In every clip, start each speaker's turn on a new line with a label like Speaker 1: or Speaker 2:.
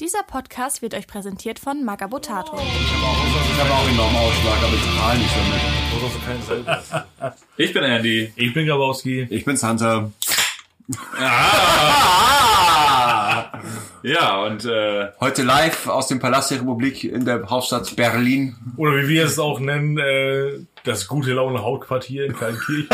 Speaker 1: Dieser Podcast wird euch präsentiert von Magabotato.
Speaker 2: Ich habe auch enormen Ausschlag, aber ich zahle nicht damit.
Speaker 3: Ich bin Andy.
Speaker 4: Ich bin Grabowski.
Speaker 2: Ich bin's Hunter.
Speaker 3: Ah. Ja, und äh,
Speaker 2: Heute live aus dem Palast der Republik in der Hauptstadt Berlin.
Speaker 4: Oder wie wir es auch nennen, äh, das gute Laune Hauptquartier in Kalkirch.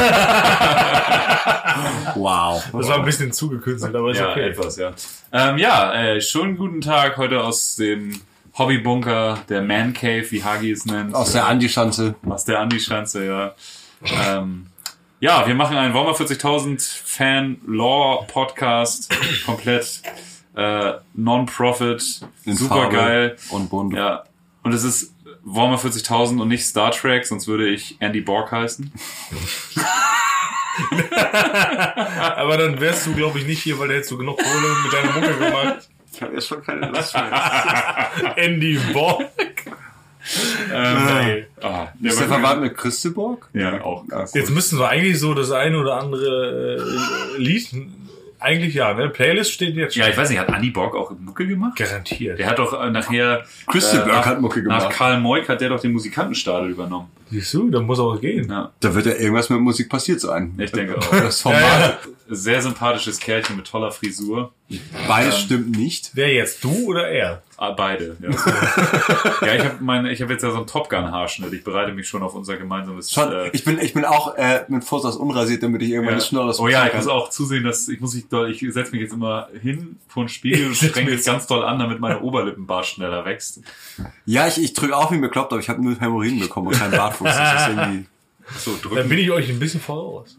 Speaker 2: Wow.
Speaker 4: Das war ein bisschen zugekünstelt, aber ist
Speaker 3: ja,
Speaker 4: okay.
Speaker 3: etwas, ja. Ähm, ja, äh, schönen guten Tag heute aus dem Hobbybunker, der Man Cave, wie Hagi es nennt.
Speaker 2: Aus der Andi-Schanze.
Speaker 3: Aus der Andi-Schranze, ja. ähm, ja, wir machen einen Warmer 40.000 Fan-Lore-Podcast, komplett äh, Non-Profit,
Speaker 2: In
Speaker 3: super geil.
Speaker 2: Farbe Und bunt.
Speaker 3: Ja, und es ist Warmer 40.000 und nicht Star Trek, sonst würde ich Andy Borg heißen.
Speaker 4: Aber dann wärst du, glaube ich, nicht hier, weil da hättest du genug Kohle mit deiner Mucke gemacht.
Speaker 2: Ich habe jetzt schon keine Lust mehr.
Speaker 4: Andy Borg.
Speaker 3: Ähm, ah, ja,
Speaker 2: Ist der verwandt mit Christeborg?
Speaker 3: Ja, auch krass.
Speaker 4: Jetzt müssten wir eigentlich so das eine oder andere äh, Lied. Eigentlich ja, ne? Playlist steht jetzt schon.
Speaker 3: Ja, ich weiß nicht, hat Andy Borg auch Mucke gemacht?
Speaker 4: Garantiert.
Speaker 3: Der hat doch äh, nachher.
Speaker 2: Christenberg
Speaker 3: nach-
Speaker 2: hat Mucke
Speaker 3: Nach
Speaker 2: gemacht.
Speaker 3: Karl Moik hat der doch den Musikantenstadel übernommen.
Speaker 4: Siehst du, dann muss auch gehen.
Speaker 3: Ja,
Speaker 2: Da wird ja irgendwas mit Musik passiert sein.
Speaker 3: ich denke auch.
Speaker 2: Das Format.
Speaker 4: Ja,
Speaker 3: Sehr sympathisches Kerlchen mit toller Frisur.
Speaker 2: Beides stimmt nicht.
Speaker 4: Wer jetzt, du oder er?
Speaker 3: Ah, beide. Ja, ja ich habe meine, ich habe jetzt ja so einen Top Gun Haarschnitt. Ich bereite mich schon auf unser gemeinsames.
Speaker 2: Schon,
Speaker 3: äh,
Speaker 2: ich, bin, ich bin auch äh, mit Vorsatz unrasiert, damit ich irgendwann
Speaker 3: ja.
Speaker 2: das Schnorres
Speaker 3: Oh ja, ich
Speaker 2: kann.
Speaker 3: muss auch zusehen, dass ich muss mich doll, ich setze mich jetzt immer hin vor den Spiegel und strenge mich ganz doll an, damit meine Oberlippenbart schneller wächst.
Speaker 2: Ja, ich, ich drücke auch wie mir kloppt, aber ich habe nur Hämorrhoiden bekommen und keinen Bartwuchs. Das ist irgendwie...
Speaker 3: So
Speaker 4: Dann
Speaker 3: drücken.
Speaker 4: bin ich euch ein bisschen voraus.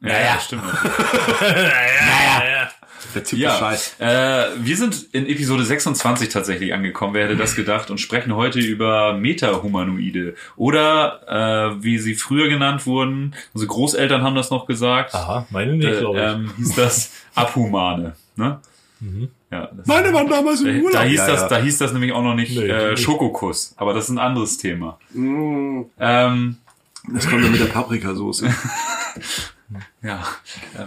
Speaker 3: Ja, ja, stimmt.
Speaker 4: Naja.
Speaker 2: Der Typ ist
Speaker 3: Ja,
Speaker 2: scheiße.
Speaker 3: äh, wir sind in Episode 26 tatsächlich angekommen, wer hätte das gedacht, und sprechen heute über Metahumanoide. Oder, äh, wie sie früher genannt wurden, unsere Großeltern haben das noch gesagt,
Speaker 4: Aha, meine nicht,
Speaker 3: äh,
Speaker 4: glaube Ah, ich.
Speaker 3: ähm, hieß das Abhumane. Ne?
Speaker 4: Mhm.
Speaker 3: Ja, das,
Speaker 2: Meine waren damals im
Speaker 3: äh,
Speaker 2: Urlaub.
Speaker 3: da, hieß
Speaker 2: Ja,
Speaker 3: das,
Speaker 2: ja.
Speaker 3: da hieß das nämlich auch noch nicht
Speaker 4: Nee,
Speaker 3: äh,
Speaker 4: nicht. Mm.
Speaker 3: Schokokuss, aber das ist ein anderes Thema. Ähm,
Speaker 2: Das kommt ja mit der Paprikasauce.
Speaker 3: ja, ähm,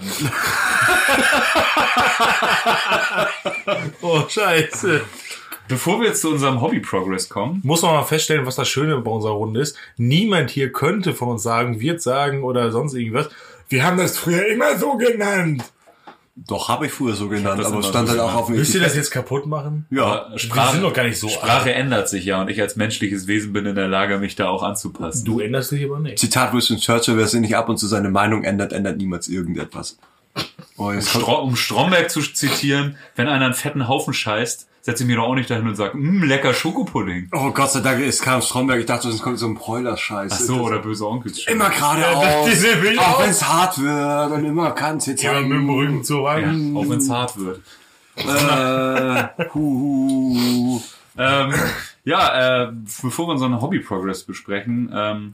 Speaker 4: Oh, scheiße.
Speaker 3: bevor wir jetzt zu unserem Hobby-Progress kommen,
Speaker 4: Muss man mal feststellen, was das Schöne bei unserer Runde ist. Niemand hier könnte von uns sagen, wird sagen oder sonst irgendwas. Wir haben das früher immer so genannt.
Speaker 2: Doch, habe ich früher so genannt,
Speaker 3: das
Speaker 2: aber es
Speaker 3: immer
Speaker 2: stand
Speaker 3: so
Speaker 2: halt auch
Speaker 3: genannt.
Speaker 2: auf dem
Speaker 4: Müsst ihr
Speaker 2: Etikett.
Speaker 4: das jetzt kaputt machen?
Speaker 2: Ja.
Speaker 3: Sprache,
Speaker 4: sind doch gar nicht so
Speaker 3: Sprache ändert sich ja und ich als menschliches Wesen bin in der Lage, mich da auch anzupassen.
Speaker 4: Du änderst dich aber nicht.
Speaker 2: Zitat Winston Churchill, wer sich nicht ab und zu seine Meinung ändert, ändert niemals irgendetwas. Oh, jetzt kommt,
Speaker 3: Stro um Stromberg zu zitieren, wenn einer einen fetten Haufen scheißt, setze ich mir doch auch nicht dahin und sage, mmm, lecker Schokopudding.
Speaker 2: oh Gott sei Dank, es kam Stromberg. Ich dachte, es kommt so ein Preuler-Scheiß.
Speaker 3: Ach so, oder böse Onkels.
Speaker 2: Immer geradeaus,
Speaker 4: Diese will ich
Speaker 2: auch
Speaker 4: auch.
Speaker 2: wenn es hart wird und immer kann es jetzt
Speaker 4: Ja, mit dem Rücken zu
Speaker 3: Ja,
Speaker 4: wagen.
Speaker 3: auch wenn es hart wird.
Speaker 2: äh, hu, hu.
Speaker 3: Ähm, ja, äh, bevor wir unseren Hobby-Progress besprechen, ähm,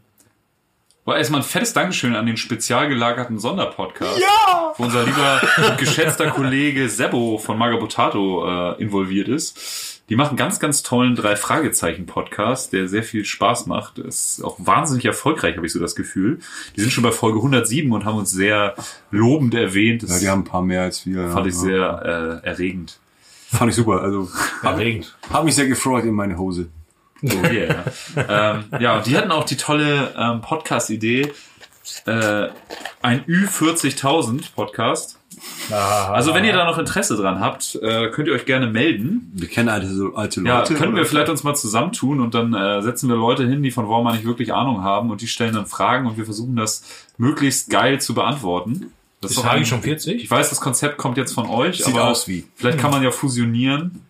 Speaker 3: war erstmal ein fettes Dankeschön an den spezial gelagerten Sonderpodcast, ja! wo unser lieber und geschätzter Kollege Sebo von Magabotato äh, involviert ist. Die machen einen ganz, ganz tollen Drei-Fragezeichen-Podcast, der sehr viel Spaß macht. Ist auch wahnsinnig erfolgreich, habe ich so das Gefühl. Die sind schon bei Folge 107 und haben uns sehr lobend erwähnt.
Speaker 2: Ja,
Speaker 3: Das
Speaker 2: die haben ein paar mehr als wir. ja.
Speaker 3: fand ich sehr äh, erregend.
Speaker 2: Fand ich super. Also
Speaker 4: Erregend.
Speaker 2: hab mich sehr gefreut in meine Hose.
Speaker 3: Oh yeah. ähm, ja, und die hatten auch die tolle ähm, Podcast-Idee, äh, ein Ü40000 Podcast. Also wenn ihr da noch Interesse dran habt, äh, könnt ihr euch gerne melden.
Speaker 2: Wir kennen alte, so alte
Speaker 3: Ja,
Speaker 2: Leute.
Speaker 3: können wir
Speaker 2: oder?
Speaker 3: vielleicht uns mal zusammentun und dann äh, setzen wir Leute hin, die von Warhammer nicht wirklich Ahnung haben und die stellen dann Fragen und wir versuchen das möglichst geil zu beantworten. Das
Speaker 4: Ist
Speaker 3: doch
Speaker 4: Hagi
Speaker 3: ein-
Speaker 4: schon 40?
Speaker 3: Ich weiß, das Konzept kommt jetzt von euch,
Speaker 2: Sieht
Speaker 3: aber
Speaker 2: aus wie.
Speaker 3: Vielleicht kann man ja fusionieren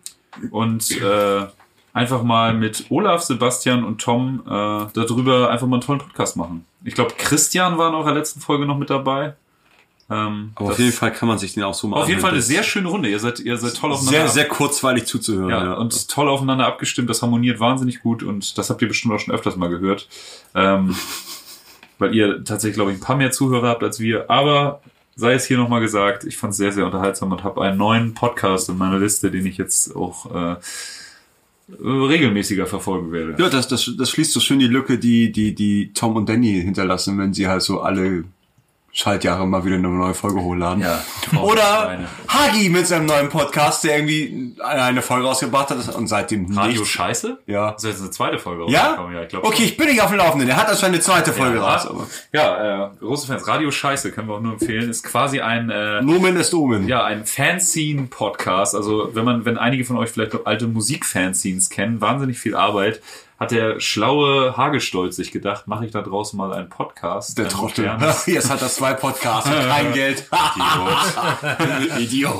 Speaker 3: und äh, einfach mal mit Olaf, Sebastian und Tom äh, darüber einfach mal einen tollen Podcast machen. Ich glaube, Christian war in eurer letzten Folge noch mit dabei. Ähm,
Speaker 2: Aber
Speaker 3: das-
Speaker 2: auf jeden Fall kann man sich den auch so mal
Speaker 3: auf jeden Fall eine
Speaker 2: anhören.
Speaker 3: sehr schöne Runde. Ihr seid, ihr seid toll aufeinander
Speaker 2: sehr, sehr kurzweilig zuzuhören.
Speaker 3: ja,
Speaker 2: Ja,
Speaker 3: und toll aufeinander abgestimmt. Das harmoniert wahnsinnig gut und das habt ihr bestimmt auch schon öfters mal gehört. Ähm, weil ihr tatsächlich, glaube ich, ein paar mehr Zuhörer habt als wir. Aber sei es hier nochmal gesagt, ich fand es sehr, sehr unterhaltsam und habe einen neuen Podcast in meiner Liste, den ich jetzt auch äh, äh, regelmäßiger verfolgen werde.
Speaker 2: ja das, das, das schließt so schön die Lücke, die, die, die Tom und Danny hinterlassen, wenn sie halt so alle Schaltjahre mal wieder eine neue Folge hochladen.
Speaker 3: Ja.
Speaker 2: Oder
Speaker 3: Eine.
Speaker 2: Hagi mit seinem neuen Podcast, der irgendwie eine Folge rausgebracht hat und seitdem
Speaker 3: Radio
Speaker 2: nichts.
Speaker 3: Scheiße?
Speaker 2: Ja.
Speaker 3: Ist jetzt eine zweite Folge
Speaker 2: Ja?
Speaker 3: rausgekommen? Ja, ich glaube
Speaker 2: okay, ich bin nicht auf dem Laufenden. Der hat das schon eine zweite Folge raus. Aber.
Speaker 3: Ja, äh, große Fans. Radio Scheiße können wir auch nur empfehlen. Ist quasi ein, äh,
Speaker 2: Nomen ist Omen.
Speaker 3: ja, ein Fanzine-Podcast. Also, wenn man, wenn einige von euch vielleicht noch alte Musik-Fanzines kennen, wahnsinnig viel Arbeit, hat der schlaue Hagestolz sich gedacht, mache ich da draußen mal einen Podcast.
Speaker 2: Der
Speaker 3: Ein
Speaker 2: Trottel.
Speaker 3: modernes-
Speaker 2: Jetzt hat er zwei Podcasts und kein Geld. Idiot.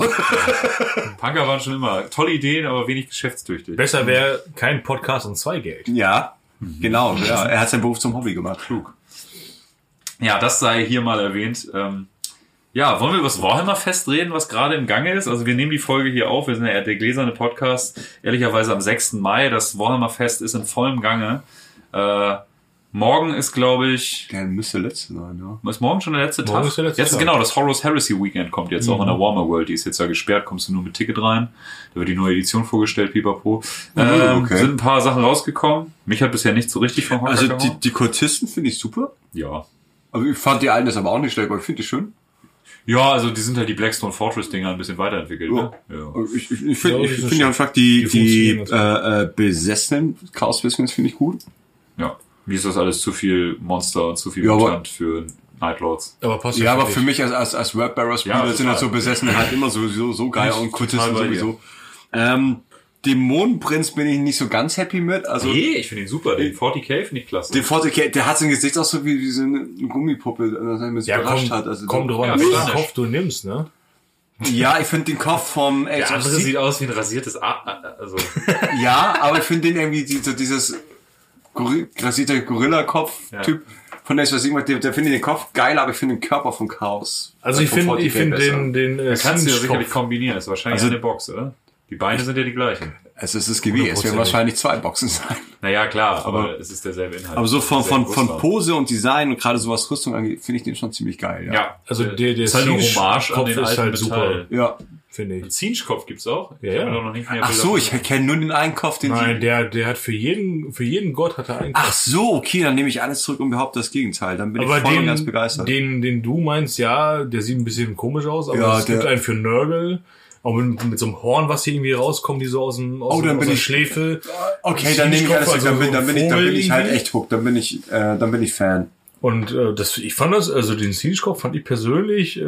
Speaker 3: Punker waren schon immer tolle Ideen, aber wenig geschäftstüchtig.
Speaker 4: Besser wäre kein Podcast und zwei Geld.
Speaker 2: Ja,
Speaker 3: Mhm.
Speaker 2: genau. Ja, er hat seinen Beruf zum Hobby gemacht.
Speaker 3: Klug. Ja, das sei hier mal erwähnt. Ähm, ja, wollen wir über das Warhammer-Fest reden, was gerade im Gange ist? Also wir nehmen die Folge hier auf. Wir sind ja der gläserne Podcast. Ehrlicherweise am 6. Mai. Das Warhammer-Fest ist in vollem Gange. Äh, morgen ist, glaube ich...
Speaker 2: Der müsste letzte sein, ja.
Speaker 3: Ist morgen schon der letzte
Speaker 4: Morgen
Speaker 3: Tag? Mhm.
Speaker 4: ist der letzte
Speaker 3: jetzt ist
Speaker 4: Tag.
Speaker 3: genau, das Horus Heresy Weekend kommt jetzt auch in der Warhammer World. Die ist jetzt ja gesperrt, kommst du nur mit Ticket rein. Da wird die neue Edition vorgestellt, pipapo. Ähm,
Speaker 2: okay.
Speaker 3: Sind ein paar Sachen rausgekommen. Mich hat bisher nicht so richtig vom Hocker
Speaker 2: Also
Speaker 3: gehauen.
Speaker 2: die, die Kurtisten finde ich super.
Speaker 3: Ja,
Speaker 2: Also ich fand die einen das aber auch nicht schlecht, aber ich finde die schön.
Speaker 3: Ja, also die sind halt die Blackstone Fortress-Dinger ein bisschen weiterentwickelt. Ne? Ja.
Speaker 2: Also Ich, ich, ich
Speaker 4: Ja,
Speaker 2: finde
Speaker 4: die
Speaker 2: ich
Speaker 4: sind
Speaker 2: finde
Speaker 4: schön.
Speaker 2: einfach die,
Speaker 4: Die
Speaker 2: die,
Speaker 4: funktionieren
Speaker 2: äh, äh, besessenen Chaos-Wissens finde ich gut.
Speaker 3: ja. Mir ist das alles zu viel Monster und zu viel
Speaker 2: Ja, aber-
Speaker 3: Mutant für Nightlords.
Speaker 4: Aber passt
Speaker 2: Ja, aber
Speaker 4: nicht.
Speaker 2: für mich als, als, als Wordbearer-Spieler
Speaker 3: Ja,
Speaker 2: sind halt so
Speaker 3: total.
Speaker 2: Besessene halt immer sowieso so geil
Speaker 3: Bin ich
Speaker 2: und Kultisten
Speaker 3: total bei dir.
Speaker 2: sowieso. Ähm, Dämonenprinz bin ich nicht so ganz happy mit. Also
Speaker 3: Nee, ich finde ihn super. Den 40k finde ich klasse.
Speaker 2: den Forte der hat sein Gesicht auch so wie, wie so eine Gummipuppe, dass er mich so
Speaker 4: ja,
Speaker 2: überrascht
Speaker 4: komm,
Speaker 2: hat. Also
Speaker 4: komm
Speaker 2: der-
Speaker 4: drauf
Speaker 3: Ja,
Speaker 4: an, welchen
Speaker 3: klar.
Speaker 4: Kopf du nimmst, ne?
Speaker 2: Ja, ich finde den Kopf vom
Speaker 3: Der andere
Speaker 2: Exorzisten-
Speaker 3: sieht aus wie ein rasiertes A also
Speaker 2: Ja, aber ich finde den irgendwie die, so dieses Goril rasierte Gorilla-Kopf-Typ von der was irgendwas, der, der finde den Kopf geil, aber ich finde den Körper von Chaos. Äh,
Speaker 4: Also ich
Speaker 2: von
Speaker 4: finde
Speaker 2: 40K
Speaker 4: ich finde
Speaker 2: besser.
Speaker 4: den, den äh,
Speaker 3: kannst du ja
Speaker 4: Siege-Kopf-
Speaker 3: sicherlich kombinieren. Ist wahrscheinlich
Speaker 2: Also-
Speaker 3: eine Box, oder? Die Beine sind ja die gleichen.
Speaker 2: Es ist das GW, es werden wahrscheinlich zwei Boxen sein.
Speaker 3: Naja, klar, aber, es ist derselbe Inhalt.
Speaker 2: Aber so von, von,
Speaker 3: Derselbe
Speaker 2: von
Speaker 3: Muster.
Speaker 2: Pose und Design und gerade so was Rüstung angeht, finde ich den schon ziemlich geil. Ja.
Speaker 3: Ja,
Speaker 4: Also der- der
Speaker 3: ist halt eine Hommage an
Speaker 4: Siege-Kopf
Speaker 3: den
Speaker 4: ist
Speaker 3: alten
Speaker 4: halt
Speaker 3: Metall.
Speaker 2: ja.
Speaker 4: finde ich.
Speaker 3: Zinschkopf gibt's auch.
Speaker 4: Ja,
Speaker 3: Ich hab
Speaker 4: ja.
Speaker 3: mir doch noch nicht mehr
Speaker 2: Ach
Speaker 3: Bilder
Speaker 2: so,
Speaker 3: von-
Speaker 2: ich kenne nur den einen Kopf, den
Speaker 4: Nein,
Speaker 2: sie.
Speaker 4: der der hat für jeden für jeden Gott hat er einen.
Speaker 2: Ach so, okay, dann nehme ich alles zurück und behaupte das Gegenteil. Dann bin
Speaker 4: aber
Speaker 2: ich voll und
Speaker 4: den,
Speaker 2: ganz begeistert.
Speaker 4: den den du meinst, ja, der sieht ein bisschen komisch aus, aber
Speaker 2: Ja,
Speaker 4: es gibt
Speaker 2: der-
Speaker 4: einen für Nörgel. Auch mit, mit so einem Horn, was hier irgendwie rauskommt, die so aus dem aus,
Speaker 2: Oh, dann
Speaker 4: dem- aus
Speaker 2: bin
Speaker 4: der
Speaker 2: ich-
Speaker 4: Schläfe.
Speaker 2: okay, dann nehme ich alles
Speaker 4: Siege-Kopf,
Speaker 2: zurück, dann bin,
Speaker 4: also
Speaker 2: dann bin ich, dann bin ich halt
Speaker 4: Vogel
Speaker 2: echt hooked, dann bin ich, äh, dann bin ich Fan.
Speaker 4: Und äh, das, ich fand das, also den Siege-Kopf fand ich persönlich äh,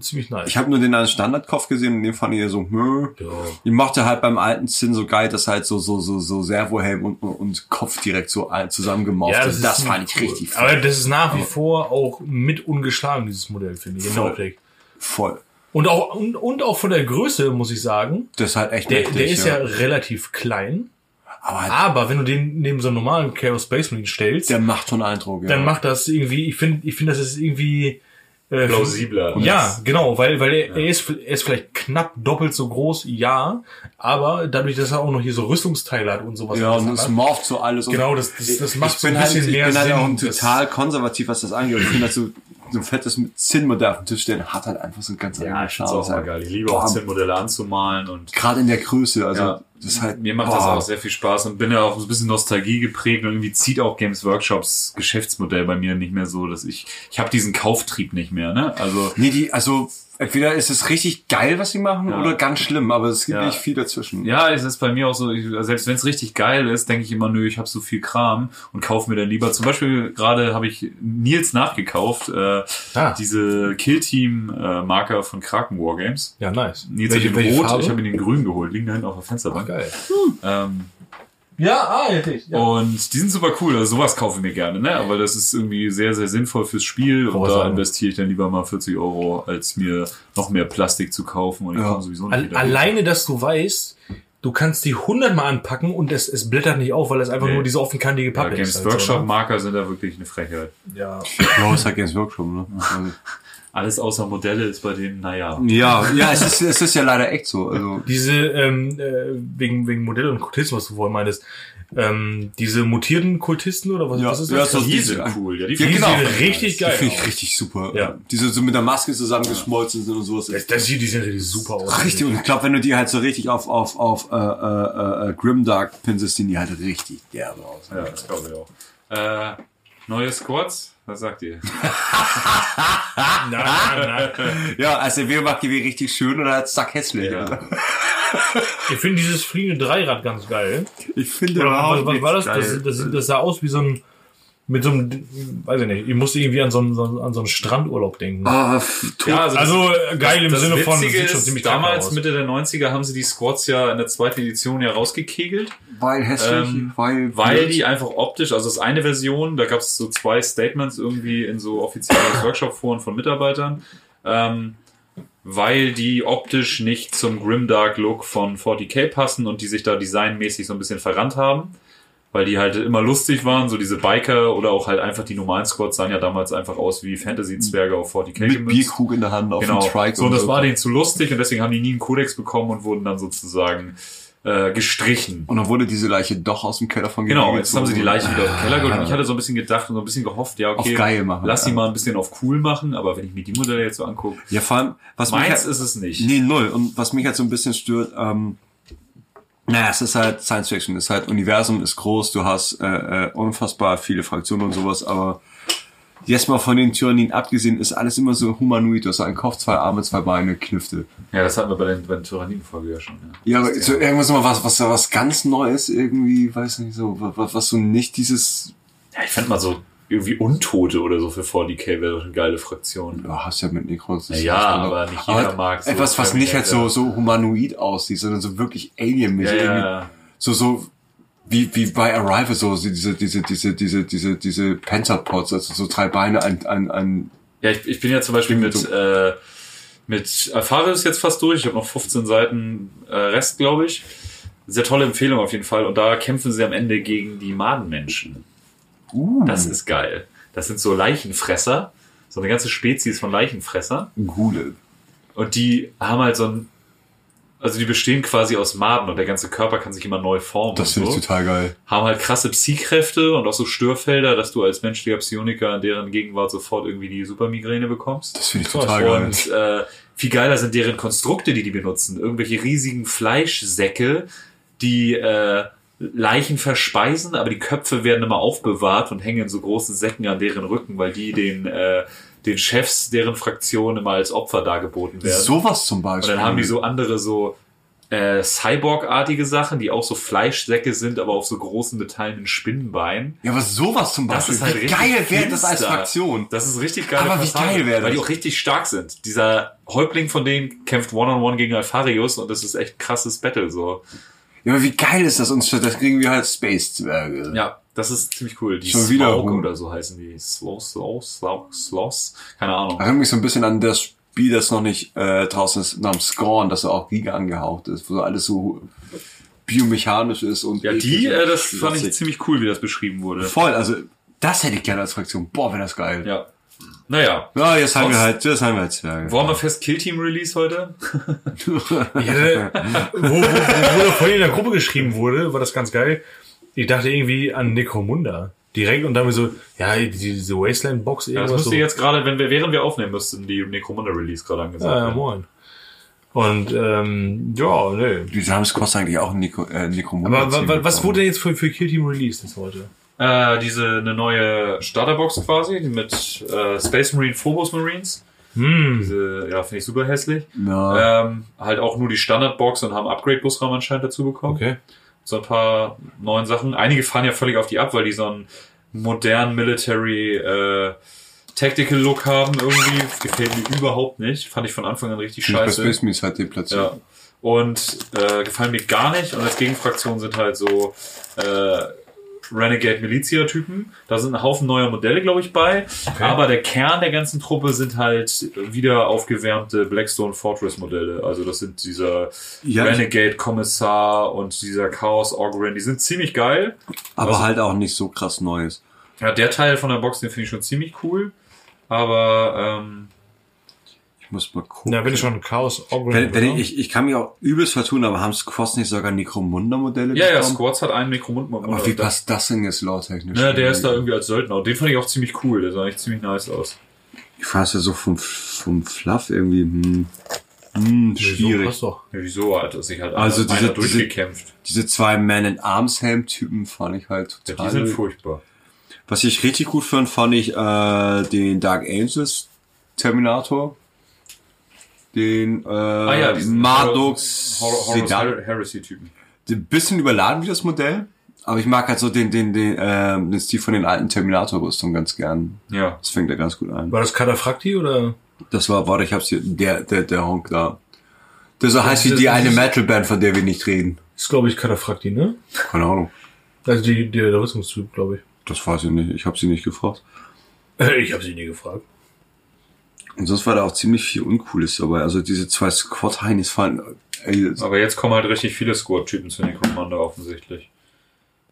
Speaker 4: ziemlich nice.
Speaker 2: Ich habe nur den als Standardkopf gesehen und den fand ich eher so, mö.
Speaker 4: Ja.
Speaker 2: Ich mochte halt beim alten Zinn so geil, dass halt so, so, so, so Servohelm und, und Kopf direkt so all- zusammengemauft sind. Das,
Speaker 4: ist
Speaker 2: fand ich
Speaker 4: cool.
Speaker 2: richtig
Speaker 4: Aber
Speaker 2: voll.
Speaker 4: das ist nach wie vor auch mit ungeschlagen, dieses Modell, finde ich. in der
Speaker 2: Voll.
Speaker 4: Optik.
Speaker 2: voll.
Speaker 4: Und auch, und, und auch von der Größe, muss ich sagen.
Speaker 2: Das ist halt echt
Speaker 4: Der,
Speaker 2: mächtig,
Speaker 4: der ist ja. relativ klein.
Speaker 2: Aber halt,
Speaker 4: Aber wenn du den neben so einem normalen Chaos Space Marine stellst,
Speaker 2: der macht schon Eindruck, ja.
Speaker 4: dann macht das irgendwie, ich finde, ich finde, das ist irgendwie, äh,
Speaker 3: plausibler.
Speaker 4: ja, genau, weil, weil er, er, ist, er ist vielleicht knapp doppelt so groß, ja, aber dadurch, dass er auch noch hier so Rüstungsteile hat und sowas.
Speaker 2: ja,
Speaker 4: alles
Speaker 2: und
Speaker 4: hat,
Speaker 2: es morpht so alles.
Speaker 4: Genau,
Speaker 2: und
Speaker 4: das- das- das
Speaker 2: Ich-
Speaker 4: macht
Speaker 2: ich
Speaker 4: so ein
Speaker 2: bin
Speaker 4: bisschen
Speaker 2: halt, ich
Speaker 4: mehr
Speaker 2: bin halt auch
Speaker 4: Sinn,
Speaker 2: ein
Speaker 4: das-
Speaker 2: total konservativ, was das angeht. Ich finde halt so, so ein fettes Zinnmodell auf den Tisch stellen, hat halt einfach so einen ganz
Speaker 3: Ja, ich
Speaker 2: Charme.
Speaker 3: find's auch mal geil. Ich liebe
Speaker 2: Boah,
Speaker 3: auch Zinnmodelle anzumalen und
Speaker 2: Gerade in der Größe, also
Speaker 3: Ja.
Speaker 2: das ist halt.
Speaker 3: mir macht das auch sehr viel Spaß und bin ja auch ein bisschen Nostalgie geprägt und irgendwie zieht auch Games Workshops Geschäftsmodell bei mir nicht mehr so, dass ich ich habe diesen Kauftrieb nicht mehr, ne? Also
Speaker 2: Nee, die, also entweder ist es richtig geil, was sie machen,
Speaker 3: Ja.
Speaker 2: oder ganz schlimm, aber es gibt
Speaker 3: Ja.
Speaker 2: nicht viel dazwischen.
Speaker 3: ja, es ist bei mir auch so, ich, selbst wenn es richtig geil ist, denke ich immer, nö, ich habe so viel Kram und kaufe mir dann lieber. Zum Beispiel gerade habe ich Nils nachgekauft, äh,
Speaker 4: Ah.
Speaker 3: diese Killteam-Marker von Kraken Wargames.
Speaker 4: Ja, nice.
Speaker 3: Nils hat den rot, ich habe ihn den grün geholt, liegen da hinten auf der
Speaker 4: Ach,
Speaker 3: Fensterbank.
Speaker 4: geil.
Speaker 3: Ähm,
Speaker 4: Ja, ah, richtig. Ja.
Speaker 3: Und die sind super cool, also sowas kaufe ich mir gerne, ne? Aber das ist irgendwie sehr, sehr sinnvoll fürs Spiel und
Speaker 4: Boah,
Speaker 3: da
Speaker 4: sagen.
Speaker 3: investiere ich dann lieber mal 40 Euro, als mir noch mehr Plastik zu kaufen und ich
Speaker 2: Ja.
Speaker 3: komme sowieso nicht
Speaker 4: Al
Speaker 3: wieder.
Speaker 4: alleine, dass du weißt, du kannst die hundertmal anpacken und es, es blättert nicht auf, weil es einfach
Speaker 3: Nee.
Speaker 4: nur diese offenkantige
Speaker 3: ja,
Speaker 4: Pappe ist.
Speaker 3: Games
Speaker 4: halt so,
Speaker 3: Workshop Marker sind da wirklich eine Frechheit.
Speaker 4: ne? Ja.
Speaker 2: Ja, ist halt Games Workshop, ne? Also-
Speaker 3: Alles außer Modelle ist bei denen, naja.
Speaker 2: ja, ja, es ist, es ist ja leider echt so. Also,
Speaker 4: Diese, ähm, äh, wegen, wegen Modell und Kultisten, was du vorhin meintest, ähm, diese mutierten Kultisten oder was,
Speaker 2: Ja,
Speaker 4: was ist
Speaker 2: ja,
Speaker 4: das?
Speaker 2: so-
Speaker 3: Die sind cool, ja, die
Speaker 2: Ja,
Speaker 4: die
Speaker 3: finde ich
Speaker 2: genau.
Speaker 4: sehen richtig
Speaker 2: die
Speaker 4: geil
Speaker 2: finde ich
Speaker 4: aus.
Speaker 2: richtig super.
Speaker 4: Ja.
Speaker 2: Die so, so mit der Maske zusammengeschmolzen sind und sowas.
Speaker 4: Das, das hier, die sehen richtig super aus.
Speaker 2: richtig, und ich glaube, wenn du die halt so richtig auf, auf, auf äh, äh, äh, Grimdark pinselst, sehen die halt richtig derbe aus.
Speaker 3: Ja, das glaube ich auch. Äh, neue Squads, Was sagt ihr?
Speaker 4: Nein, nein, nein.
Speaker 2: Ja, also wir macht die wie richtig schön oder zack hässlich.
Speaker 3: Ja.
Speaker 2: oder?
Speaker 4: Ich finde dieses fliegende Dreirad ganz geil.
Speaker 2: Ich finde
Speaker 4: Oder was,
Speaker 2: überhaupt
Speaker 4: was war das?
Speaker 2: nichts
Speaker 4: Das,
Speaker 2: geil.
Speaker 4: das, das sah aus wie so ein. Mit so einem, weiß ich nicht, ich musste irgendwie an so einen, so einen- an so einen Strandurlaub denken.
Speaker 2: Ah, f- tot.
Speaker 3: Ja,
Speaker 4: also äh, geil im
Speaker 3: das
Speaker 4: Sinne von, das
Speaker 3: Witzige
Speaker 4: sieht schon
Speaker 3: ist,
Speaker 4: ziemlich kacke
Speaker 3: damals
Speaker 4: aus.
Speaker 3: Mitte der 90er haben sie die Squads ja in der zweiten Edition ja rausgekegelt,
Speaker 2: weil hässlich,
Speaker 3: ähm,
Speaker 2: weil,
Speaker 3: weil die einfach optisch, also das ist eine Version, da gab es so zwei Statements irgendwie in so offiziellen Workshop-Foren von Mitarbeitern, ähm, weil die optisch nicht zum Grimdark-Look von 40k passen und die sich da designmäßig so ein bisschen verrannt haben. Weil die halt immer lustig waren, so diese Biker oder auch halt einfach die normalen Squads sahen ja damals einfach aus wie Fantasy-Zwerge auf 40k
Speaker 2: mit
Speaker 3: gemünzt.
Speaker 2: Bierkrug in der Hand auf
Speaker 3: Genau.
Speaker 2: dem Trike
Speaker 3: so, und das war denen zu lustig und deswegen haben die nie einen Kodex bekommen und wurden dann sozusagen äh, gestrichen.
Speaker 2: Und dann wurde diese Leiche doch aus dem Keller von
Speaker 3: Genau,
Speaker 2: Gemälde
Speaker 3: jetzt haben sie die
Speaker 2: gezogen.
Speaker 3: Leiche wieder aus dem Keller geholt. Und ich hatte so ein bisschen gedacht und so ein bisschen gehofft, ja, okay,
Speaker 2: Ah. Auf geil machen.
Speaker 3: lass sie
Speaker 2: Ja.
Speaker 3: mal ein bisschen auf cool machen, aber wenn ich mir die Modelle jetzt so angucke,
Speaker 2: Ja, vor allem, was mich
Speaker 3: meins
Speaker 2: halt,
Speaker 3: ist es nicht.
Speaker 2: Nee, null. Und was mich halt so ein bisschen stört, ähm, naja, es ist halt Science Fiction, es ist halt Universum, ist groß, du hast äh, äh, unfassbar viele Fraktionen und sowas, aber jetzt mal von den Tyranien abgesehen, ist alles immer so humanoid, du hast einen Kopf, zwei Arme, zwei Beine, Knifte.
Speaker 3: Ja, das hatten wir bei den, bei den Tyranniden-Folge ja schon.
Speaker 2: Ja,
Speaker 3: Ja.
Speaker 2: aber so irgendwas mal was, was, was ganz Neues irgendwie, weiß nicht so, was, was so nicht dieses,
Speaker 3: ja, ich fand mal so irgendwie Untote oder so für 40k wäre doch eine geile Fraktion.
Speaker 2: du hast ja mit Necrons. das
Speaker 3: Ja,
Speaker 2: ist
Speaker 3: aber nicht jeder mag so
Speaker 2: Etwas, was nicht halt so,
Speaker 3: Terminator.
Speaker 2: so humanoid aussieht, sondern so wirklich
Speaker 3: Ja,
Speaker 2: alien-mäßig. irgendwie
Speaker 3: ja,
Speaker 2: so so wie wie bei Arrival so diese diese diese diese diese diese Panzerpods also so drei Beine an an an
Speaker 3: ja ich, ich bin ja zum Beispiel mit, äh, mit Erfahre ist jetzt fast durch. Ich habe noch 15 Seiten äh, Rest, glaube ich. Sehr tolle Empfehlung auf jeden Fall. Und da kämpfen sie am Ende gegen die Madenmenschen.
Speaker 2: uh,
Speaker 3: Das ist geil. Das sind so Leichenfresser. So eine ganze Spezies von Leichenfresser.
Speaker 2: Gule.
Speaker 3: Und die haben halt so ein. Also die bestehen quasi aus Maden und der ganze Körper kann sich immer neu formen.
Speaker 2: Das
Speaker 3: und
Speaker 2: finde
Speaker 3: so.
Speaker 2: ich total geil.
Speaker 3: Haben halt krasse Psi-Kräfte und auch so Störfelder, dass du als menschlicher Psioniker in deren Gegenwart sofort irgendwie die Supermigräne bekommst.
Speaker 2: Das finde ich
Speaker 4: Krass,
Speaker 2: total geil.
Speaker 3: Und äh, viel geiler sind deren Konstrukte, die die benutzen. Irgendwelche riesigen Fleischsäcke, die äh, Leichen verspeisen, aber die Köpfe werden immer aufbewahrt und hängen in so großen Säcken an deren Rücken, weil die den, äh, den Chefs deren Fraktion immer als Opfer dargeboten werden.
Speaker 2: Sowas zum Beispiel.
Speaker 3: Und dann haben die so andere so äh, Cyborg-artige Sachen, die auch so Fleischsäcke sind, aber auf so großen metallenen Spinnenbeinen.
Speaker 2: ja, aber sowas zum
Speaker 3: Das
Speaker 2: Beispiel.
Speaker 3: ist halt
Speaker 2: wie
Speaker 3: richtig
Speaker 2: geil wäre das als
Speaker 3: finster.
Speaker 2: Fraktion.
Speaker 3: Das ist richtig geil.
Speaker 2: Aber wie geil wäre
Speaker 3: Weil die
Speaker 2: das?
Speaker 3: auch richtig stark sind. Dieser Häuptling von denen kämpft one-on-one gegen Alfarius und das ist echt ein krasses Battle so.
Speaker 2: Ja, aber wie geil ist das? Und stattdessen kriegen wir halt Space Zwerge.
Speaker 3: Ja, das ist ziemlich cool. Die
Speaker 2: Schon wieder
Speaker 3: Smaug
Speaker 2: rum.
Speaker 3: oder so heißen die. Slow, slow, slow, slows. Keine Ahnung.
Speaker 2: Erinnert mich so ein bisschen an das Spiel, das noch nicht äh, draußen ist, namens Scorn, das auch Giga angehaucht ist, wo so alles so biomechanisch ist und
Speaker 3: Ja, die, äh, das fand ich
Speaker 2: Lustig.
Speaker 3: ziemlich cool, wie das beschrieben wurde.
Speaker 2: Voll, also das hätte ich gerne als Fraktion. Boah, wäre das geil. Ja.
Speaker 3: Ja. Naja.
Speaker 2: jetzt haben wir
Speaker 3: Sonst-
Speaker 2: halt, jetzt haben wir halt Zwerge.
Speaker 3: Wollen wir fest Kill Team Release heute?
Speaker 4: Ich hatte, wo, wo, wo, wo da vorhin in der Gruppe geschrieben wurde, war das ganz geil. Ich dachte irgendwie an Necromunda. Direkt und damit so, ja, die- diese Wasteland-Box
Speaker 3: Ja, das
Speaker 4: irgendwas
Speaker 3: müsste
Speaker 4: so.
Speaker 3: jetzt gerade, wenn wir, während wir aufnehmen müssten, die Necromunda Release gerade angesagt
Speaker 4: ja, ja,
Speaker 3: werden.
Speaker 4: moin. Und ähm, ja, nö.
Speaker 2: Die James Cross eigentlich auch Nico, äh, Necromunda.
Speaker 4: Aber wa, wa, was
Speaker 2: hinbekommen.
Speaker 4: wurde denn jetzt für, für Kill Team released jetzt heute?
Speaker 3: Äh, diese eine neue Starterbox quasi, die mit äh, Space Marine Phobos Marines.
Speaker 4: Hm,
Speaker 3: Diese, ja, finde ich super hässlich.
Speaker 2: Ja.
Speaker 3: Ähm, halt auch nur die Standardbox und haben Upgrade-Busrahmen anscheinend dazu bekommen.
Speaker 4: okay.
Speaker 3: So ein paar neuen Sachen. Einige fahren ja völlig auf die ab, weil die so einen modernen Military äh, Tactical Look haben irgendwie. Gefällt mir überhaupt nicht. Fand ich von Anfang an richtig
Speaker 2: Bei
Speaker 3: scheiße.
Speaker 2: Space Marines halt den Platz.
Speaker 3: Ja. Und äh, gefallen mir gar nicht. Und als Gegenfraktion sind halt so äh, Renegade Militia-Typen. Da sind ein Haufen neuer Modelle, glaube ich, bei. Aber der Kern der ganzen Truppe sind halt wieder aufgewärmte Blackstone Fortress-Modelle. Also das sind dieser
Speaker 2: Ja, ich-
Speaker 3: Renegade-Kommissar und dieser Chaos Ogren. Die sind ziemlich geil.
Speaker 2: Aber halt auch nicht so krass Neues.
Speaker 3: Ja, der Teil von der Box, den finde ich schon ziemlich cool. Aber ähm,
Speaker 2: Ich muss mal gucken.
Speaker 4: Na, wenn ich schon Chaos Ogre
Speaker 2: wenn, wenn ich, ich, ich kann mich auch übelst vertun, aber haben Cross nicht sogar Necromunda-Modelle
Speaker 3: ja, ja,
Speaker 2: bekommen?
Speaker 3: Squads hat einen Necromund.
Speaker 2: Aber Oh, wie passt das denn jetzt lore-technisch?
Speaker 3: Ja, der ist da irgendwie als Söldner. Und den fand ich auch ziemlich cool. Der sah echt ziemlich nice aus.
Speaker 2: Ich fasse ja so vom, vom Fluff irgendwie, hm, hm schwierig.
Speaker 4: Passt doch.
Speaker 3: Ja, wieso hat er sich halt
Speaker 2: Also
Speaker 3: einer,
Speaker 2: diese-
Speaker 3: einer durchgekämpft?
Speaker 2: Diese zwei Man-in-Arms-Helm-Typen fand ich halt
Speaker 3: Ja,
Speaker 2: total.
Speaker 3: die sind furchtbar.
Speaker 2: Was ich richtig gut fand, fand ich äh, den Dark Angels Terminator. Den äh, ah,
Speaker 3: ja, diesen
Speaker 2: Mardux
Speaker 3: Horror, Horror,
Speaker 2: Sedan.
Speaker 3: Horror Heresy-Typen.
Speaker 2: Ein bisschen überladen wie das Modell. Aber ich mag halt so den, den, den, ähm, den Stil von den alten Terminator-Rüstungen ganz gern.
Speaker 3: Ja.
Speaker 2: Das fängt ja ganz gut an.
Speaker 4: War das Kadafrakti oder?
Speaker 2: Das war, warte, ich hab's hier, der, der, der Honk da. Der so heißt wie die eine Metalband, von der wir nicht reden.
Speaker 4: Ist, glaube ich, Kadafrakti, ne?
Speaker 2: Keine Ahnung.
Speaker 4: Also die, die, der Rüstungstyp, glaube ich.
Speaker 2: Das weiß ich nicht. Ich habe sie nicht gefragt.
Speaker 4: Ich habe sie nie gefragt.
Speaker 2: Und sonst war da auch ziemlich viel Uncooles dabei. Also diese zwei Squad-Heinis fallen. Ey, das-
Speaker 3: Aber jetzt kommen halt richtig viele Squad-Typen zu den Commander offensichtlich.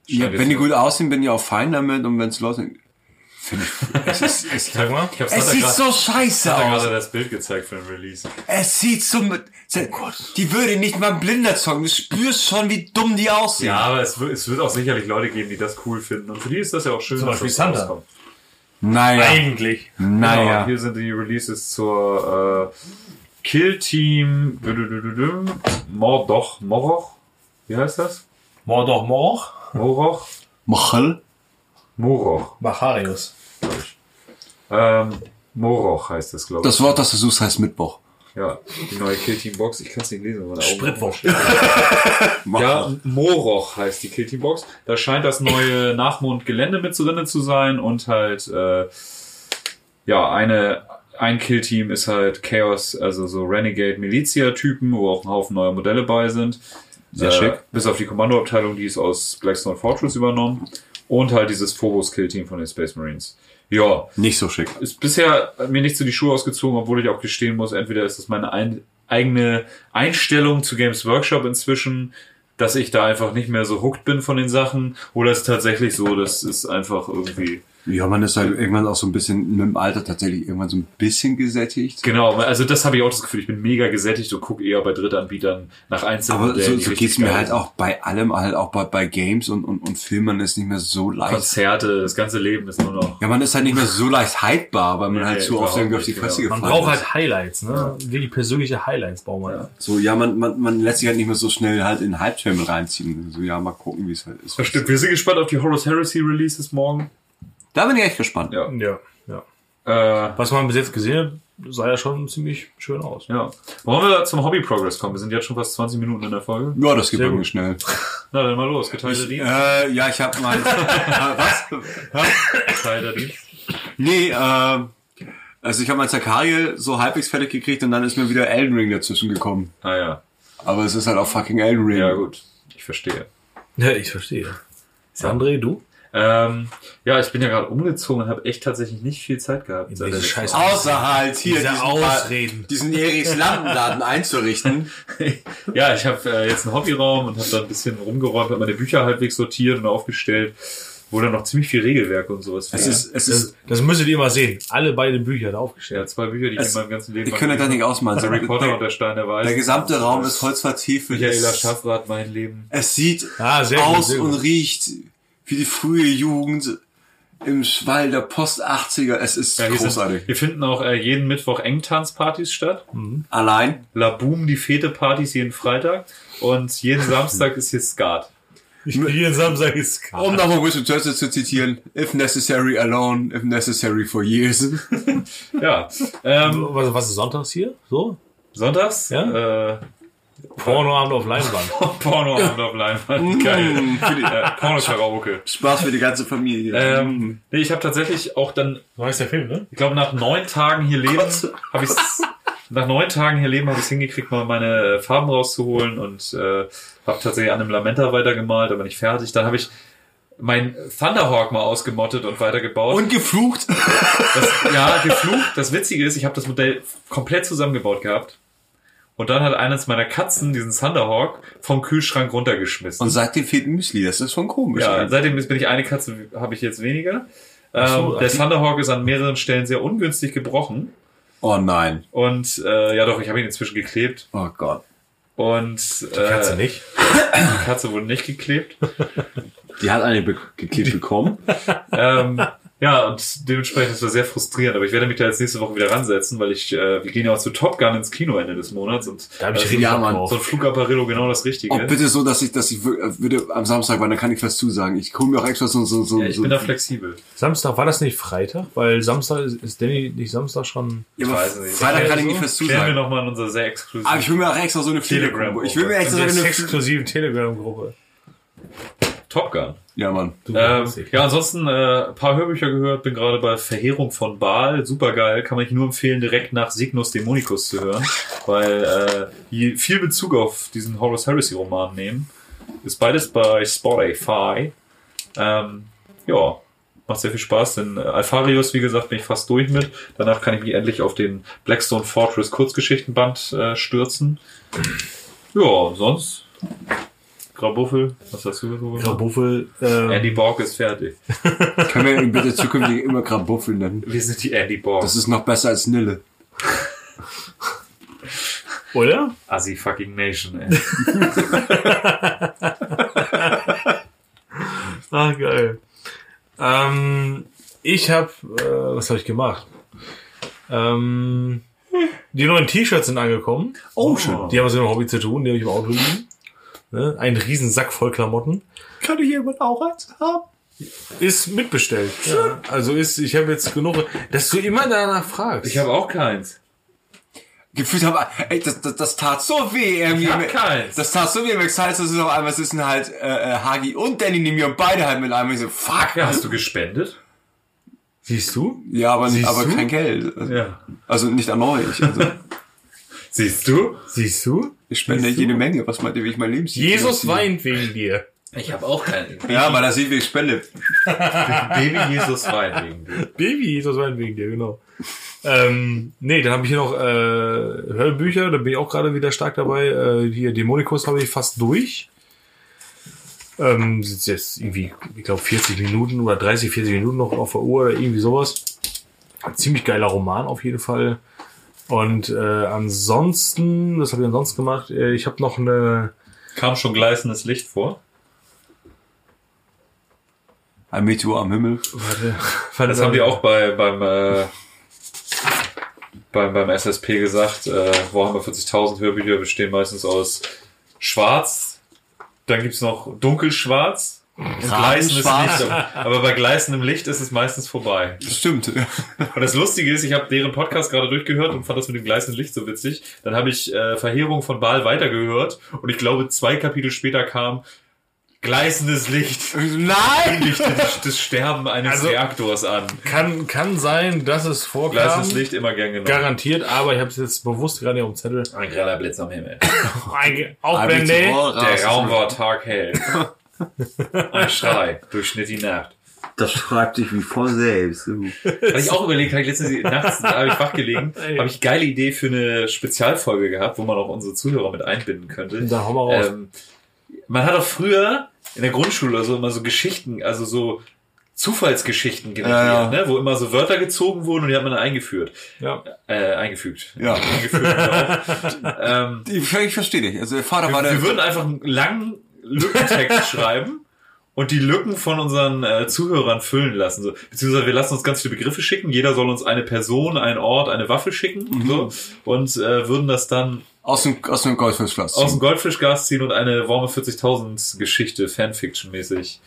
Speaker 2: ja,
Speaker 3: Scheint jetzt
Speaker 2: wenn die
Speaker 3: so-
Speaker 2: gut aussehen, bin ich auch fein damit. Und wenn es Leute. Find ich- Es, ist, es,
Speaker 4: Sag mal.
Speaker 3: Ich hab's
Speaker 2: es
Speaker 3: hat er
Speaker 2: sieht
Speaker 3: grad-
Speaker 2: so
Speaker 3: hat
Speaker 2: scheiße
Speaker 3: er
Speaker 2: aus.
Speaker 3: gerade das Bild gezeigt für den Release.
Speaker 2: Es sieht so. mit-
Speaker 3: Oh
Speaker 2: Die würde nicht mal ein Blinder zocken. Du spürst schon, wie dumm die aussehen.
Speaker 3: Ja, aber es wird, es wird auch sicherlich Leute geben, die das cool finden. Und für die ist das ja auch schön,
Speaker 4: Zum
Speaker 3: dass
Speaker 4: Beispiel
Speaker 3: das
Speaker 4: Santa.
Speaker 3: rauskommt.
Speaker 2: Naja.
Speaker 4: Eigentlich.
Speaker 3: Genau,
Speaker 2: Naja.
Speaker 3: hier sind die Releases zur äh, Kill Team dü- dü- dü- dü- dü, Mordoch, Moroch. Wie heißt das?
Speaker 4: Mordor Moroch.
Speaker 3: Moroch?
Speaker 2: Machel?
Speaker 3: Moroch.
Speaker 4: Bacharius.
Speaker 3: Ähm, Moroch heißt das, glaube ich.
Speaker 2: Das Wort, das du suchst, heißt Mittwoch.
Speaker 3: ja, die neue Kill Team Box. Ich kann es nicht lesen. weil meine Augen-
Speaker 4: Spritwosch.
Speaker 3: Ja, Moroch heißt die Kill Team Box. Da scheint das neue Nachmond-Gelände mit drin zu sein und halt, äh, ja, eine, ein Kill Team ist halt Chaos, also so Renegade-Milizia-Typen, wo auch ein Haufen neuer Modelle bei sind. Äh,
Speaker 2: Sehr schick.
Speaker 3: Bis auf die Kommandoabteilung, die ist aus Blackstone Fortress übernommen. Und halt dieses Phobos-Kill-Team von den Space Marines. Ja,
Speaker 2: Nicht so schick.
Speaker 3: ist bisher mir nicht so die Schuhe ausgezogen, obwohl ich auch gestehen muss, entweder ist das meine ein, eigene Einstellung zu Games Workshop inzwischen, dass ich da einfach nicht mehr so hooked bin von den Sachen, oder ist es tatsächlich so, das ist einfach irgendwie.
Speaker 2: Ja, man ist halt irgendwann auch so ein bisschen mit dem Alter tatsächlich irgendwann so ein bisschen gesättigt.
Speaker 3: Genau, also das habe ich auch das Gefühl, ich bin mega gesättigt und gucke eher bei Drittanbietern nach einzelnen
Speaker 2: Aber so,
Speaker 3: Modellen, Genau, die
Speaker 2: so
Speaker 3: richtig
Speaker 2: geht's mir
Speaker 3: geil
Speaker 2: halt
Speaker 3: sind.
Speaker 2: auch bei allem, halt auch bei, bei Games und, und, und Filmen ist nicht mehr so leicht.
Speaker 3: Konzerte, das ganze Leben ist nur noch.
Speaker 2: Ja, man ist halt nicht mehr so leicht hypebar, weil man
Speaker 3: Nee,
Speaker 2: halt zu oft
Speaker 3: überhaupt
Speaker 2: irgendwie auf die
Speaker 3: nicht,
Speaker 2: Fresse
Speaker 3: genau.
Speaker 2: gefallen
Speaker 4: Man braucht
Speaker 2: ist.
Speaker 4: halt Highlights, ne? Wirklich persönliche Highlights braucht man. Ja.
Speaker 2: So, ja, man, man, man lässt sich halt nicht mehr so schnell halt in Hype-Filme reinziehen. So, ja, mal gucken, wie es halt ist.
Speaker 3: Das stimmt, wir sind gespannt auf die Horus Heresy Releases morgen.
Speaker 2: Da bin ich echt gespannt.
Speaker 3: Ja.
Speaker 4: ja, ja.
Speaker 3: Äh,
Speaker 4: Was man bis jetzt gesehen hat, sah ja schon ziemlich schön aus.
Speaker 3: ja. Wollen wir zum Hobby Progress kommen? Wir sind jetzt schon fast 20 Minuten in der Folge.
Speaker 2: Ja, das geht
Speaker 4: Sehr
Speaker 2: bei mir
Speaker 4: gut.
Speaker 2: schnell.
Speaker 3: Na dann mal los, geteilter Dienst.
Speaker 2: Äh, ja, ich hab mal. was?
Speaker 3: Geteilter Dienst.
Speaker 2: Nee, äh, also ich habe mein Zakariel so halbwegs fertig gekriegt und dann ist mir wieder Elden Ring dazwischen gekommen.
Speaker 3: Ah ja,
Speaker 2: Aber es ist halt auch fucking Elden Ring.
Speaker 3: ja gut, ich verstehe.
Speaker 4: Ja, ich verstehe. André, du?
Speaker 3: Ähm, ja, ich bin ja gerade umgezogen und habe echt tatsächlich nicht viel Zeit gehabt. seit der
Speaker 4: Diese
Speaker 3: letzten-
Speaker 4: scheiß
Speaker 2: Außer halt hier
Speaker 4: Diese
Speaker 2: diesen,
Speaker 4: Ausreden.
Speaker 2: Äh, diesen Erichs Lampenladen einzurichten.
Speaker 3: ja, ich habe äh, jetzt einen Hobbyraum und habe da ein bisschen rumgeräumt, habe meine Bücher halbwegs sortiert und aufgestellt, wo dann noch ziemlich viel Regelwerk und
Speaker 2: Es
Speaker 3: sowas fehlt.
Speaker 2: ist, es
Speaker 4: Das,
Speaker 2: ist,
Speaker 4: das müsstet ihr mal sehen. Alle beide Bücher da
Speaker 3: ja,
Speaker 4: aufgestellt.
Speaker 3: zwei Bücher, die ich
Speaker 2: es-
Speaker 3: in meinem ganzen Leben
Speaker 2: ich könnte das nicht ausmalen.
Speaker 3: Harry Potter und
Speaker 2: der,
Speaker 3: der Stein der Weisen.
Speaker 2: der gesamte Raum ist holzvertiefelt.
Speaker 3: Michaela
Speaker 2: Es,
Speaker 3: Schaffrath, mein Leben.
Speaker 2: es sieht
Speaker 4: Ah, sehr gut,
Speaker 2: aus
Speaker 4: sehr gut.
Speaker 2: und riecht wie die frühe Jugend im Schwall der Post-80er. Es ist
Speaker 3: Ja, hier sind-
Speaker 2: großartig.
Speaker 3: Hier finden auch äh, jeden Mittwoch Engtanzpartys statt.
Speaker 2: Allein.
Speaker 3: La Boom, die Fete-Partys jeden Freitag. Und jeden Samstag ist hier Skat.
Speaker 4: Ich bin jeden Samstag ist
Speaker 2: Um nochmal Winston Churchill zu zitieren, if necessary alone, if necessary for years.
Speaker 3: Ja. Ähm,
Speaker 4: Was, was ist sonntags hier? So?
Speaker 3: sonntags?
Speaker 4: Ja.
Speaker 3: Äh,
Speaker 4: Pornoabend auf Leinwand.
Speaker 3: Porno ja. auf Leinwand.
Speaker 2: Hm,
Speaker 3: Geil. äh, Porno-Karaoke.
Speaker 2: Spaß für die ganze Familie. Hm. Mm.
Speaker 3: Ähm, nee, ich habe tatsächlich auch dann,
Speaker 4: Weiß der Film, ne?
Speaker 3: ich glaube, nach neun Tagen hier leben, habe ich nach neun Tagen hier leben habe ich hingekriegt, mal meine äh, Farben rauszuholen und äh, habe tatsächlich an einem Lamenta weitergemalt, aber nicht fertig. Dann habe ich mein Thunderhawk mal ausgemottet und weitergebaut.
Speaker 2: und geflucht.
Speaker 3: Das, ja, geflucht. Das Witzige ist, ich habe das Modell komplett zusammengebaut gehabt. Und dann hat eines meiner Katzen diesen Thunderhawk vom Kühlschrank runtergeschmissen.
Speaker 2: Und seitdem fehlt Müsli, das ist schon komisch.
Speaker 3: ja,
Speaker 2: eigentlich.
Speaker 3: seitdem ist- bin ich eine Katze, habe ich jetzt weniger. Ähm,
Speaker 4: so, ach,
Speaker 3: der
Speaker 4: die-
Speaker 3: Thunderhawk ist an mehreren Stellen sehr ungünstig gebrochen.
Speaker 2: oh nein.
Speaker 3: Und äh, ja doch, ich habe ihn inzwischen geklebt.
Speaker 2: Oh Gott.
Speaker 3: Und äh,
Speaker 4: Katze nicht.
Speaker 3: die Katze wurde nicht geklebt.
Speaker 2: Die hat eine be geklebt bekommen.
Speaker 3: ähm, Ja, und dementsprechend ist das sehr frustrierend. Aber ich werde mich da jetzt nächste Woche wieder ransetzen, weil ich, äh, wir gehen ja auch zu Top Gun ins Kino Ende des Monats und
Speaker 4: Da hab ich
Speaker 3: äh,
Speaker 4: richtig
Speaker 2: ja,
Speaker 4: Bock
Speaker 2: Mann.
Speaker 4: drauf.
Speaker 3: so ein Flugapparillo genau das Richtige.
Speaker 2: Auch Oh, bitte so, dass ich, dass ich wir- äh, bitte am Samstag, weil dann kann ich was zusagen. Ich hole mir auch extra so, so, so,
Speaker 3: ja, ich
Speaker 2: so
Speaker 3: bin da flexibel.
Speaker 4: Samstag, war das nicht Freitag? Weil Samstag ist, ist Danny nicht Samstag schon.
Speaker 2: ja, aber
Speaker 3: Ich weiß es nicht.
Speaker 2: Freitag kann ich
Speaker 4: Ja,
Speaker 2: nicht
Speaker 4: so.
Speaker 2: was
Speaker 3: Klären wir
Speaker 2: zusagen.
Speaker 3: nochmal in unserer sehr
Speaker 2: Aber
Speaker 3: exklusiven.
Speaker 2: ich will mir auch extra so eine
Speaker 3: Telegram-
Speaker 2: Fliege. Ich will mir
Speaker 4: In
Speaker 2: extra so
Speaker 4: der
Speaker 2: eine Fliege.
Speaker 4: exklusiven Telegram-Gruppe.
Speaker 3: Top Gun.
Speaker 2: Ja, Mann.
Speaker 4: Du eh.
Speaker 3: Ähm,
Speaker 4: Wahnsinn.
Speaker 3: ja, ansonsten äh, ein paar Hörbücher gehört, bin gerade bei Verheerung von Baal, super geil, kann man ich nur empfehlen, direkt nach Signus Dämonicus zu hören, weil äh, die viel Bezug auf diesen Horus Heresy Roman nehmen. Ist beides bei Spotify. Ähm, ja, macht sehr viel Spaß, denn äh, Alpharius, wie gesagt, bin ich fast durch mit. Danach kann ich mich endlich auf den Blackstone Fortress Kurzgeschichtenband äh, stürzen. Ja, sonst Grabuffel, was hast du so
Speaker 4: Frau Buffel, ähm,
Speaker 3: Andy Borg ist fertig.
Speaker 2: Können wir ihn bitte zukünftig immer Grabuffel nennen?
Speaker 3: Wir sind die Andy Borg.
Speaker 2: Das ist noch besser als Nille.
Speaker 4: oder?
Speaker 3: Assi fucking Nation, ey.
Speaker 4: Ah, geil. Ähm, ich habe, äh, was habe ich gemacht? Ähm, die neuen T-Shirts sind angekommen.
Speaker 2: Oh, schön.
Speaker 4: Die haben was mit dem Hobby zu tun, die habe ich im Auto liegen. Ne? Ein riesen Sack voll Klamotten.
Speaker 2: Kann ich jemand auch eins haben?
Speaker 4: Ist mitbestellt. Ja. Also ist, ich habe jetzt genug, dass du immer danach fragst.
Speaker 3: Ich habe auch keins.
Speaker 2: Gefühlt habe ey, das, das, das tat so weh irgendwie.
Speaker 3: Ich hab keins.
Speaker 2: Das tat so weh im Excite, dass es auf einmal sitzen halt äh, äh, Hagi und Danny neben mir und beide halt mit einem. Ich so, fuck.
Speaker 3: Ja, hast du gespendet?
Speaker 4: Siehst du?
Speaker 2: Ja, aber,
Speaker 4: Siehst
Speaker 2: aber
Speaker 4: du?
Speaker 2: kein Geld. Also,
Speaker 3: Ja.
Speaker 2: also nicht an euch. Also,
Speaker 3: Siehst du?
Speaker 4: Siehst du?
Speaker 2: ich spende jede Menge. Was meint ihr, wie ich mein Leben
Speaker 4: Jesus weint wegen dir.
Speaker 3: Ich habe auch keinen.
Speaker 2: Ja, weil das sieht, wie ich spende.
Speaker 3: Baby Jesus weint wegen dir.
Speaker 4: Baby Jesus weint wegen dir, genau. Ähm, nee, dann habe ich hier noch äh, Hörbücher, da bin ich auch gerade wieder stark dabei. Äh, hier Dämonikus habe ich fast durch. Ähm, sind jetzt irgendwie, ich glaube, 40 Minuten oder 30, 40 Minuten noch auf der Uhr oder irgendwie sowas. Ziemlich geiler Roman auf jeden Fall. Und äh, ansonsten, was habe ich ansonsten gemacht? Äh, ich habe noch eine
Speaker 3: Kam schon gleißendes Licht vor.
Speaker 2: Ein Meteor am Himmel.
Speaker 4: Warte,
Speaker 3: Das haben die auch bei, beim, äh, beim, beim SSP gesagt. Äh, Warhammer 40.000 Hörbücher bestehen meistens aus Schwarz. Dann gibt's noch Dunkelschwarz. und Gleißendes
Speaker 2: Schwarz.
Speaker 3: Licht. Aber bei gleißendem Licht ist es meistens vorbei.
Speaker 2: Das stimmt.
Speaker 3: Und das Lustige ist, ich habe deren Podcast gerade durchgehört und fand das mit dem gleißenden Licht so witzig. Dann habe ich äh, Verheerung von Baal weitergehört und ich glaube, zwei Kapitel später kam gleißendes Licht.
Speaker 2: Nein!
Speaker 3: Licht des, des Sterben eines
Speaker 4: Also-
Speaker 3: Reaktors an.
Speaker 4: kann, kann sein, dass es vorkam.
Speaker 3: Gleißendes Licht immer gern genommen.
Speaker 4: Garantiert, aber ich habe es jetzt bewusst gerade nicht auf dem Zettel.
Speaker 3: Ein greller Blitz am Himmel. Ah,
Speaker 4: Ein- Aufblende.
Speaker 2: Meteor
Speaker 3: Der
Speaker 2: rast.
Speaker 3: Raum war taghell. Ein Schrei durchschnitt die Nacht.
Speaker 2: Das schreibt dich wie von selbst.
Speaker 3: Was ich auch überlegt habe, ich letztens nachts habe ich wachgelegen, habe ich geile Idee für eine Spezialfolge gehabt, wo man auch unsere Zuhörer mit einbinden könnte.
Speaker 4: Dann hau mal raus.
Speaker 3: Ähm, man hat auch früher in der Grundschule oder so immer so Geschichten, also so Zufallsgeschichten generiert,
Speaker 2: Ja, ja.
Speaker 3: Ne? wo immer so Wörter gezogen wurden und die hat man dann eingeführt.
Speaker 4: Ja.
Speaker 3: Äh, eingefügt.
Speaker 2: Ja.
Speaker 3: Eingeführt, genau. ähm,
Speaker 2: Ich, ich verstehe dich. Also der Vater war
Speaker 3: wir,
Speaker 2: der.
Speaker 3: wir würden einfach einen langen Lückentext schreiben und die Lücken von unseren äh, Zuhörern füllen lassen. So. Beziehungsweise wir lassen uns ganz viele Begriffe schicken. Jeder soll uns eine Person, einen Ort, eine Waffe schicken.
Speaker 2: Mhm.
Speaker 3: So. Und äh, würden das dann
Speaker 2: Aus dem, aus dem Goldfischglas.
Speaker 3: aus dem Goldfischgas ziehen und eine warme 40.000 Geschichte, Fanfiction-mäßig.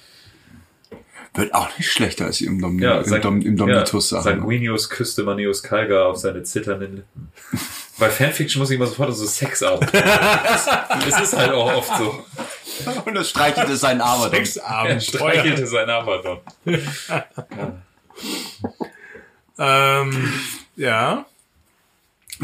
Speaker 2: Wird auch nicht schlechter als im, Dom,
Speaker 3: Ja,
Speaker 2: im, Dom, im ne? Domitus
Speaker 3: ja,
Speaker 2: sagen.
Speaker 3: Sanguinius küsste Manius Kalga auf seine zitternden Lippen. Bei Fanfiction muss ich immer sofort an so Sex ab. Es ist halt auch oft so.
Speaker 2: Und das streichelte seinen Arm.
Speaker 3: Er
Speaker 4: Sexabend.
Speaker 3: streichelte sein Abaddon.
Speaker 4: Ähm, ja.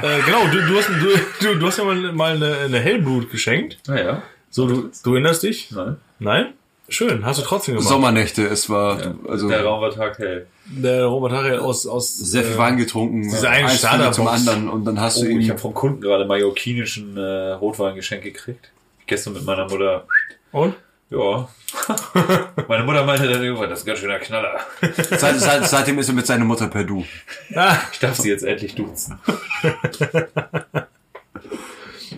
Speaker 4: Äh, genau, du, du, hast, du, du, du hast ja mal, mal eine, eine Hellblut geschenkt.
Speaker 3: Naja.
Speaker 4: So, du, du erinnerst dich?
Speaker 3: Nein.
Speaker 4: Nein? Schön, hast du trotzdem gemacht.
Speaker 2: Sommernächte, es war also
Speaker 3: Der Raum war taghell.
Speaker 4: Der Robert Harry aus, aus äh,
Speaker 2: sehr viel Wein getrunken,
Speaker 4: diese eine
Speaker 2: eins führte zum
Speaker 4: Starterbox.
Speaker 2: anderen und dann hast
Speaker 3: Oh,
Speaker 2: du
Speaker 3: ich
Speaker 2: ihn.
Speaker 3: habe vom Kunden gerade mallorquinischen äh, Rotwein geschenkt gekriegt. Gestern mit meiner Mutter.
Speaker 4: Und?
Speaker 3: Ja. Meine Mutter meinte dann irgendwann, das ist ein ganz schöner Knaller.
Speaker 2: Seit, seit, seitdem ist er mit seiner Mutter per Du.
Speaker 4: Ah,
Speaker 3: Ich darf sie jetzt endlich duzen.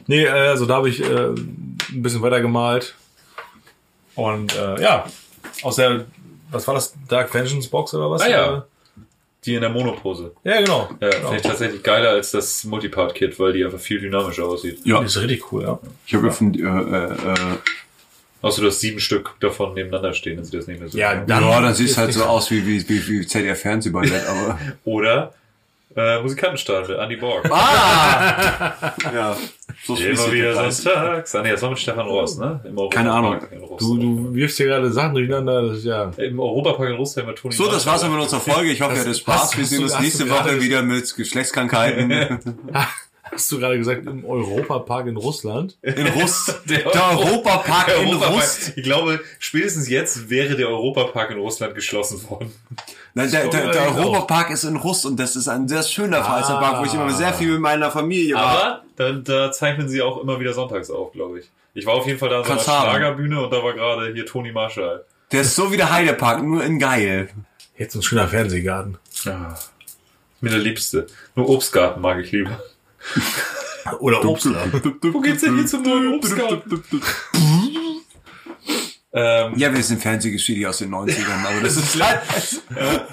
Speaker 4: nee, äh, also da habe ich äh, ein bisschen weiter gemalt. Und äh, ja, aus der was war das? Dark Vengeance Box oder was?
Speaker 3: Ah ja. Die in der Monopose.
Speaker 4: Ja, genau.
Speaker 3: Ja,
Speaker 4: genau.
Speaker 3: finde ich tatsächlich geiler als das Multipart-Kit, weil die einfach viel dynamischer aussieht.
Speaker 2: Ja,
Speaker 4: Das ist richtig cool, ja.
Speaker 2: ich habe ja von, äh, äh, äh,
Speaker 3: Außer du hast sieben Stück davon nebeneinander stehen, dann sieht das nicht mehr so
Speaker 4: Ja,
Speaker 3: aus.
Speaker 4: Dann-
Speaker 2: ja, dann sieht es halt so aus wie, wie, wie, wie ZDF Fernsehballett, aber.
Speaker 3: Oder äh, Musikantenstadel, Andy Borg.
Speaker 2: ja. So
Speaker 3: Wie
Speaker 2: schließt
Speaker 3: Immer
Speaker 2: sich der
Speaker 3: wieder
Speaker 2: Kreis.
Speaker 3: sonntags. Ah, nee, das war mit Stefan Ross, ne? Im Europa-
Speaker 2: Oh. Keine Ahnung.
Speaker 3: In Russland.
Speaker 4: Du, du wirfst hier gerade Sachen durcheinander, das ist ja.
Speaker 3: Im Europapark in Russland mit Toni.
Speaker 2: So, das war's
Speaker 3: Marshall.
Speaker 2: mit unserer Folge. Ich hoffe, ihr hattet Spaß.
Speaker 4: hast-
Speaker 2: Wir
Speaker 4: hast
Speaker 2: sehen
Speaker 4: du-
Speaker 2: uns
Speaker 4: hast du
Speaker 2: nächste
Speaker 4: gerade-
Speaker 2: Woche wieder mit Geschlechtskrankheiten
Speaker 4: Hast du gerade gesagt, im Europapark in Russland?
Speaker 2: in Rust.
Speaker 3: Der
Speaker 2: Der Europapark
Speaker 3: Der
Speaker 2: in
Speaker 3: Europapark.
Speaker 2: Rust.
Speaker 3: Ich glaube, spätestens jetzt wäre der Europapark in Russland geschlossen worden.
Speaker 2: Nein, der, der, der
Speaker 4: Ja, genau.
Speaker 2: Europapark ist in Rust und das ist ein sehr schöner Freizeitpark, wo ich immer sehr viel mit meiner Familie war.
Speaker 3: Ah. Aber da, da zeichnen sie auch immer wieder sonntags auf, glaube ich. Ich war auf jeden Fall da an so einer
Speaker 2: Kannst haben.
Speaker 3: Schlagerbühne und da war gerade hier Toni Marshall.
Speaker 2: Der ist so wie der Heidepark, nur in geil.
Speaker 4: Jetzt ein schöner Fernsehgarten.
Speaker 3: Ah. Mir der Liebste. Nur Obstgarten mag ich lieber.
Speaker 4: Oder Obstler.
Speaker 3: Wo geht's denn hier zum neuen Obstgarten? ähm,
Speaker 2: Ja, wir sind Fernsehgeschichte aus den 90ern, aber das ist leider...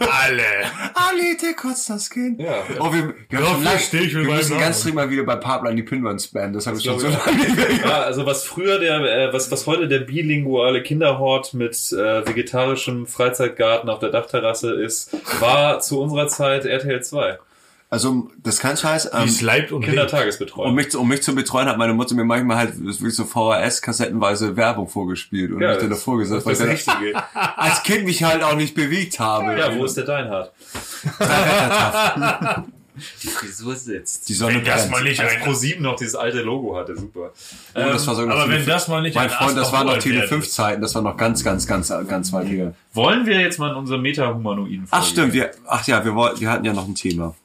Speaker 4: Alle.
Speaker 2: Ali, der kurz das Kind.
Speaker 3: Ja.
Speaker 2: Oh, wir, wir, haben schon
Speaker 4: Ja, verstehe ich, will
Speaker 2: wir
Speaker 4: meinen
Speaker 2: müssen
Speaker 4: Namen.
Speaker 2: ganz dringend mal wieder bei Pablo an die Pinwand spammen. Das habe ich schon so
Speaker 3: glaube
Speaker 2: lange nicht mehr gemacht.
Speaker 3: ja, also was früher der, äh, was, was heute der bilinguale Kinderhort mit äh, vegetarischem Freizeitgarten auf der Dachterrasse ist, war zu unserer Zeit RTL 2.
Speaker 2: Also, das ist kein Scheiß.
Speaker 4: Die
Speaker 2: Ähm,
Speaker 4: sleibt und lebt.
Speaker 2: um,
Speaker 3: Kindertagesbetreuung.
Speaker 2: mich, zu- um mich zu betreuen, hat meine Mutter mir manchmal halt wirklich so VHS-kassettenweise Werbung vorgespielt und
Speaker 3: Ja,
Speaker 2: mich dann
Speaker 3: das-
Speaker 2: davor gesetzt, weil
Speaker 3: Das
Speaker 2: ich
Speaker 3: ist
Speaker 2: dann
Speaker 3: das Richtige.
Speaker 2: als Kind mich halt auch nicht bewegt habe.
Speaker 3: Ja, wo ist der Deinhard? Die Frisur sitzt.
Speaker 2: Die Sonne brennt.
Speaker 4: nicht
Speaker 3: Als Pro7 noch dieses alte Logo hatte, super.
Speaker 2: Oh, das war so
Speaker 4: aber
Speaker 2: noch
Speaker 4: wenn
Speaker 2: Tele-
Speaker 4: das mal nicht
Speaker 2: Mein
Speaker 4: ein
Speaker 2: Freund, das
Speaker 4: Asbach
Speaker 2: waren noch
Speaker 4: Uralt
Speaker 2: Tele
Speaker 4: werden
Speaker 2: 5 Zeiten, das war noch ganz, ganz, ganz, ganz weit hier.
Speaker 3: Wollen wir jetzt mal in unserem Meta-Humanoiden
Speaker 2: Ach stimmt, wir, ach ja, wir wollten, wir hatten ja noch ein Thema.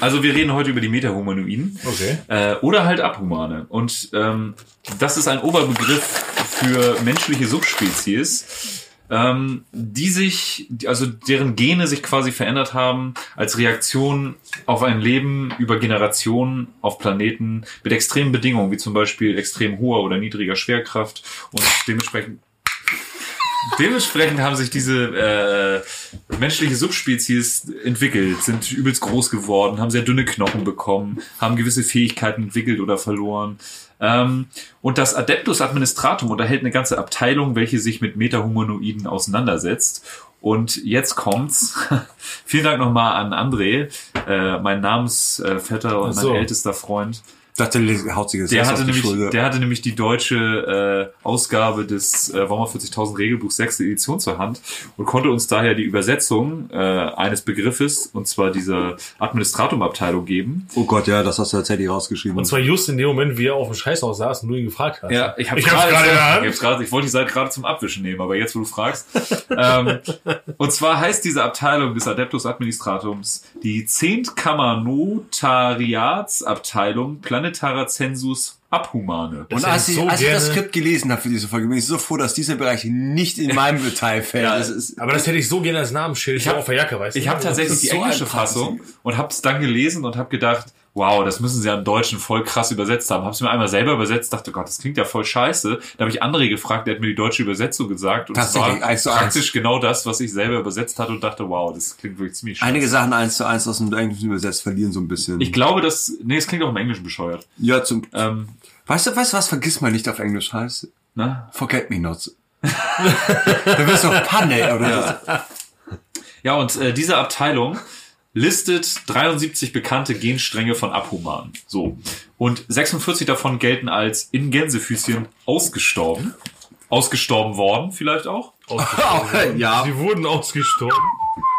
Speaker 3: Also wir reden heute über die Meta-Humanoiden.
Speaker 4: Okay.
Speaker 3: Äh, oder halt Abhumane. Und ähm, das ist ein Oberbegriff für menschliche Subspezies, ähm, die sich, die- also deren Gene sich quasi verändert haben als Reaktion auf ein Leben über Generationen auf Planeten mit extremen Bedingungen, wie zum Beispiel extrem hoher oder niedriger Schwerkraft und dementsprechend Dementsprechend haben sich diese äh, menschliche Subspezies entwickelt, sind übelst groß geworden, haben sehr dünne Knochen bekommen, haben gewisse Fähigkeiten entwickelt oder verloren. Ähm, und das Adeptus Administratum unterhält eine ganze Abteilung, welche sich mit Metahumanoiden auseinandersetzt. Und jetzt kommt's. Vielen Dank nochmal an André, äh, mein Namensvetter und
Speaker 4: Ach so.
Speaker 3: mein ältester Freund.
Speaker 2: Ich dachte, les- haut sich jetzt
Speaker 3: Der
Speaker 2: erst
Speaker 3: hatte,
Speaker 2: auf die
Speaker 3: nämlich,
Speaker 2: Schulter.
Speaker 3: der hatte nämlich die deutsche äh, Ausgabe des äh, Warhammer 40.000 Regelbuch 6. Edition zur Hand und konnte uns daher die Übersetzung äh, eines Begriffes, und zwar dieser Administratum-Abteilung geben.
Speaker 2: oh Gott, ja, das hast du tatsächlich rausgeschrieben.
Speaker 4: Und zwar just in dem Moment, wie er auf dem Scheißhaus saß und du ihn gefragt hast.
Speaker 3: Ja, ich habe
Speaker 4: Ich hab's
Speaker 3: gerade,
Speaker 4: gerade in der Hand.
Speaker 3: ich, hab's gerade- ich wollte die Seite gerade zum Abwischen nehmen, aber jetzt, wo du fragst. ähm, und zwar heißt diese Abteilung des Adeptus Administratums die Zehntkammer Notariatsabteilung Planetarer Census Abhumane.
Speaker 2: und
Speaker 4: Das
Speaker 2: als
Speaker 4: hätte
Speaker 2: ich,
Speaker 4: ich so
Speaker 2: als ich das
Speaker 4: gerne-
Speaker 2: Skript gelesen habe für diese Folge, bin ich so froh, dass dieser Bereich nicht in meinem Detail fällt.
Speaker 3: Ja.
Speaker 2: das ist,
Speaker 4: Aber das hätte ich so gerne als Namensschild
Speaker 3: hab-
Speaker 4: auf der Jacke, weißt du?
Speaker 3: Ich habe tatsächlich
Speaker 2: ist
Speaker 3: die
Speaker 2: so
Speaker 3: englische
Speaker 2: ein
Speaker 3: Fassung
Speaker 2: krasses
Speaker 3: und habe es dann gelesen und habe gedacht, wow, das müssen sie am Deutschen voll krass übersetzt haben. Habe es mir einmal selber übersetzt, dachte, Gott, das klingt ja voll scheiße. Da habe ich André gefragt, der hat mir die deutsche Übersetzung gesagt und es war
Speaker 2: Tatsächlich, eins zu eins.
Speaker 3: praktisch genau das, was ich selber übersetzt hatte und dachte, wow, das klingt wirklich ziemlich scheiße.
Speaker 2: einige Sachen eins zu eins aus dem Englischen übersetzt verlieren so ein bisschen.
Speaker 3: Ich glaube, das, nee, es klingt auch im Englischen bescheuert.
Speaker 2: ja, zum,
Speaker 3: Ähm,
Speaker 2: weißt du, weißt du, was vergiss mal nicht auf Englisch heißt?
Speaker 3: ne?
Speaker 2: Forget me not. du wirst doch Panne, oder?
Speaker 3: Ja, und äh, diese Abteilung listet 73 bekannte Genstränge von Abhumanen. So. Und 46 davon gelten als in Gänsefüßchen ausgestorben. Ausgestorben worden, vielleicht auch.
Speaker 4: Oh,
Speaker 2: ja.
Speaker 4: Sie wurden ausgestorben.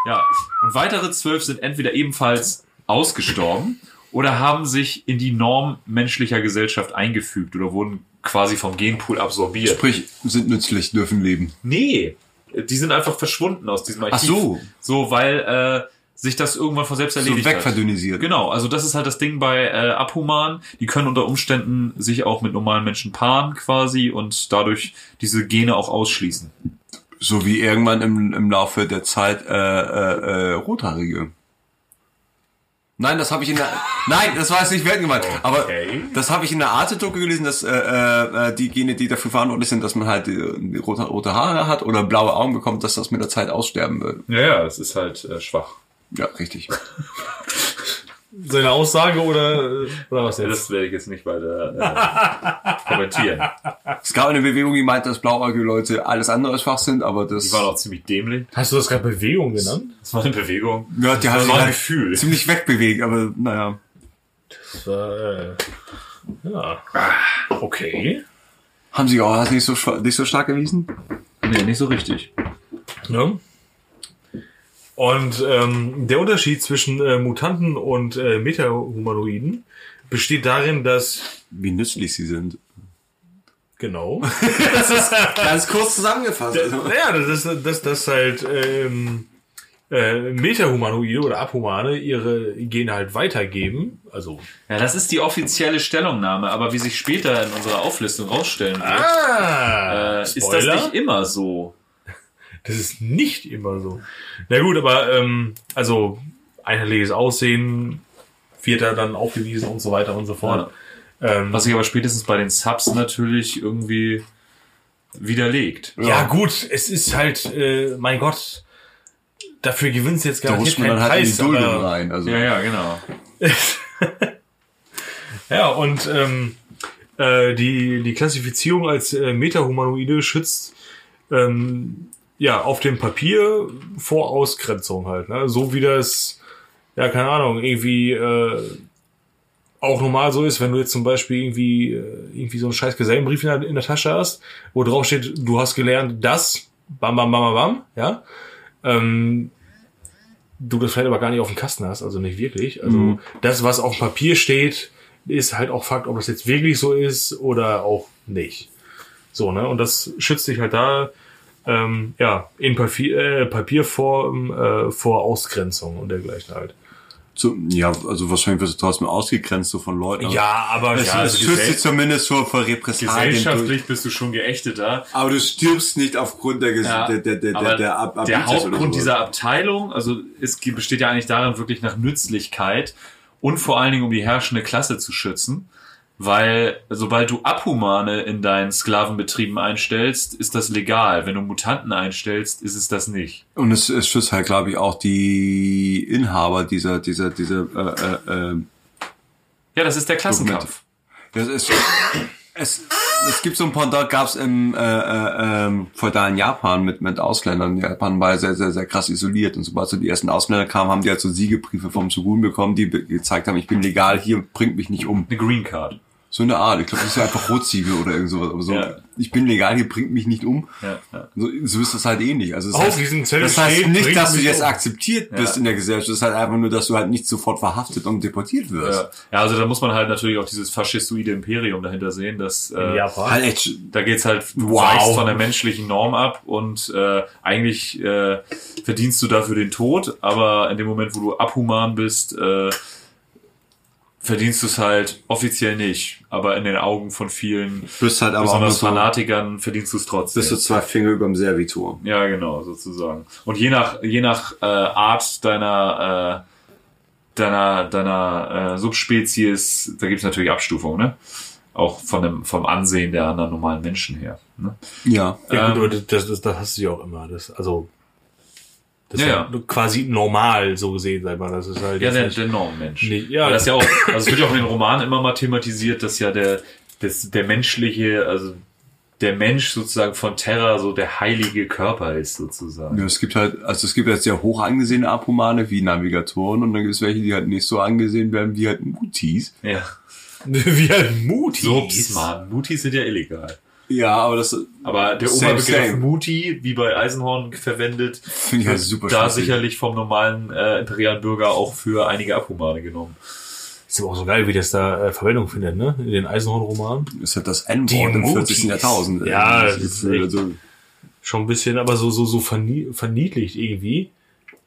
Speaker 3: Ja. Und weitere 12 sind entweder ebenfalls ausgestorben oder haben sich in die Norm menschlicher Gesellschaft eingefügt oder wurden quasi vom Genpool absorbiert.
Speaker 2: Sprich, sind nützlich, dürfen leben.
Speaker 3: Nee, die sind einfach verschwunden aus diesem Archiv.
Speaker 2: Ach so.
Speaker 3: So, weil äh, sich das irgendwann von selbst
Speaker 2: So
Speaker 3: erledigt hat.
Speaker 2: wegverdünnisiert.
Speaker 3: Genau, also das ist halt das Ding bei äh, Abhuman. Die können unter Umständen sich auch mit normalen Menschen paaren quasi und dadurch diese Gene auch ausschließen.
Speaker 2: So wie irgendwann im, im Laufe der Zeit äh, äh, äh, Rothaarige. Nein, das habe ich in der. Nein, das war jetzt nicht werden gemeint. Aber
Speaker 3: Okay.
Speaker 2: das habe ich in der Arte-Doku gelesen, dass äh, äh, die Gene, die dafür verantwortlich sind, dass man halt äh, rote, rote Haare hat oder blaue Augen bekommt, dass das mit der Zeit aussterben würde.
Speaker 3: Ja, ja, das ist halt äh, schwach.
Speaker 2: Ja, richtig.
Speaker 4: Seine Aussage oder, oder was jetzt?
Speaker 3: Das werde ich jetzt nicht weiter äh, kommentieren.
Speaker 2: Es gab eine Bewegung, die meinte, dass blauäugige Leute alles andere als schwach sind, aber das.
Speaker 3: Die waren auch ziemlich dämlich.
Speaker 4: Hast du das gerade Bewegung genannt?
Speaker 3: Das war eine Bewegung.
Speaker 2: ja, die haben
Speaker 3: das
Speaker 2: sich
Speaker 3: war ein
Speaker 2: halt
Speaker 3: Gefühl.
Speaker 2: ziemlich wegbewegt, aber naja.
Speaker 4: Das war, äh, ja. Ah, Okay.
Speaker 2: Haben sie auch nicht so, schwa- nicht so stark erwiesen?
Speaker 3: Nee, nicht so richtig.
Speaker 4: Ne? Und ähm, der Unterschied zwischen äh, Mutanten und äh, Metahumanoiden besteht darin, dass
Speaker 2: Wie nützlich sie sind.
Speaker 4: genau.
Speaker 2: Ganz kurz zusammengefasst. also.
Speaker 4: naja, das ist dass das halt ähm, äh, Metahumanoide oder Abhumane ihre Gene halt weitergeben. Also
Speaker 3: Ja, das ist die offizielle Stellungnahme, aber wie sich später in unserer Auflistung rausstellen wird,
Speaker 4: ah,
Speaker 3: äh, ist das nicht immer so.
Speaker 4: Das ist nicht immer so. Na gut, aber ähm, also einheitliches Aussehen, Vierter dann aufgewiesen und so weiter und so fort. Ähm,
Speaker 3: Was sich aber spätestens bei den Subs natürlich irgendwie widerlegt.
Speaker 4: ja gut, es ist halt, äh, mein Gott, dafür gewinnst du jetzt
Speaker 2: Da
Speaker 4: garantiert
Speaker 2: rutscht man
Speaker 4: keinen
Speaker 2: dann halt
Speaker 4: Preis.
Speaker 2: in die Duldung
Speaker 4: aber,
Speaker 2: rein. Also.
Speaker 3: Ja, ja, genau.
Speaker 4: ja, und ähm, äh, die, die Klassifizierung als äh, Metahumanoide schützt ähm, ja auf dem Papier vor Ausgrenzung halt. Ne? So wie das, ja, keine Ahnung, irgendwie äh, auch normal so ist, wenn du jetzt zum Beispiel irgendwie, äh, irgendwie so einen scheiß Gesellenbrief in der, in der Tasche hast, wo drauf steht, du hast gelernt, das, bam, bam, bam, bam, bam, ja. Ähm, du das vielleicht aber gar nicht auf dem Kasten hast, also nicht wirklich. Also das, was auf Papier steht, ist halt auch Fakt, ob das jetzt wirklich so ist oder auch nicht. So, ne? Und das schützt dich halt da ähm, ja, in Papier, äh, Papierform äh, vor Ausgrenzung und dergleichen halt.
Speaker 2: Zu, ja, also wahrscheinlich wirst du trotzdem ausgegrenzt so von Leuten. aber
Speaker 4: Ja, aber
Speaker 2: Es,
Speaker 4: ja,
Speaker 2: es
Speaker 4: also
Speaker 2: schützt
Speaker 3: gesell-
Speaker 2: dich zumindest vor, vor Repressalien. durch.
Speaker 3: Gesellschaftlich bist du schon geächteter.
Speaker 2: Aber du stirbst nicht aufgrund der, Ges-
Speaker 3: Ja,
Speaker 2: der, der, der,
Speaker 3: aber
Speaker 2: der, der, Ab
Speaker 3: der
Speaker 2: Abitus oder
Speaker 3: Hauptgrund
Speaker 2: sowas.
Speaker 3: dieser Abteilung, also es ge- besteht ja eigentlich darin, wirklich nach Nützlichkeit und vor allen Dingen um die herrschende Klasse zu schützen. Weil sobald du Abhumane in deinen Sklavenbetrieben einstellst, ist das legal. Wenn du Mutanten einstellst, ist es das nicht.
Speaker 2: Und es, es schützt halt, glaube ich, auch die Inhaber dieser, dieser, dieser, äh, äh, äh,
Speaker 3: Ja, das ist der Klassenkampf.
Speaker 2: Dokumente. das ist, es, es gibt so ein Pendant, gab es im äh, äh, ähm, feudalen Japan mit, mit Ausländern. Japan war sehr, sehr, sehr krass isoliert. Und sobald so die ersten Ausländer kamen, haben die halt so Siegebriefe vom Shogun bekommen, die be- gezeigt haben, ich bin legal hier, bringt mich nicht um.
Speaker 3: Eine Green Card.
Speaker 2: So eine Art. Ich glaube, das ist ja einfach Rotziegel oder irgend sowas. Aber so,
Speaker 3: Ja.
Speaker 2: ich bin legal, hier bringt mich nicht um.
Speaker 3: Ja, ja.
Speaker 2: So, so ist das halt ähnlich. Also das
Speaker 4: Auf
Speaker 2: heißt,
Speaker 4: diesem Zettel
Speaker 2: das heißt
Speaker 4: steht,
Speaker 2: nicht,
Speaker 4: bringt
Speaker 2: dass du
Speaker 4: mich
Speaker 2: jetzt
Speaker 4: um.
Speaker 2: akzeptiert bist in der Gesellschaft. Das ist halt einfach nur, dass du halt nicht sofort verhaftet und deportiert wirst.
Speaker 3: Ja. ja, also da muss man halt natürlich auch dieses faschistoide Imperium dahinter sehen, dass äh,
Speaker 2: Halt echt, sch-
Speaker 3: da geht's halt, du
Speaker 2: Wow.
Speaker 3: weichst von der menschlichen Norm ab und äh, eigentlich äh, verdienst du dafür den Tod, aber in dem Moment, wo du abhuman bist, äh, verdienst du es halt offiziell nicht. Aber in den Augen von vielen,
Speaker 2: bist halt aber auch nur
Speaker 3: besonders
Speaker 2: so,
Speaker 3: Fanatikern, verdienst du es trotzdem.
Speaker 2: bist du zwei Finger überm Servitor.
Speaker 3: Ja, genau, sozusagen. Und je nach, je nach äh, Art deiner, äh, deiner, deiner äh, Subspezies, da gibt's natürlich Abstufungen, ne? Auch von dem, vom Ansehen der anderen normalen Menschen her. Ne?
Speaker 2: Ja.
Speaker 4: Ja, gut, aber das, das, das hast du ja auch immer. Das, also, das
Speaker 3: Ja,
Speaker 4: ist ja quasi normal so gesehen, sag mal. Das ist halt
Speaker 3: Ja,
Speaker 4: jetzt
Speaker 3: der,
Speaker 4: nicht-
Speaker 3: der Normmensch.
Speaker 4: Nee, ja.
Speaker 3: Weil das ja auch, also es wird ja auch in den Romanen immer mal thematisiert, dass ja der, das, der menschliche, also der Mensch sozusagen von Terra so der heilige Körper ist sozusagen.
Speaker 2: Ja, es gibt halt, also es gibt halt sehr hoch angesehene Abhumane wie Navigatoren und dann gibt es welche, die halt nicht so angesehen werden wie halt Mutis.
Speaker 3: Ja.
Speaker 4: wie ein Mutis.
Speaker 3: Subs, Mann. Mutis sind ja illegal.
Speaker 2: Ja, aber das
Speaker 3: Aber der
Speaker 2: Same,
Speaker 3: Oberbegriff
Speaker 2: same.
Speaker 3: Muti, wie bei Eisenhorn verwendet,
Speaker 2: finde ich halt super
Speaker 3: da
Speaker 2: schlüssig.
Speaker 3: sicherlich vom normalen äh, imperialen Bürger auch für einige Abhumane genommen.
Speaker 4: Ist aber auch so geil, wie das da äh, Verwendung findet, ne? In den Eisenhorn-Romanen.
Speaker 2: Ist halt das
Speaker 4: Die
Speaker 2: N-Wort im
Speaker 4: Mutis.
Speaker 2: 14. Jahrtausend.
Speaker 4: Ja,
Speaker 2: das
Speaker 4: das
Speaker 2: ist,
Speaker 4: ist echt-
Speaker 2: also,
Speaker 4: Schon ein bisschen, aber so, so, so vernie verniedlicht irgendwie.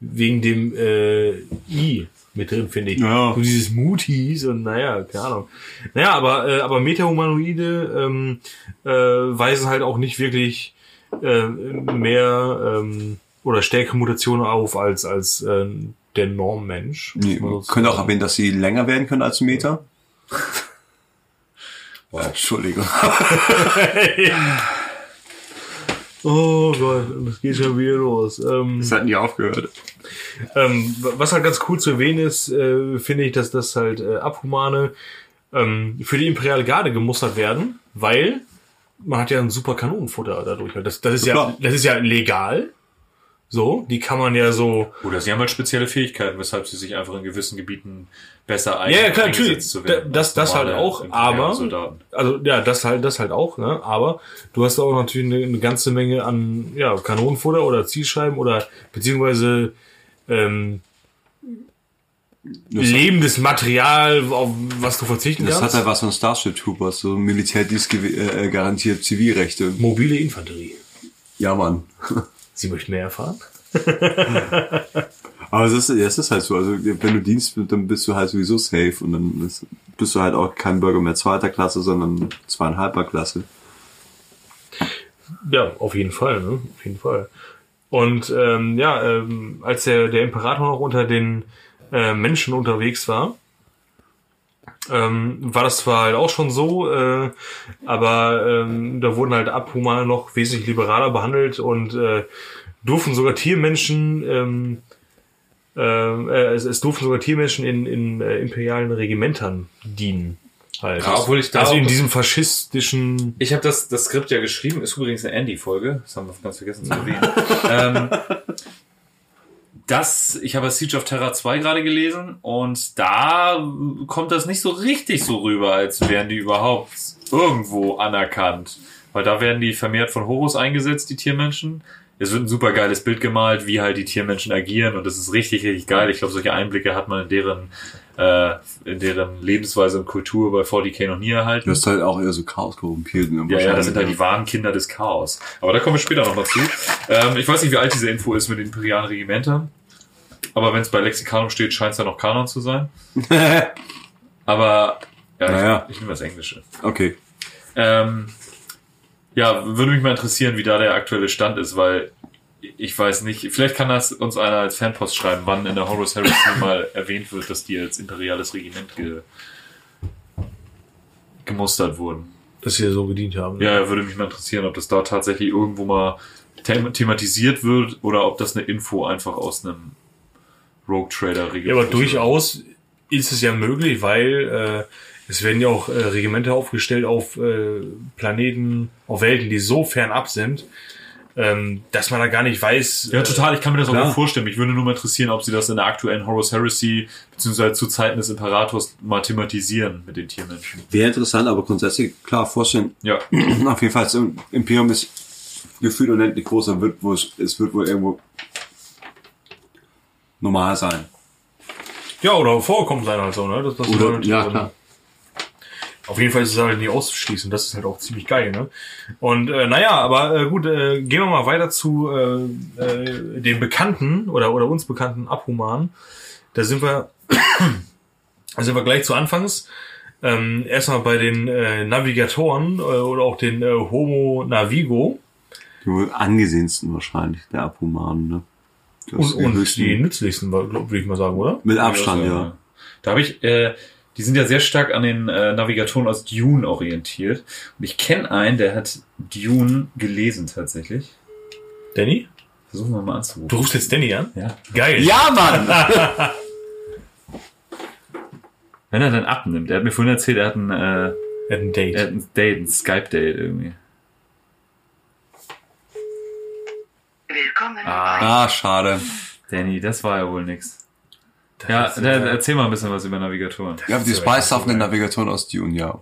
Speaker 4: Wegen dem äh, I mit drin, finde ich.
Speaker 2: Ja.
Speaker 4: So dieses Mutis und naja, keine Ahnung. Naja, aber, äh, aber Metahumanoide ähm, äh, weisen halt auch nicht wirklich äh, mehr ähm, oder stärkere Mutationen auf als, als ähm, der Normmensch.
Speaker 2: Nee,
Speaker 4: muss man sozusagen-
Speaker 2: könnte auch erwähnen, dass sie länger werden können als ein Meter. Äh, Entschuldigung.
Speaker 4: Oh Gott, das geht schon wieder los. Ähm,
Speaker 2: Das hat nie aufgehört.
Speaker 4: Ähm, was halt ganz cool zu erwähnen ist, äh, finde ich, dass das halt äh, Abhumane ähm, für die Imperiale Garde gemustert werden, weil man hat ja ein super Kanonenfutter dadurch. Das, das, ist ja,
Speaker 2: Klar.
Speaker 4: das ist ja legal. So, die kann man ja so.
Speaker 3: Oder sie haben halt spezielle Fähigkeiten, weshalb sie sich einfach in gewissen Gebieten besser ein-
Speaker 4: Ja, ja klar, natürlich.
Speaker 3: eingesetzt zu
Speaker 4: Da-
Speaker 3: werden.
Speaker 4: Das,
Speaker 3: als
Speaker 4: das halt
Speaker 3: normale
Speaker 4: auch,
Speaker 3: imperiale
Speaker 4: aber.
Speaker 3: Soldaten.
Speaker 4: Also ja, das halt, das halt auch, ne? Aber du hast auch natürlich eine, eine ganze Menge an ja, Kanonenfutter oder Zielscheiben oder beziehungsweise ähm,
Speaker 2: Das-
Speaker 4: lebendes Material, auf was du verzichten
Speaker 2: Das
Speaker 4: kannst.
Speaker 2: hat halt was von Starship Troopers, so Militärdienst gew- äh, äh, garantiert Zivilrechte.
Speaker 4: Mobile Infanterie.
Speaker 2: Ja, Mann.
Speaker 4: Sie möchten mehr erfahren?
Speaker 2: Aber das ist, das ist halt so. Also wenn du Dienst bist, dann bist du halt sowieso safe und dann ist, bist du halt auch kein Bürger mehr zweiter Klasse, sondern zweieinhalber Klasse.
Speaker 4: Ja, auf jeden Fall, ne? Auf jeden Fall. Und ähm, ja, ähm, als der, der Imperator noch unter den äh, Menschen unterwegs war, ähm, war das zwar halt auch schon so, äh, aber ähm, da wurden halt Abhumane noch wesentlich liberaler behandelt und äh, durften sogar Tiermenschen, ähm, ähm, äh, es, es durften sogar Tiermenschen in, in äh, imperialen Regimentern dienen. Halt.
Speaker 3: Ja, obwohl ich da
Speaker 4: also
Speaker 3: auch-
Speaker 4: in diesem faschistischen
Speaker 3: Ich habe das, das Skript ja geschrieben, ist übrigens eine Andy-Folge, das haben wir ganz vergessen zu erwähnen. ähm, das, ich habe Siege of Terra 2 gerade gelesen und da kommt das nicht so richtig so rüber, als wären die überhaupt irgendwo anerkannt. Weil da werden die vermehrt von Horus eingesetzt, die Tiermenschen. Es wird ein super geiles Bild gemalt, wie halt die Tiermenschen agieren und das ist richtig, richtig geil. Ich glaube, solche Einblicke hat man in deren, äh, in deren Lebensweise und Kultur bei 40k noch nie erhalten.
Speaker 2: Das ist halt auch eher so Chaos korrumpiert. ne?
Speaker 3: Ja, ja,
Speaker 2: Wahrscheinlich,
Speaker 3: das sind halt die wahren Kinder des Chaos. Aber da kommen wir später nochmal zu. Ähm, ich weiß nicht, wie alt diese Info ist mit den imperialen Regimentern. Aber wenn es bei Lexikanum steht, scheint es ja noch Kanon zu sein. Aber ja,
Speaker 2: Naja.
Speaker 3: ich, ich nehme das Englische.
Speaker 2: Okay.
Speaker 3: Ähm, ja, würde mich mal interessieren, wie da der aktuelle Stand ist, weil ich weiß nicht, vielleicht kann das uns einer als Fanpost schreiben, wann in der Horus Heresy mal erwähnt wird, dass die als imperiales Regiment ge gemustert wurden.
Speaker 4: dass sie so gedient haben. ne?
Speaker 3: Ja, ja, würde mich mal interessieren, ob das da tatsächlich irgendwo mal them thematisiert wird oder ob das eine Info einfach aus einem Rogue Trader
Speaker 4: ja aber durchaus ist es ja möglich, weil äh, es werden ja auch äh, Regimenter aufgestellt auf äh, Planeten, auf Welten, die so fern ab sind, ähm, dass man da gar nicht weiß.
Speaker 3: Ja, total. Ich kann mir das auch
Speaker 2: Klar.
Speaker 3: gut vorstellen. Mich würde nur mal interessieren, ob sie das in der aktuellen Horus Heresy beziehungsweise zu Zeiten des Imperators mal thematisieren mit den Tiermenschen.
Speaker 2: Wäre interessant, aber grundsätzlich, klar, vorstellen,
Speaker 3: Ja,
Speaker 2: auf jeden Fall, das Imperium ist gefühlt unendlich groß, dann wird wohl, es wird wohl irgendwo normal sein.
Speaker 4: Äh, ja, oder vorkommen sein halt so, ne? Das, das
Speaker 2: Oder,
Speaker 4: bedeutet,
Speaker 2: ja,
Speaker 4: ähm,
Speaker 2: klar.
Speaker 4: Auf jeden Fall ist es halt nicht auszuschließen. Das ist halt auch ziemlich geil, ne? Und äh, naja, aber äh, gut, äh, gehen wir mal weiter zu äh, äh, den bekannten oder, oder uns bekannten Abhuman. Da sind wir, da sind wir gleich zu Anfangs. Ähm, erstmal bei den äh, Navigatoren äh, oder auch den äh, Homo Navigo
Speaker 2: Die wohl angesehensten wahrscheinlich, der Abhumanen, ne? Das
Speaker 4: und, und
Speaker 2: höchsten-
Speaker 4: die nützlichsten, würde ich mal sagen, oder?
Speaker 2: mit Abstand,
Speaker 3: Ja,
Speaker 2: ja.
Speaker 3: so, Da habe ich, äh, die sind ja sehr stark an den äh, Navigatoren aus Dune orientiert. Und ich kenne einen, der hat Dune gelesen tatsächlich.
Speaker 4: Danny?
Speaker 3: Versuchen wir mal anzurufen.
Speaker 4: Du rufst jetzt Danny an?
Speaker 3: Ja.
Speaker 4: Geil.
Speaker 2: Ja, Mann!
Speaker 3: Wenn er dann abnimmt, er hat mir vorhin erzählt, er hat ein, äh,
Speaker 4: Er hat ein
Speaker 3: er hat
Speaker 4: Date.
Speaker 3: ein Date, ein Skype-Date irgendwie.
Speaker 5: Willkommen
Speaker 2: ah, schade.
Speaker 3: Danny, das war ja wohl nix. Ja, da, erzähl mal ein bisschen was über Navigatoren.
Speaker 2: Ja, die Spice auf den Navigatoren aus Dune, ja.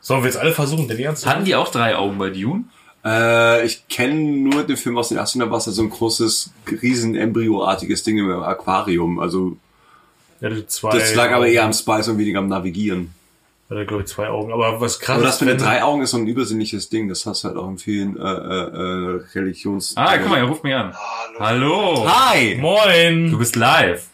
Speaker 4: Sollen wir jetzt alle versuchen, Danny anzurufen?
Speaker 3: Hatten die auch drei Augen bei Dune?
Speaker 2: Äh, ich kenne nur den Film aus den 80ern, da war es ja so ein großes, riesen embryoartiges Ding im Aquarium. Also
Speaker 4: Ja, du zwei.
Speaker 2: das lag aber eher am Spice und weniger am Navigieren.
Speaker 4: Hat er, glaube ich, zwei Augen. Aber was krass
Speaker 2: Aber das mit
Speaker 4: wenn-
Speaker 2: den drei Augen ist so ein übersinnliches Ding. Das hast du halt auch in vielen äh, äh, äh, Religions...
Speaker 3: Ah, guck mal, er ruft mich an.
Speaker 5: Hallo.
Speaker 3: Hallo.
Speaker 2: Hi!
Speaker 3: Du
Speaker 4: Moin!
Speaker 3: bist live.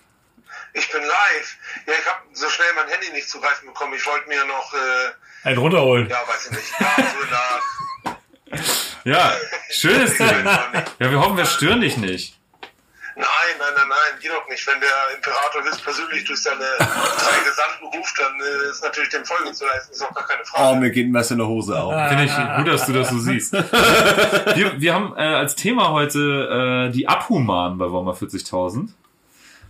Speaker 5: Ich bin live. Ja, ich habe so schnell mein Handy nicht zugreifen bekommen. Ich wollte mir noch, äh,
Speaker 4: Ein runterholen.
Speaker 5: ja, weiß ich nicht, ja, so nach.
Speaker 3: Ja, schön ist du. Ja, wir hoffen, wir stören dich nicht.
Speaker 5: Nein, nein, nein, nein, geht doch nicht. Wenn der Imperator höchstpersönlich durch seine drei Gesandten ruft, dann äh, ist natürlich dem Folge zu leisten, ist auch gar keine
Speaker 2: Oh,
Speaker 5: Frage.
Speaker 2: mir geht ein Messer in der Hose auf.
Speaker 3: Finde ich gut, dass du das so siehst. Wir, wir haben äh, als Thema heute äh, die Abhumanen bei Warhammer 40.000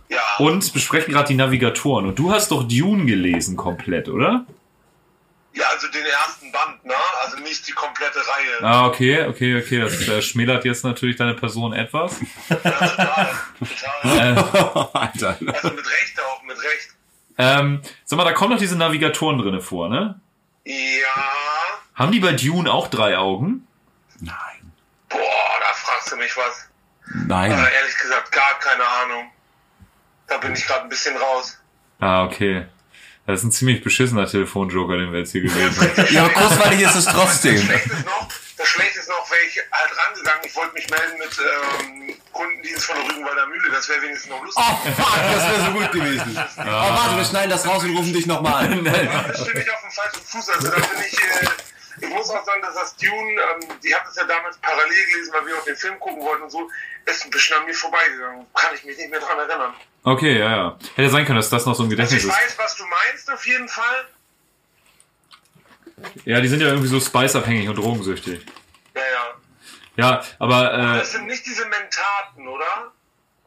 Speaker 5: ja,
Speaker 3: und besprechen gerade die Navigatoren. Und du hast doch Dune gelesen komplett, oder?
Speaker 5: ja, also den ersten Band, ne? Also nicht die komplette Reihe.
Speaker 3: Ah, okay, okay, okay. Das äh, schmälert jetzt natürlich deine Person etwas.
Speaker 5: Ja, total, total.
Speaker 2: Alter.
Speaker 5: Also mit Recht auch, mit Recht.
Speaker 3: Ähm, sag mal, da kommen doch diese Navigatoren drinne vor, ne?
Speaker 5: Ja,
Speaker 3: Haben die bei Dune auch drei Augen?
Speaker 2: Nein.
Speaker 5: boah, da fragst du mich was.
Speaker 2: Nein.
Speaker 5: Aber ehrlich gesagt, gar keine Ahnung. Da bin ich gerade ein bisschen raus.
Speaker 3: Ah, okay. Das ist ein ziemlich beschissener Telefonjoker, den wir jetzt hier gewählt haben.
Speaker 2: Ja, aber kurzweilig ist es trotzdem.
Speaker 5: Schlecht ist noch, das Schlechte ist noch, wäre ich halt rangegangen. Ich wollte mich melden mit ähm, Kundendienst von der Rügenwalder Mühle. Das wäre wenigstens noch lustig.
Speaker 2: Oh, fuck, das wäre so gut gewesen. Oh, warte, wir schneiden das raus und rufen dich nochmal an.
Speaker 5: Das stehe ich auf dem falschen Fuß. Also da bin ich. Äh, ich muss auch sagen, dass das Dune, ähm, die haben es ja damals parallel gelesen, weil wir auch den Film gucken wollten und so, ist ein bisschen an mir vorbeigegangen. Kann ich mich nicht mehr dran erinnern.
Speaker 3: Okay, ja, ja. Hätte sein können, dass das noch so ein
Speaker 5: Also
Speaker 3: Gedächtnis
Speaker 5: ich
Speaker 3: ist.
Speaker 5: weiß, was du meinst auf jeden Fall.
Speaker 3: Ja, die sind ja irgendwie so spiceabhängig und drogensüchtig.
Speaker 5: Ja, ja.
Speaker 3: Ja, aber äh,
Speaker 5: Das sind nicht diese Mentaten, oder?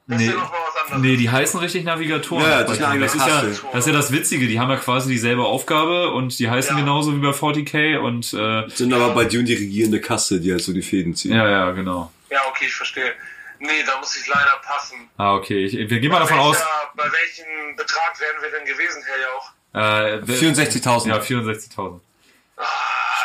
Speaker 5: Das
Speaker 3: nee,
Speaker 5: ist ja noch mal was anderes.
Speaker 3: nee, die heißen richtig Navigatoren.
Speaker 2: Ja, ja, das ist eine
Speaker 3: das, ist ja,
Speaker 2: Navigatoren.
Speaker 3: das ist ja das Witzige, die haben ja quasi dieselbe Aufgabe und die heißen
Speaker 5: Ja.
Speaker 3: genauso wie bei 40k und äh,
Speaker 2: Sind aber bei Dune die regierende Kasse, die halt so die Fäden zieht.
Speaker 3: ja, ja, genau.
Speaker 5: Ja, okay, ich verstehe. Nee, da muss ich leider passen.
Speaker 3: Ah, okay. Ich, wir gehen mal davon aus.
Speaker 5: Welcher, bei welchem Betrag wären wir denn gewesen, Herr Jauch?
Speaker 3: Äh, wer-
Speaker 2: 64.000.
Speaker 3: Ja, 64.000.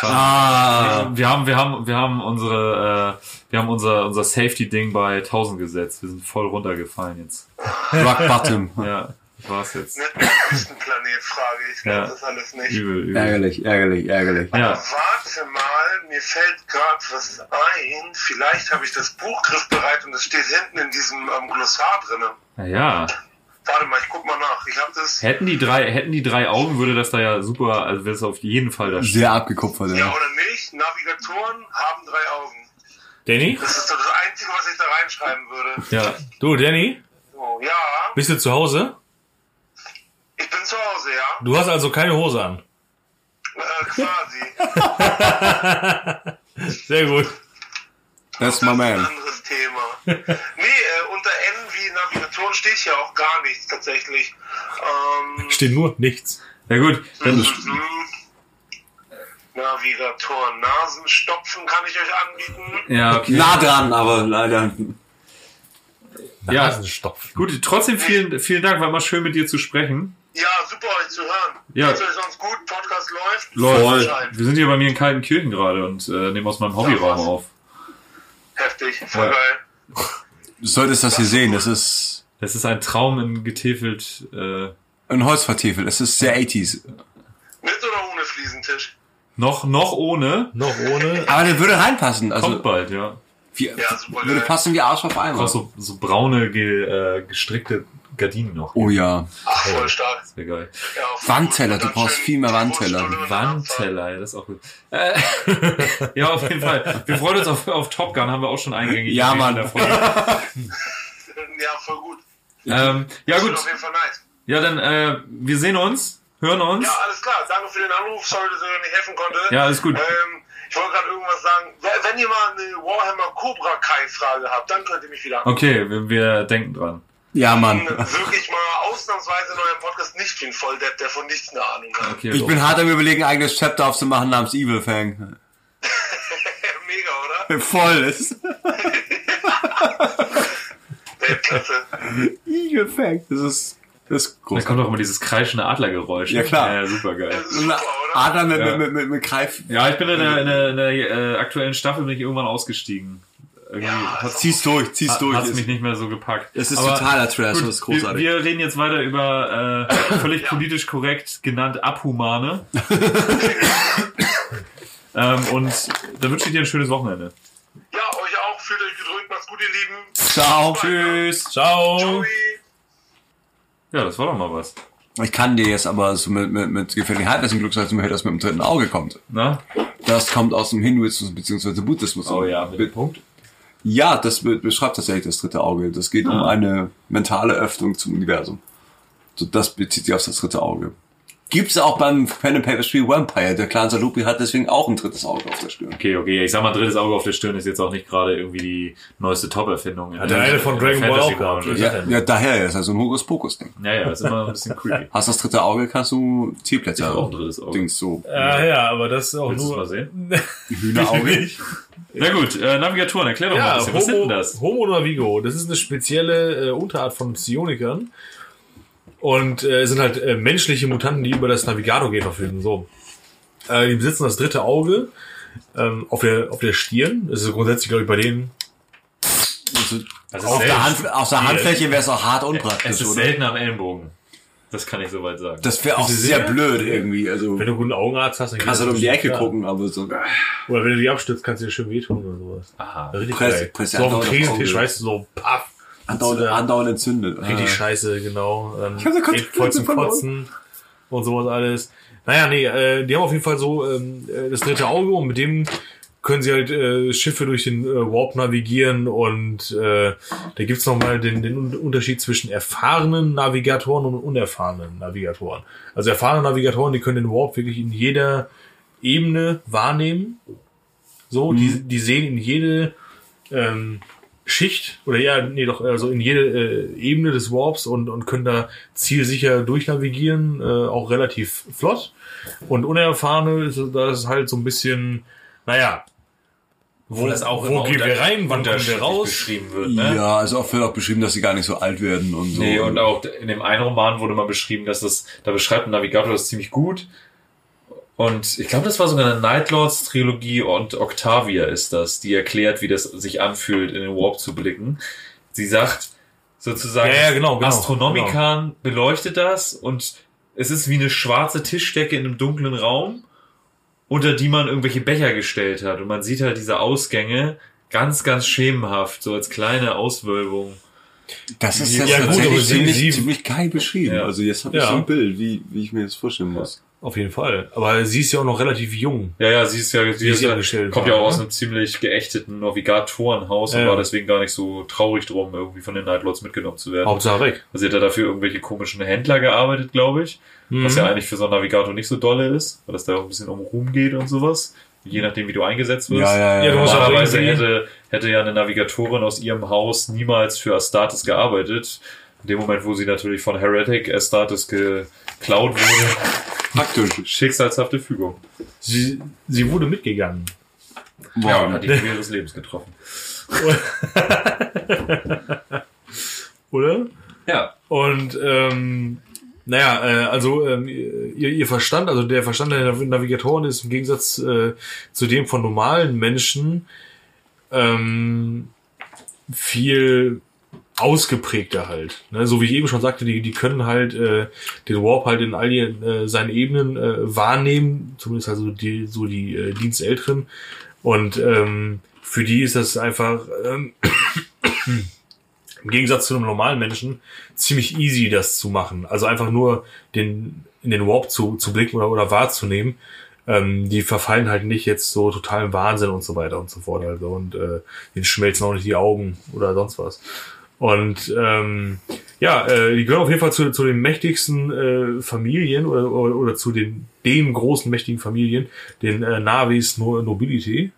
Speaker 2: Ah.
Speaker 3: Wir haben, wir haben, wir haben unsere, äh, wir haben unser, unser Safety-Ding bei 1000 gesetzt. Wir sind voll runtergefallen jetzt.
Speaker 2: Rock Bottom.
Speaker 3: Ja, das war's jetzt.
Speaker 5: Ne? Planet frage ich.
Speaker 3: Ja.
Speaker 5: Ja. Das alles nicht.
Speaker 3: Übel, übel.
Speaker 2: Ärgerlich, ärgerlich, ärgerlich.
Speaker 3: Ja.
Speaker 5: Warte mal, mir fällt gerade was ein. Vielleicht habe ich das Buch griffbereit und es steht hinten in diesem ähm, Glossar drinne.
Speaker 3: Ja.
Speaker 5: Warte mal, ich guck mal nach. Ich habe das.
Speaker 3: Hätten die drei, hätten die drei Augen, würde das da ja super, also wäre es auf jeden Fall da stehen.
Speaker 2: Sehr abgekupfert,
Speaker 5: Ja
Speaker 2: ja.
Speaker 5: oder nicht? Navigatoren haben drei Augen.
Speaker 4: Danny?
Speaker 5: Das ist doch das Einzige, was ich da reinschreiben würde.
Speaker 3: Ja.
Speaker 4: Du, Danny?
Speaker 5: So, ja,
Speaker 4: Bist du zu Hause?
Speaker 5: ich bin zu Hause, ja.
Speaker 4: Du hast also keine Hose an.
Speaker 5: Äh, quasi.
Speaker 4: Sehr gut.
Speaker 2: Das ist my
Speaker 5: Das ist ein
Speaker 2: man.
Speaker 5: anderes Thema. Nee, äh, unter N wie Navigation steht hier auch gar nichts tatsächlich. Ähm,
Speaker 4: Steht nur nichts.
Speaker 3: Ja gut, dann,
Speaker 5: mhm. Navigatoren. Nasenstopfen kann ich euch anbieten.
Speaker 3: ja, okay.
Speaker 2: Nah dran, aber leider.
Speaker 3: Ja.
Speaker 4: Nasenstopfen.
Speaker 3: Gut, trotzdem vielen, vielen Dank, war immer schön mit dir zu sprechen.
Speaker 5: Ja, super euch zu hören.
Speaker 3: Ja.
Speaker 5: Geht's euch sonst gut? Podcast läuft.
Speaker 3: Läuft.
Speaker 5: Bescheid.
Speaker 3: Wir sind hier bei mir in Kaltenkirchen gerade und äh, nehmen aus meinem Hobbyraum auf.
Speaker 5: Heftig. Voll
Speaker 3: Ja.
Speaker 5: geil.
Speaker 2: Du solltest das hier sehen, das ist
Speaker 3: Das ist ein Traum in getäfelt, äh,
Speaker 2: in Holz vertiefelt. Es ist sehr 80s.
Speaker 5: Mit oder ohne Fliesentisch?
Speaker 3: noch, noch ohne.
Speaker 4: Noch ohne.
Speaker 2: Aber der würde reinpassen.
Speaker 3: Kommt
Speaker 2: Also
Speaker 3: bald, ja.
Speaker 2: wie,
Speaker 5: Ja, super
Speaker 2: würde
Speaker 5: geil.
Speaker 2: passen wie Arsch auf
Speaker 3: Auch
Speaker 2: einmal.
Speaker 3: so, so braune, ge, äh, gestrickte Gardinen noch.
Speaker 2: Oh ja.
Speaker 5: Ach, voll stark.
Speaker 3: Sehr geil.
Speaker 5: Ja, voll gut.
Speaker 2: Wandteller, du
Speaker 5: Dann
Speaker 2: brauchst
Speaker 5: schön
Speaker 2: viel mehr
Speaker 5: die
Speaker 2: Wandteller.
Speaker 5: Wurststulle und
Speaker 3: Wandteller, ja, das ist auch gut. Äh, ja, auf jeden Fall. Wir freuen uns auf, auf Top Gun, haben wir auch schon eingängig.
Speaker 2: Ja, Mann.
Speaker 3: Davon.
Speaker 5: Abfall. Ja, voll gut.
Speaker 3: Ähm, ja,
Speaker 5: Das
Speaker 3: gut.
Speaker 5: wird auf jeden Fall nice.
Speaker 3: Ja, dann, äh, wir sehen uns, hören uns.
Speaker 5: Ja, alles klar. Danke für den Anruf. Sorry, dass ich dir nicht helfen konnte.
Speaker 3: Ja, alles gut.
Speaker 5: Ähm, ich wollte gerade irgendwas sagen. Wer- Wenn ihr mal eine Warhammer Cobra Kai Frage habt, dann könnt ihr mich wieder anrufen.
Speaker 3: Okay, wir, wir denken dran.
Speaker 2: Ja, Mann.
Speaker 5: Wirklich mal ausnahmsweise in eurem Podcast nicht wie ein Volldepp, der von nichts eine Ahnung hat.
Speaker 3: Okay,
Speaker 2: Ich
Speaker 3: so.
Speaker 2: bin hart am überlegen, ein eigenes Chapter aufzumachen namens Evil Fang.
Speaker 5: Mega, oder?
Speaker 2: Voll ist.
Speaker 5: Weltklasse.
Speaker 2: Evil Fang. Das ist, das ist
Speaker 3: Da
Speaker 2: groß.
Speaker 3: kommt doch immer dieses kreischende Adlergeräusch.
Speaker 2: Ja, klar.
Speaker 3: Ja, super geil.
Speaker 5: Super, oder?
Speaker 2: Adam mit,
Speaker 3: Ja.
Speaker 2: mit, mit, mit Greif.
Speaker 3: Ja, ich bin in der, in der, in der äh, aktuellen Staffel bin ich irgendwann ausgestiegen. Irgendwie
Speaker 5: Ja,
Speaker 3: hat's,
Speaker 2: Zieh's durch, zieh's durch.
Speaker 3: hat's
Speaker 2: Es-
Speaker 3: mich nicht mehr so gepackt.
Speaker 2: Es ist
Speaker 3: Aber
Speaker 2: totaler Trash,
Speaker 3: gut,
Speaker 2: das ist großartig.
Speaker 3: Wir, wir reden jetzt weiter über äh, völlig politisch korrekt genannt Abhumane. ähm, und da wünsche ich dir ein schönes Wochenende.
Speaker 5: Ja, euch auch. Fühlt euch gedrückt. Macht's gut, ihr Lieben.
Speaker 2: Ciao.
Speaker 3: Tschüss.
Speaker 4: Ciao.
Speaker 5: Ciao.
Speaker 3: Ja, das war doch mal was.
Speaker 2: Ich kann dir jetzt aber so mit, mit, mit gefälligen Halbwissen Glück sagen, dass mit dem dritten Auge kommt.
Speaker 3: Na?
Speaker 2: Das kommt aus dem Hinduismus bzw. Buddhismus.
Speaker 3: Oh ja, mit dem Punkt.
Speaker 2: Ja, das be- beschreibt tatsächlich das dritte Auge. Das geht
Speaker 3: Ah.
Speaker 2: um eine mentale Öffnung zum Universum. So, das bezieht sich auf das dritte Auge. Gibt's auch beim Pen and Paper Spiel Vampire. Der Clan Salupi hat deswegen auch ein drittes Auge auf der Stirn.
Speaker 3: Okay, okay, ich sag mal, drittes Auge auf der Stirn ist jetzt auch nicht gerade irgendwie die neueste Top-Erfindung.
Speaker 4: Hat der eine von Dragon Ball auch gehabt, oder?
Speaker 2: Ja, ja daher ist er so ein Hokuspokus-Ding.
Speaker 3: Ja, ja, ist immer ein bisschen creepy.
Speaker 2: Hast das dritte Auge, kannst du Tierplätze
Speaker 3: Ich hab auch ein
Speaker 2: haben.
Speaker 3: drittes Auge.
Speaker 2: Dings so.
Speaker 4: Ja, Ah, ja, aber das ist auch
Speaker 3: Willst du es
Speaker 4: nur.
Speaker 3: mal sehen?
Speaker 2: Hühnerauge.
Speaker 3: Na gut, äh, Navigatoren, erklär doch mal
Speaker 4: Ja,
Speaker 3: ein bisschen. Was sind
Speaker 4: Homo,
Speaker 3: denn das?
Speaker 4: Homo Navigo. Das ist eine spezielle äh, Unterart von Psionikern. Und äh, es sind halt äh, menschliche Mutanten, die über das Navigator-Gen verfügen. So. Äh, die besitzen das dritte Auge ähm, auf, der, auf der Stirn. Das ist grundsätzlich, glaube ich, bei denen.
Speaker 3: Das
Speaker 2: Also, Auf der,
Speaker 3: selten.
Speaker 2: Hand, auf der Handfläche wäre es auch hart unpraktisch,
Speaker 3: Es ist
Speaker 2: oder?
Speaker 3: selten am Ellenbogen. Das kann ich soweit sagen.
Speaker 2: Das wäre auch sehr
Speaker 4: sicher?
Speaker 2: blöd irgendwie. Also
Speaker 4: Wenn du einen guten Augenarzt hast, dann geht
Speaker 2: kannst du
Speaker 4: das
Speaker 2: halt um die Ecke
Speaker 4: bestimmt klar.
Speaker 2: gucken, aber so.
Speaker 4: Oder wenn du die abstützt, kannst du dir schön wehtun oder sowas.
Speaker 3: Aha.
Speaker 4: Richtig
Speaker 2: Presse-
Speaker 4: geil.
Speaker 2: Presse
Speaker 4: so auf dem
Speaker 2: andauernd aufs
Speaker 4: Krisentisch,
Speaker 2: Auge.
Speaker 4: weißt du, so paff.
Speaker 2: Andauernd,
Speaker 4: da-
Speaker 2: andauernd entzündet.
Speaker 4: Richtig
Speaker 2: Ah.
Speaker 4: scheiße, genau. Ähm,
Speaker 2: hab eine Konsequenz
Speaker 4: geht voll zum
Speaker 2: verloren.
Speaker 4: Kotzen und sowas alles. Naja, nee, äh, die haben auf jeden Fall so ähm, äh, das dritte Auge und mit dem können sie halt äh, Schiffe durch den äh, Warp navigieren und äh, da gibt's noch nochmal den, den Un- Unterschied zwischen erfahrenen Navigatoren und unerfahrenen Navigatoren. Also erfahrene Navigatoren, die können den Warp wirklich in jeder Ebene wahrnehmen. So,
Speaker 2: Mhm.
Speaker 4: die, die sehen in jede ähm, Schicht oder ja, nee, doch, also in jede äh, Ebene des Warps und, und können da zielsicher durchnavigieren, äh, auch relativ flott. Und Unerfahrene, ist- da ist halt so ein bisschen, naja, wo, wo gehen wir rein, wann kommen wir raus?
Speaker 3: beschrieben wird, ne?
Speaker 2: Ja, also oft wird auch beschrieben, dass sie gar nicht so alt werden und so.
Speaker 3: Nee, und auch in dem einen Roman wurde mal beschrieben, dass das, da beschreibt ein Navigator das ziemlich gut. Und ich glaube, das war sogar eine Nightlords Trilogie und Octavia ist das, die erklärt, wie das sich anfühlt, in den Warp zu blicken. Sie sagt sozusagen,
Speaker 4: Ja, ja, genau, genau,
Speaker 3: Astronomikan beleuchtet das und es ist wie eine schwarze Tischdecke in einem dunklen Raum, unter die man irgendwelche Becher gestellt hat. Und man sieht halt diese Ausgänge ganz, ganz schemenhaft, so als kleine Auswölbung.
Speaker 2: das ist jetzt
Speaker 4: Ja, gut,
Speaker 2: tatsächlich
Speaker 4: aber sie-
Speaker 2: ziemlich,
Speaker 4: sie-
Speaker 2: ziemlich geil beschrieben.
Speaker 3: Ja.
Speaker 2: Also jetzt habe ich
Speaker 4: Ja.
Speaker 2: so ein Bild, wie, wie ich mir das vorstellen muss.
Speaker 4: Auf jeden Fall. Aber sie ist ja auch noch relativ jung.
Speaker 3: Ja, ja, sie ist ja, sie
Speaker 4: ist
Speaker 3: ist
Speaker 4: ja
Speaker 3: ja
Speaker 4: angestellt,
Speaker 3: kommt ja
Speaker 4: ja,
Speaker 3: auch aus
Speaker 4: ne?
Speaker 3: einem ziemlich geächteten Navigatorenhaus und
Speaker 4: Ja.
Speaker 3: war deswegen gar nicht so traurig drum, irgendwie von den Nightlords mitgenommen zu werden.
Speaker 4: Hauptsache weg.
Speaker 3: Also sie hat ja dafür irgendwelche komischen Händler gearbeitet, glaube ich. Was ja eigentlich für so einen Navigator nicht so dolle ist, weil das da auch ein bisschen um Ruhm geht und sowas. Je nachdem, wie du eingesetzt wirst.
Speaker 2: ja,
Speaker 4: Ja, du musst-
Speaker 3: Normalerweise
Speaker 4: Aber irgendwie-
Speaker 3: hätte, hätte ja eine Navigatorin aus ihrem Haus niemals für Astartes gearbeitet. In dem Moment, wo sie natürlich von Heretic Astartes geklaut wurde.
Speaker 2: Praktisch.
Speaker 3: Schicksalshafte Fügung.
Speaker 4: Sie, sie wurde mitgegangen.
Speaker 3: Ja, und
Speaker 2: Boah.
Speaker 3: hat die Liebe ihres Lebens getroffen.
Speaker 4: Oder?
Speaker 3: Ja,
Speaker 4: Und ähm, naja, äh, also ähm, ihr, ihr Verstand, also der Verstand der Nav- Navigatoren ist im Gegensatz äh, zu dem von normalen Menschen ähm, viel ausgeprägter halt. Ne? So wie ich eben schon sagte, die, die können halt äh, den Warp halt in all ihren, äh, seinen Ebenen äh, wahrnehmen, zumindest also die, so die äh, Dienstälteren. Und ähm, für die ist das einfach ähm, im Gegensatz zu einem normalen Menschen ziemlich easy, das zu machen. Also einfach nur den, in den Warp zu, zu blicken oder, oder wahrzunehmen. Ähm, die verfallen halt nicht jetzt so total im Wahnsinn und so weiter und so fort. Also, und äh, denen schmelzen auch nicht die Augen oder sonst was. Und ähm, ja, äh, die gehören auf jeden Fall zu, zu den mächtigsten äh, Familien oder, oder, oder zu den, den großen mächtigen Familien, den äh, Navis no Nobility.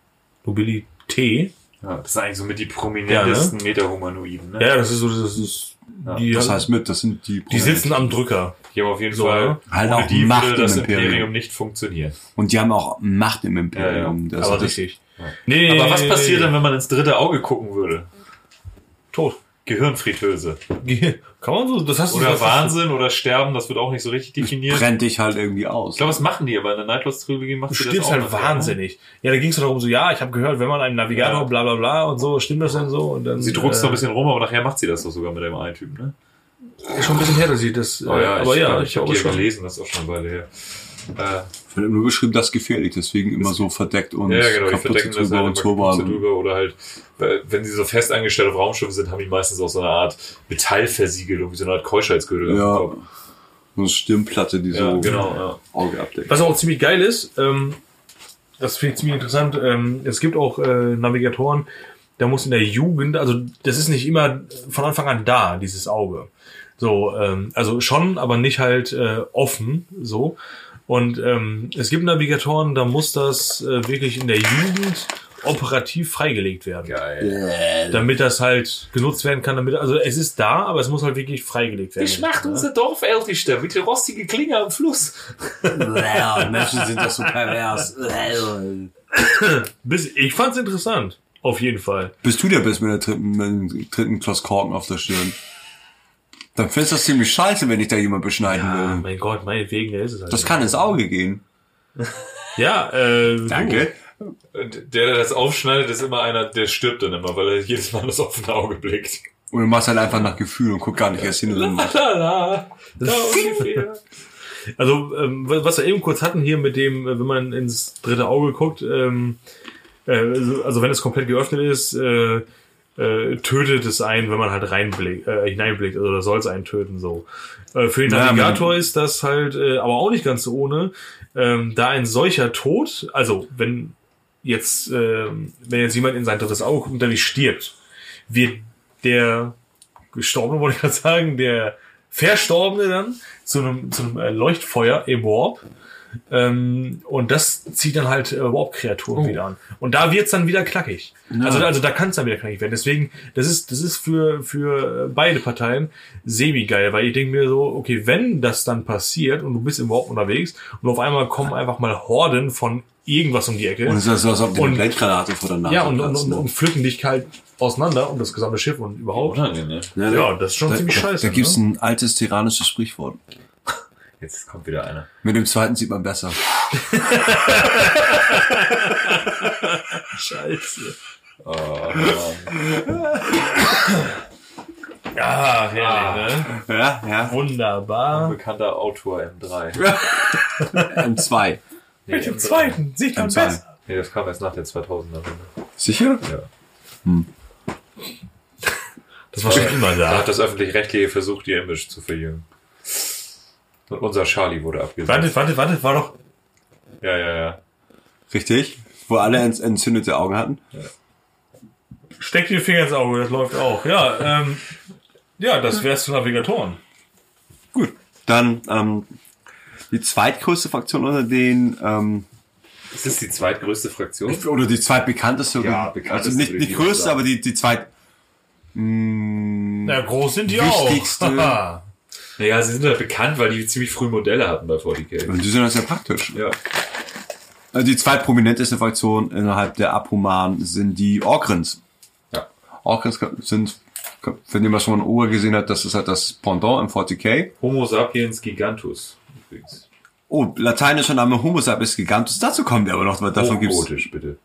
Speaker 4: Nobility.
Speaker 3: Ja, das sind eigentlich so mit die prominentesten Metahumanoiden. Ne?
Speaker 4: ne? Ja, das ist so, das ist.
Speaker 3: Ja,
Speaker 4: die,
Speaker 2: Das heißt mit, das sind die
Speaker 4: die sitzen am Drücker.
Speaker 3: Die haben auf jeden
Speaker 4: So,
Speaker 3: Fall
Speaker 4: ja.
Speaker 2: Halt
Speaker 3: ohne
Speaker 2: auch
Speaker 3: die
Speaker 2: Macht
Speaker 3: würde das
Speaker 2: im Imperium.
Speaker 3: Imperium. nicht funktionieren.
Speaker 2: Und die haben auch Macht im Imperium. Das
Speaker 4: aber
Speaker 2: ist-
Speaker 4: richtig. Nee,
Speaker 3: Aber was passiert dann, wenn man ins dritte Auge gucken würde?
Speaker 4: Tot.
Speaker 3: Gehirnfriedhöse.
Speaker 4: Ge- Kann man so? Das hast du
Speaker 3: Oder
Speaker 4: das
Speaker 3: Wahnsinn oder Sterben, das wird auch nicht so richtig definiert.
Speaker 2: brennt dich halt irgendwie aus.
Speaker 3: Ich glaube, das machen die, aber in der Nightlords-Trilogie machen
Speaker 4: Du
Speaker 3: die das
Speaker 4: stirbst
Speaker 3: auch
Speaker 4: halt
Speaker 3: nachher, ne?
Speaker 4: wahnsinnig. Ja, da ging es darum, so, ja, ich habe gehört, wenn man einem Navigator,
Speaker 3: Ja.
Speaker 4: bla bla bla und so, stimmt das denn so? Und dann,
Speaker 3: Sie druckst
Speaker 4: äh,
Speaker 3: noch ein bisschen rum, aber nachher macht sie das doch sogar mit dem einen Typen, ne?
Speaker 4: Ist schon ein bisschen her, dass ich das. äh, aber ja, ich,
Speaker 3: Oh hab
Speaker 4: glaube
Speaker 3: die
Speaker 4: schon.
Speaker 3: gelesen, das ist auch schon eine Weile her. Äh,
Speaker 2: Ich habe nur geschrieben, das ist gefährlich, deswegen immer so verdeckt und
Speaker 3: Ja, genau, die
Speaker 2: kaputte
Speaker 3: verdecken das halt
Speaker 2: drüber und
Speaker 3: immer kaputt
Speaker 2: Turban.
Speaker 3: drüber oder halt, weil, wenn sie so fest angestellt auf Raumschiffen sind, haben die meistens auch so eine Art Metallversiegelung, wie so eine Art Keuschheitsgürtel auf dem
Speaker 2: Ja.
Speaker 3: Kopf.
Speaker 2: So eine Stimmplatte, die
Speaker 3: Ja,
Speaker 2: so
Speaker 3: genau, ja.
Speaker 2: Auge abdeckt.
Speaker 4: Was auch ziemlich geil ist, ähm, das finde ich ziemlich interessant, ähm, es gibt auch äh, Navigatoren, da muss in der Jugend, also das ist nicht immer von Anfang an da, dieses Auge. So, ähm, also schon, aber nicht halt äh, offen, so. Und ähm, es gibt Navigatoren, da muss das äh, wirklich in der Jugend operativ freigelegt werden.
Speaker 6: Geil.
Speaker 4: Damit das halt genutzt werden kann, damit, also es ist da, aber es muss halt wirklich freigelegt werden.
Speaker 3: Ich macht unser Dorfälteste mit der rostigen Klinge am Fluss.
Speaker 2: Menschen sind doch so pervers.
Speaker 4: Bis, ich fand's interessant. Auf jeden Fall.
Speaker 2: Bist du der Best mit, der dritten, mit dem dritten Kloss Korken auf der Stirn? Dann findest du das ziemlich scheiße, wenn ich da jemand beschneiden
Speaker 4: Ah,
Speaker 2: will.
Speaker 4: mein Gott, meinetwegen, der ist es halt.
Speaker 2: Das kann ins Auge gehen.
Speaker 4: ja, äh,
Speaker 2: Danke.
Speaker 3: Und der, der das aufschneidet, ist immer einer, der stirbt dann immer, weil er jedes Mal das offene Auge blickt.
Speaker 2: Und du machst halt einfach nach Gefühl und guck gar nicht erst hin. Und dann machst.
Speaker 3: Tada, da ungefähr.
Speaker 4: Du. Also, ähm, was was wir eben kurz hatten hier mit dem, äh, wenn man ins dritte Auge guckt, ähm, äh, also also wenn es komplett geöffnet ist, äh, äh, tötet es einen, wenn man halt reinblickt, äh, hineinblickt, also soll es einen töten so. Äh, für den
Speaker 2: Ja, man-
Speaker 4: Navigator ist das halt, äh, aber auch nicht ganz so ohne, ähm, da ein solcher Tod, also wenn jetzt, ähm, wenn jetzt jemand in sein drittes Auge guckt und dadurch stirbt, wird der Gestorbene, wollte ich gerade sagen, der Verstorbene dann zu einem, zu einem äh, Leuchtfeuer im Warp. Ähm, und das zieht dann halt äh,
Speaker 2: Oh.
Speaker 4: Warp-Kreaturen wieder an. Und da wird's dann wieder knackig. Also, also da kann's dann wieder knackig werden. Deswegen, das ist, das ist für, für äh, beide Parteien semi-geil, weil ich denke mir so, okay, wenn das dann passiert und du bist im Warp unterwegs und auf einmal kommen einfach mal Horden von irgendwas um die Ecke.
Speaker 2: Und es ist so, als ob die eine
Speaker 4: Und-
Speaker 2: Blendgranate vor der Nase
Speaker 4: Ja, und, und,
Speaker 2: platzt,
Speaker 4: und,
Speaker 2: ne?
Speaker 4: und pflücken dich halt auseinander und das gesamte Schiff und überhaupt.
Speaker 3: Unangenehm. ne?
Speaker 2: Ja,
Speaker 4: Ja, das ist schon
Speaker 2: da,
Speaker 4: ziemlich
Speaker 2: da,
Speaker 4: scheiße.
Speaker 2: Da gibt's
Speaker 4: ne?
Speaker 2: ein altes tyrannisches Sprichwort.
Speaker 3: Jetzt kommt wieder einer.
Speaker 2: Mit dem zweiten sieht man besser.
Speaker 4: Scheiße.
Speaker 3: Oh,
Speaker 4: Ja, herrlich, ne?
Speaker 2: Ja, ja.
Speaker 4: Wunderbar.
Speaker 3: bekannter Autor M3.
Speaker 2: M2.
Speaker 3: Nee,
Speaker 4: Mit dem
Speaker 3: M3.
Speaker 4: zweiten sieht man
Speaker 2: M2.
Speaker 4: besser.
Speaker 3: Nee, das kam erst nach der 2000er Runde.
Speaker 2: Sicher?
Speaker 4: Das war schon immer
Speaker 3: Da
Speaker 4: da.
Speaker 3: hat das öffentlich-rechtliche versucht, ihr Image zu verjüngen. Und unser Charlie wurde abgesetzt.
Speaker 4: Warte, warte, warte, war doch.
Speaker 3: Ja, ja, ja.
Speaker 2: Richtig. Wo alle ent- entzündete Augen hatten.
Speaker 4: Steck dir den Finger ins Auge, das läuft auch. Ja, ähm, ja, das wär's zu Navigatoren.
Speaker 2: Gut. Dann ähm, die zweitgrößte Fraktion unter den ähm,
Speaker 3: Ist das die zweitgrößte Fraktion?
Speaker 2: oder die zweitbekannteste.
Speaker 3: Ja,
Speaker 2: oder-
Speaker 3: bekannteste,
Speaker 2: also nicht
Speaker 3: würde ich
Speaker 2: die
Speaker 3: mal
Speaker 2: größte,
Speaker 3: sagen.
Speaker 2: aber die, die zweit.
Speaker 4: Na, groß sind die
Speaker 2: Wichtigste-
Speaker 4: auch.
Speaker 3: Naja, sie sind halt bekannt, weil die ziemlich früh Modelle hatten bei 40k.
Speaker 2: Und die sind das ja praktisch.
Speaker 3: Ja.
Speaker 2: Also die zweitprominenteste Fraktion innerhalb der Abhuman sind die Orkrins.
Speaker 3: Ja.
Speaker 2: Orkrins sind, wenn jemand schon mal ein Ohr gesehen hat, das ist halt das Pendant im 40k.
Speaker 3: Homo sapiens gigantus. Übrigens.
Speaker 2: Oh, lateinischer Name Homo sapiens gigantus. Dazu kommen wir aber noch, weil davon gibt's
Speaker 3: Hochgotisch, bitte.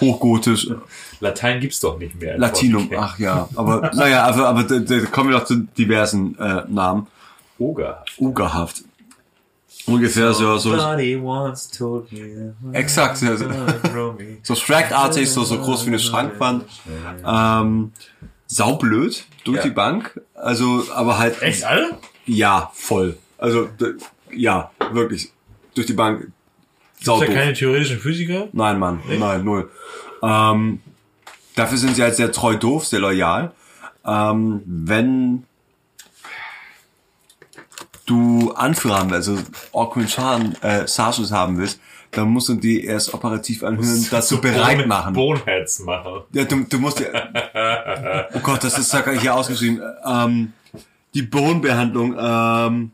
Speaker 2: hochgotisch,
Speaker 3: Latein gibt's doch nicht mehr. in
Speaker 2: Latinum.
Speaker 3: 40K.
Speaker 2: Ach ja, aber naja, also, aber, aber da, da kommen wir noch zu diversen äh, Namen.
Speaker 3: Oger.
Speaker 2: Ugerhaft. Ungefähr so, so
Speaker 3: once told me
Speaker 2: exakt, so, so Shrek-artig, so, so groß wie eine Schrankwand. Ähm, saublöd durch
Speaker 3: Ja.
Speaker 2: die Bank. Also, aber halt
Speaker 4: Echt alle?
Speaker 2: ja, voll. Also d- ja, wirklich. Durch die Bank.
Speaker 4: Ist ja
Speaker 2: Saudoof.
Speaker 4: keine theoretischen Physiker?
Speaker 2: Nein, Mann. Nein, null. Ähm, dafür sind sie halt sehr treu doof, sehr loyal. Ähm, wenn du Anführer haben willst, also Orquin Schaden, äh, Sergeants haben willst, dann musst du die erst operativ anhören, dazu bereit machen.
Speaker 3: Boneheads machen.
Speaker 2: Ja, du, du musst ja. Oh Gott, das ist sogar hier ausgeschrieben. Ähm, die Bohnenbehandlung. Ähm,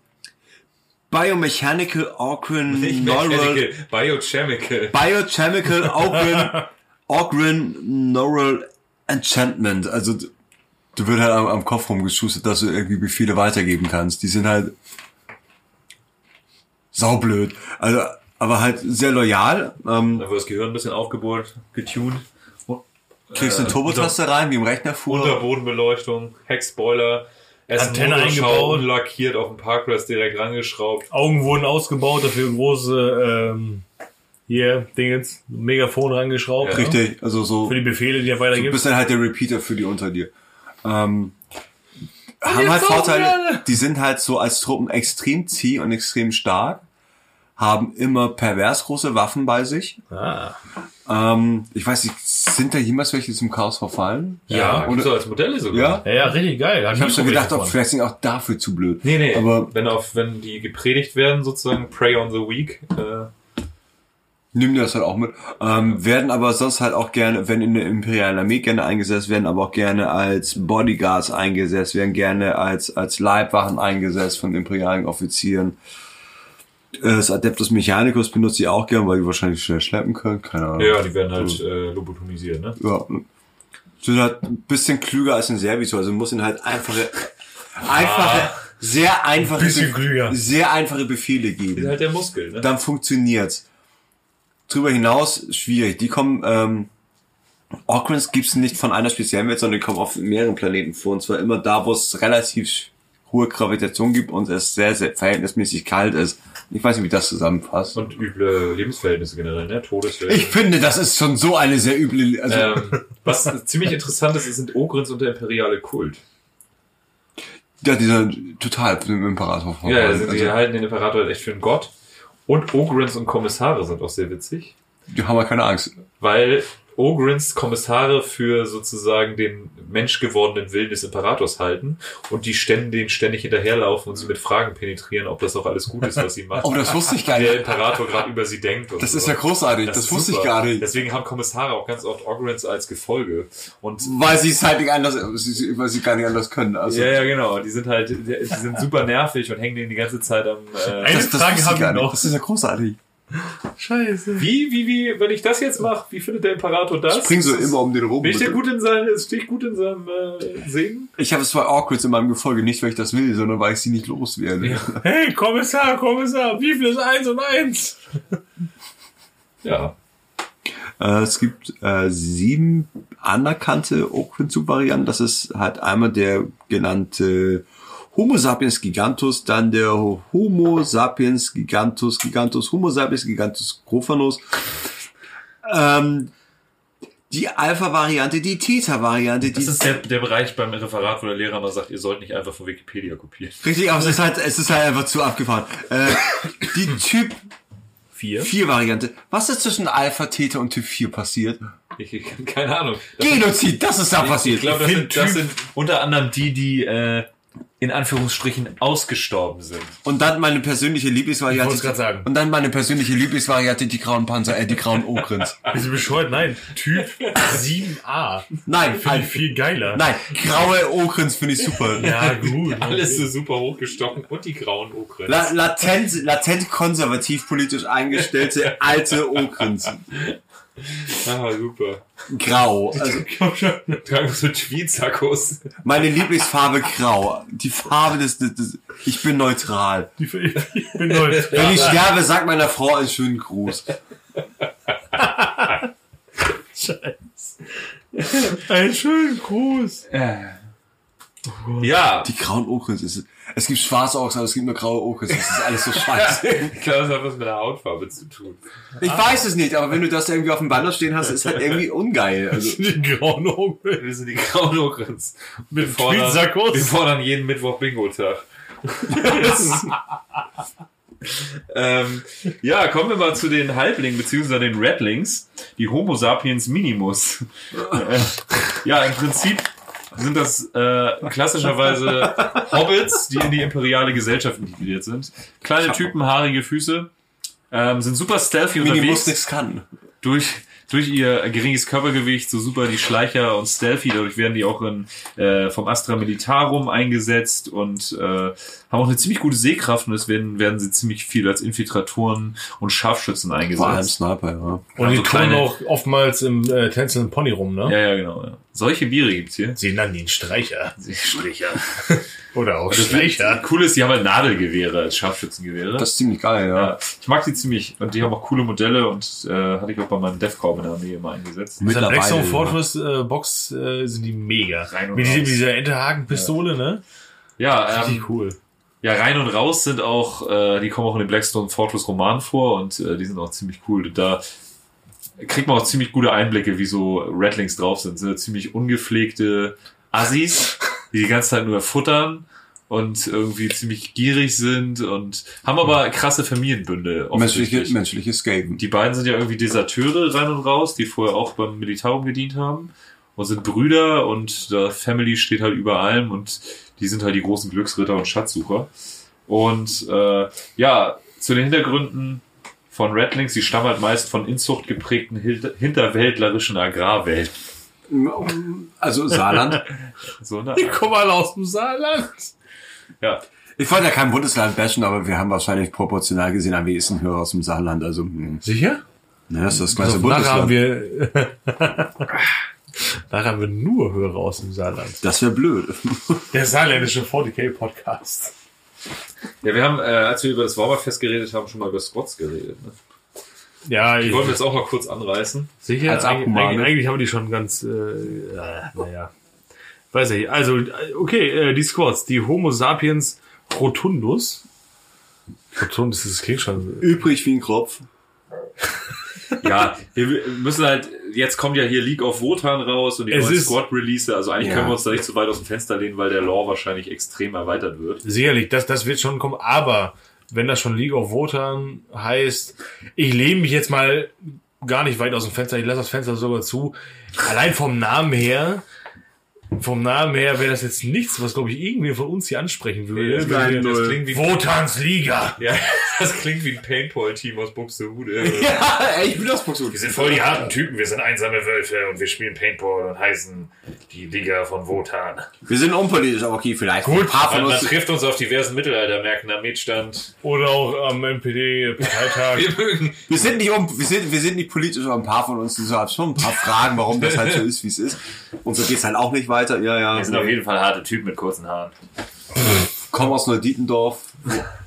Speaker 2: Biomechanical Orgrin
Speaker 3: Nicht
Speaker 2: Neural.
Speaker 3: Mechanical, Biochemical.
Speaker 2: Biochemical Orgrin, Orgrin Neural Enchantment. Also d- du wirst halt am, am Kopf rumgeschustert, dass du irgendwie Befehle weitergeben kannst. Die sind halt saublöd. Also, aber halt sehr loyal. Ähm,
Speaker 3: Da wurde das Gehirn ein bisschen aufgebohrt, getuned.
Speaker 2: kriegst
Speaker 4: Äh,
Speaker 2: eine Turbotaste rein, wie im Rechner fuhr.
Speaker 3: Unterbodenbeleuchtung, Heckspoiler,
Speaker 4: Antenne
Speaker 3: Motorschau,
Speaker 4: eingebaut.
Speaker 3: lackiert auf dem Parkplatz direkt rangeschraubt.
Speaker 4: Augen wurden ausgebaut, dafür große, ähm, hier, Dingens, Megafon rangeschraubt. ne?
Speaker 2: Richtig, also so.
Speaker 4: Für die Befehle, die er
Speaker 2: Du
Speaker 4: weitergibt.
Speaker 2: bist dann halt der Repeater für die unter dir. Ähm, haben halt Vorteile, die sind halt so als Truppen extrem zieh und extrem stark, haben immer pervers große Waffen bei sich.
Speaker 3: Ah.
Speaker 2: Ähm, ich weiß nicht, sind da jemals welche zum Chaos verfallen?
Speaker 3: Ja,
Speaker 4: Ja,
Speaker 3: und
Speaker 2: oder-
Speaker 3: so als Modelle sogar.
Speaker 2: Ja?
Speaker 4: Ja, ja, richtig geil. Hab
Speaker 2: Ich habe
Speaker 4: nie
Speaker 2: schon
Speaker 4: Fotos
Speaker 2: gedacht, ob
Speaker 4: davon.
Speaker 2: vielleicht sind auch dafür zu blöd.
Speaker 3: Nee, nee,
Speaker 2: Aber
Speaker 3: wenn, auf, wenn die gepredigt werden, sozusagen, Pray on the Weak, äh,
Speaker 2: nimm dir das halt auch mit. Ähm, werden aber sonst halt auch gerne, wenn in der imperialen Armee gerne eingesetzt werden, aber auch gerne als Bodyguards eingesetzt, werden gerne als, als Leibwachen eingesetzt von imperialen Offizieren. Äh, Das Adeptus Mechanicus benutzt die auch gerne, weil die wahrscheinlich schnell schleppen können. Keine Ahnung.
Speaker 3: ja, die werden halt äh, lobotomisiert, ne?
Speaker 2: Ja. Sind halt ein bisschen klüger als ein Servitor, also muss ihnen halt einfache, einfache, sehr einfache,
Speaker 4: Ah. Bisschen klüger.
Speaker 2: sehr einfache Befehle geben.
Speaker 3: Die sind halt der Muskel, ne?
Speaker 2: dann funktioniert's. Drüber hinaus schwierig. Die kommen, ähm, Orkrins gibt's nicht von einer speziellen Welt, sondern die kommen auf mehreren Planeten vor. Und zwar immer da, wo es relativ hohe Gravitation gibt und es sehr, sehr verhältnismäßig kalt ist. Ich weiß nicht, wie das zusammenpasst.
Speaker 3: Und üble Lebensverhältnisse generell, ne? Todesfälle.
Speaker 2: Ich finde, das ist schon so eine sehr üble, also,
Speaker 3: ähm, was ziemlich interessant ist, sind Ogrins und der imperiale Kult.
Speaker 2: ja, dieser total vom Imperator vorbei.
Speaker 3: Ja, also die
Speaker 2: also,
Speaker 3: halten den Imperator halt echt für einen Gott. Und Ogrins und Kommissare sind auch sehr witzig,
Speaker 2: die haben wir keine Angst.
Speaker 3: weil Ogrins Kommissare für sozusagen den menschgewordenen Willen des Imperators halten und die ständ, den ständig hinterherlaufen und sie mit Fragen penetrieren, ob das auch alles gut ist, was sie machen.
Speaker 2: Oh, das wusste ich gar
Speaker 3: der
Speaker 2: nicht.
Speaker 3: Imperator gerade über sie denkt. Und
Speaker 2: Das
Speaker 3: so.
Speaker 2: ist ja großartig. Das,
Speaker 3: Das ist
Speaker 2: wusste
Speaker 3: super.
Speaker 2: ich gar nicht.
Speaker 3: Deswegen haben Kommissare auch ganz oft Ogrins als Gefolge. Und
Speaker 2: Weil sie es halt nicht anders, sie- sie- weil sie gar nicht anders können. Also,
Speaker 3: ja, ja, genau. Die sind halt, die sind super nervig und hängen denen die ganze Zeit am. Äh,
Speaker 4: Eine Frage
Speaker 2: wusste ich
Speaker 4: hab ich
Speaker 2: gar nicht.
Speaker 4: noch.
Speaker 2: Das ist ja großartig.
Speaker 4: Scheiße.
Speaker 3: Wie, wie, wie, wenn ich das jetzt mache, wie findet der Imperator das?
Speaker 2: Spring so immer um den rum.
Speaker 3: Bin ich denn gut in seinem, stehe ich gut in seinem äh, Segen?
Speaker 2: Ich habe zwei Awkwards in meinem Gefolge, nicht weil ich das will, sondern weil ich sie nicht loswerde.
Speaker 4: Hey, Kommissar, Kommissar, wie viel ist eins und eins?
Speaker 3: Ja.
Speaker 2: Äh, es gibt äh, sieben anerkannte Awkward-Varianten. Das ist halt einmal der genannte Homo sapiens gigantus, dann der Homo sapiens gigantus gigantus, Homo sapiens gigantus grophanus, ähm, die Alpha-Variante, die Theta-Variante, die
Speaker 3: Das ist der, der Bereich beim Referat, wo der Lehrer mal sagt, ihr sollt nicht einfach von Wikipedia kopieren.
Speaker 2: Richtig, aber es ist halt, es ist halt einfach zu abgefahren. Äh, die Typ
Speaker 3: Vier?
Speaker 2: 4 Variante. Was ist zwischen Alpha, Theta und Typ 4 passiert?
Speaker 3: Ich, ich, keine Ahnung. Das
Speaker 2: Genozid, das ist da
Speaker 3: ich
Speaker 2: passiert.
Speaker 3: glaube, das, sind-
Speaker 2: Typ-
Speaker 3: das sind unter anderem die, die äh, in Anführungsstrichen ausgestorben sind.
Speaker 2: Und dann meine persönliche
Speaker 4: Ich
Speaker 2: Lieblingsvariante.
Speaker 4: wollte's grad sagen.
Speaker 2: Und dann meine persönliche Lieblingsvariante, die grauen Panzer, äh, die grauen Okrins.
Speaker 4: Bist du bescheuert? Nein, Typ 7a.
Speaker 2: Nein,
Speaker 4: Finde ich viel geiler.
Speaker 2: nein, graue Okrins finde ich super.
Speaker 4: Ja, gut.
Speaker 3: Alles so super hochgestochen und die grauen Okren.
Speaker 2: La latent, latent konservativ politisch eingestellte alte Okrins.
Speaker 3: Ah, super.
Speaker 2: Grau. Also
Speaker 4: Komm schon.
Speaker 3: Tragen so Tweetsackos.
Speaker 2: meine Lieblingsfarbe grau. Die Farbe des, des, des ich bin neutral.
Speaker 4: Die- Ich bin neutral.
Speaker 2: Wenn ich sterbe, sag meiner Frau einen schönen Gruß.
Speaker 4: Einen schönen Gruß.
Speaker 3: Ja.
Speaker 2: Die grauen Okrins, es, es gibt schwarze Ochs, aber es gibt nur graue Okrins. Das ist alles so scheiße.
Speaker 3: Ich glaube, das hat was mit der Hautfarbe zu tun.
Speaker 2: Ich weiß es nicht, aber wenn du das irgendwie auf dem Banner stehen hast, ist halt irgendwie ungeil. Also,
Speaker 4: Die grauen Augen.
Speaker 3: Wir sind Also die grauen Okrens. Wir
Speaker 4: Tweetsackos.
Speaker 3: wir fordern jeden Mittwoch Bingo-Tag. Das ist- ähm, ja, kommen wir mal zu den Halblingen bzw. den Redlings, die Homo sapiens minimus. Äh, ja, im Prinzip sind das äh, klassischerweise Hobbits, die in die imperiale Gesellschaft integriert sind. Kleine Typen, haarige Füße, ähm, sind super stealthy
Speaker 2: Minimus
Speaker 3: unterwegs
Speaker 2: nichts kann.
Speaker 3: durch, durch ihr geringes Körpergewicht so super die Schleicher und Stealthy. Dadurch werden die auch in, äh, vom Astra Militarum eingesetzt und äh, haben auch eine ziemlich gute Sehkraft und deswegen werden sie ziemlich viel als Infiltratoren und Scharfschützen eingesetzt.
Speaker 2: Sniper, ja.
Speaker 4: Und
Speaker 3: Also
Speaker 4: die tun
Speaker 3: kleine-
Speaker 4: auch oftmals im äh, tänzelnden Pony rum, ne?
Speaker 3: Ja, ja, genau. Ja. Solche Biere gibt's hier.
Speaker 4: Sie nennen ihn Streicher.
Speaker 3: Stricher.
Speaker 4: Oder auch
Speaker 3: Das
Speaker 4: Schleicher.
Speaker 3: Cool ist, die haben halt Nadelgewehre als Scharfschützengewehre.
Speaker 2: Das ist ziemlich geil, ja.
Speaker 3: ja, ich mag die ziemlich und die haben auch coole Modelle und äh, hatte ich auch bei meinem DevCorp in der Armee immer eingesetzt.
Speaker 4: Mit der
Speaker 2: Mittlerweile,
Speaker 4: Blackstone
Speaker 2: ja.
Speaker 4: Fortress äh, Box äh, sind die mega.
Speaker 3: Rein und
Speaker 4: Mit, diesem-
Speaker 3: raus.
Speaker 4: mit dieser Enterhaken-Pistole, ne?
Speaker 3: Ja, ähm,
Speaker 4: Richtig cool.
Speaker 3: Ja, rein und raus sind auch, äh, die kommen auch in den Blackstone Fortress Roman vor und äh, die sind auch ziemlich cool. Da kriegt man auch ziemlich gute Einblicke, wie so Rattlings drauf sind. Sind ja ziemlich ungepflegte Assis, die die ganze Zeit nur futtern und irgendwie ziemlich gierig sind und haben aber krasse Familienbünde.
Speaker 2: Menschliche,
Speaker 3: offensichtlich.
Speaker 2: menschliche Skaten.
Speaker 3: Die beiden sind ja irgendwie Deserteure rein und raus, die vorher auch beim Militarum gedient haben und sind Brüder und der Family steht halt über allem und die sind halt die großen Glücksritter und Schatzsucher. Und äh, ja, zu den Hintergründen von Rattlings, die stammen halt meist von Inzucht geprägten Hil- hinterwäldlerischen Agrarwelten.
Speaker 2: Mm, Also Saarland.
Speaker 3: So eine
Speaker 4: Die kommen alle aus dem Saarland.
Speaker 3: ja.
Speaker 2: Ich wollte ja kein Bundesland bashen, aber wir haben wahrscheinlich proportional gesehen am wenigsten Hörer aus dem Saarland. Also, mh.
Speaker 4: Sicher?
Speaker 2: ne, das ist das ganze
Speaker 4: nachher haben
Speaker 2: Bundesland.
Speaker 4: wir. nachher haben wir nur Hörer aus dem Saarland.
Speaker 2: Das wäre blöd.
Speaker 4: Der saarländische 40k-Podcast.
Speaker 3: ja, wir haben, äh, als wir über das Warmerfest geredet haben, schon mal über Squats geredet. Ne?
Speaker 4: Ja, ich,
Speaker 3: Die wollen wir jetzt auch mal kurz anreißen.
Speaker 4: sicher.
Speaker 2: als
Speaker 4: eigentlich,
Speaker 2: Abhumane.
Speaker 4: eigentlich, eigentlich haben die schon ganz. Äh, äh, naja. Weiß ich. Also, äh, okay, äh, die Squads, die Homo sapiens rotundus. Rotundus, das klingt schon.
Speaker 2: Übrig wie ein Kropf.
Speaker 3: Ja, wir müssen halt, jetzt kommt ja hier League of Wotan raus und die
Speaker 4: Es
Speaker 3: neuen
Speaker 4: ist-
Speaker 3: Squad-Release, also eigentlich
Speaker 2: Ja.
Speaker 3: können wir uns da nicht so weit aus dem Fenster lehnen, weil der Lore wahrscheinlich extrem erweitert wird.
Speaker 4: Sicherlich, das, das wird schon kommen, aber wenn das schon League of Wotan heißt, ich lehne mich jetzt mal gar nicht weit aus dem Fenster, ich lasse das Fenster sogar zu. Allein vom Namen her, vom Namen her wäre das jetzt nichts, was glaube ich irgendwer von uns hier ansprechen würde.
Speaker 3: klingt, das klingt wie,
Speaker 4: Wotans Liga!
Speaker 3: ja, das klingt wie ein Painpoint-Team aus Buxtehude. äh,
Speaker 2: Ja, ich bin das Buxtehude.
Speaker 4: Wir sind voll die harten Typen, wir sind einsame Wölfe und wir spielen Paintball und heißen die Liga von Wotan.
Speaker 2: Wir sind unpolitisch, aber okay, vielleicht.
Speaker 4: Gut,
Speaker 2: ein paar von
Speaker 3: Man
Speaker 2: uns.
Speaker 3: trifft uns auf diversen Mittelaltermärkten am Mietstand.
Speaker 4: Oder auch am NPD-Parteitag.
Speaker 3: Wir mögen,
Speaker 2: Wir sind nicht um, wir sind, wir sind nicht politisch, aber ein paar von uns sind so, haben schon ein paar Fragen, warum das halt so ist, wie es ist. Und so geht's halt auch nicht weiter. Ja, ja.
Speaker 3: wir sind auf jeden Fall harte Typen mit kurzen Haaren.
Speaker 2: Komm aus Neudietendorf.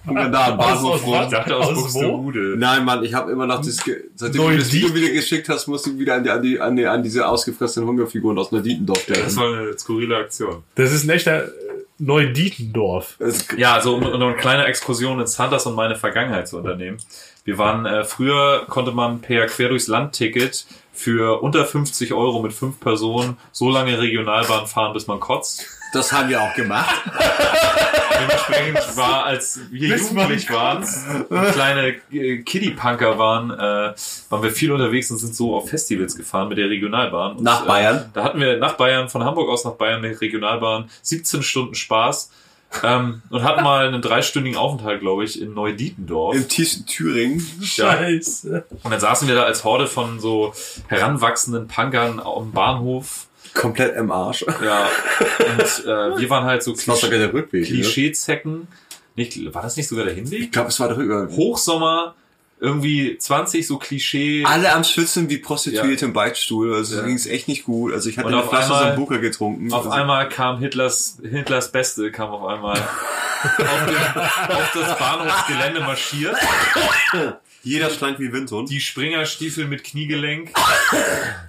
Speaker 2: Hunger da, am
Speaker 4: Aus-
Speaker 2: Bahnhof
Speaker 4: aus-
Speaker 2: rum.
Speaker 3: Ich dachte aus,
Speaker 4: Aus wo?
Speaker 3: Buxtehude.
Speaker 2: Nein, Mann, ich habe immer noch das, ge- seitdem du das Video wieder geschickt hast, musste ich wieder an die, an die, an die, an diese ausgefressenen Hungerfiguren aus Neudietendorf
Speaker 3: Das
Speaker 2: denken.
Speaker 3: war eine skurrile Aktion.
Speaker 4: Das ist ein echter äh, Neudietendorf.
Speaker 2: Das-
Speaker 3: Ja, so um, um eine kleine Exkursion ins Hunters und meine Vergangenheit zu unternehmen. Wir waren, äh, früher konnte man per Quer durchs Land-Ticket für unter 50 Euro mit fünf Personen so lange Regionalbahn fahren, bis man kotzt.
Speaker 2: Das haben wir auch gemacht.
Speaker 3: Dementsprechend war, als wir
Speaker 4: Bis man
Speaker 3: jugendlich waren, und kleine äh, Kiddie-Punker waren, äh, waren wir viel unterwegs und sind so auf Festivals gefahren mit der Regionalbahn. Und,
Speaker 2: Nach
Speaker 3: äh,
Speaker 2: Bayern.
Speaker 3: da hatten wir nach Bayern, von Hamburg aus nach Bayern eine Regionalbahn, 17 Stunden Spaß ähm, und hatten mal einen dreistündigen Aufenthalt, glaube ich, in Neudietendorf.
Speaker 2: Im tiefsten Thüringen.
Speaker 3: Ja.
Speaker 4: Scheiße.
Speaker 3: Und dann saßen wir da als Horde von so heranwachsenden Punkern am Bahnhof.
Speaker 2: Komplett im Arsch. Das
Speaker 3: Ja. Und äh, wir waren halt so
Speaker 2: war sogar
Speaker 3: Klisch
Speaker 2: der Rückweg. ne?
Speaker 3: Klischee-Zecken. Nicht, war das nicht sogar der
Speaker 2: Ich
Speaker 3: Hinweg?
Speaker 2: glaube, es war der Rückweg.
Speaker 3: Hochsommer, irgendwie 20 so Klischee.
Speaker 2: alle am Schwitzen wie Prostituierte im Beichtstuhl. Also
Speaker 3: Ja.
Speaker 2: ging es echt nicht gut. Also ich hatte
Speaker 3: Und
Speaker 2: eine
Speaker 3: auf
Speaker 2: Flasche
Speaker 3: einmal-
Speaker 2: Sambuca getrunken.
Speaker 3: Auf
Speaker 2: also,
Speaker 3: einmal kam Hitlers, Hitlers Beste kam auf einmal auf, den, auf das Bahnhofsgelände marschiert.
Speaker 2: Jeder schlank wie Windhund.
Speaker 3: Die Springerstiefel mit Kniegelenk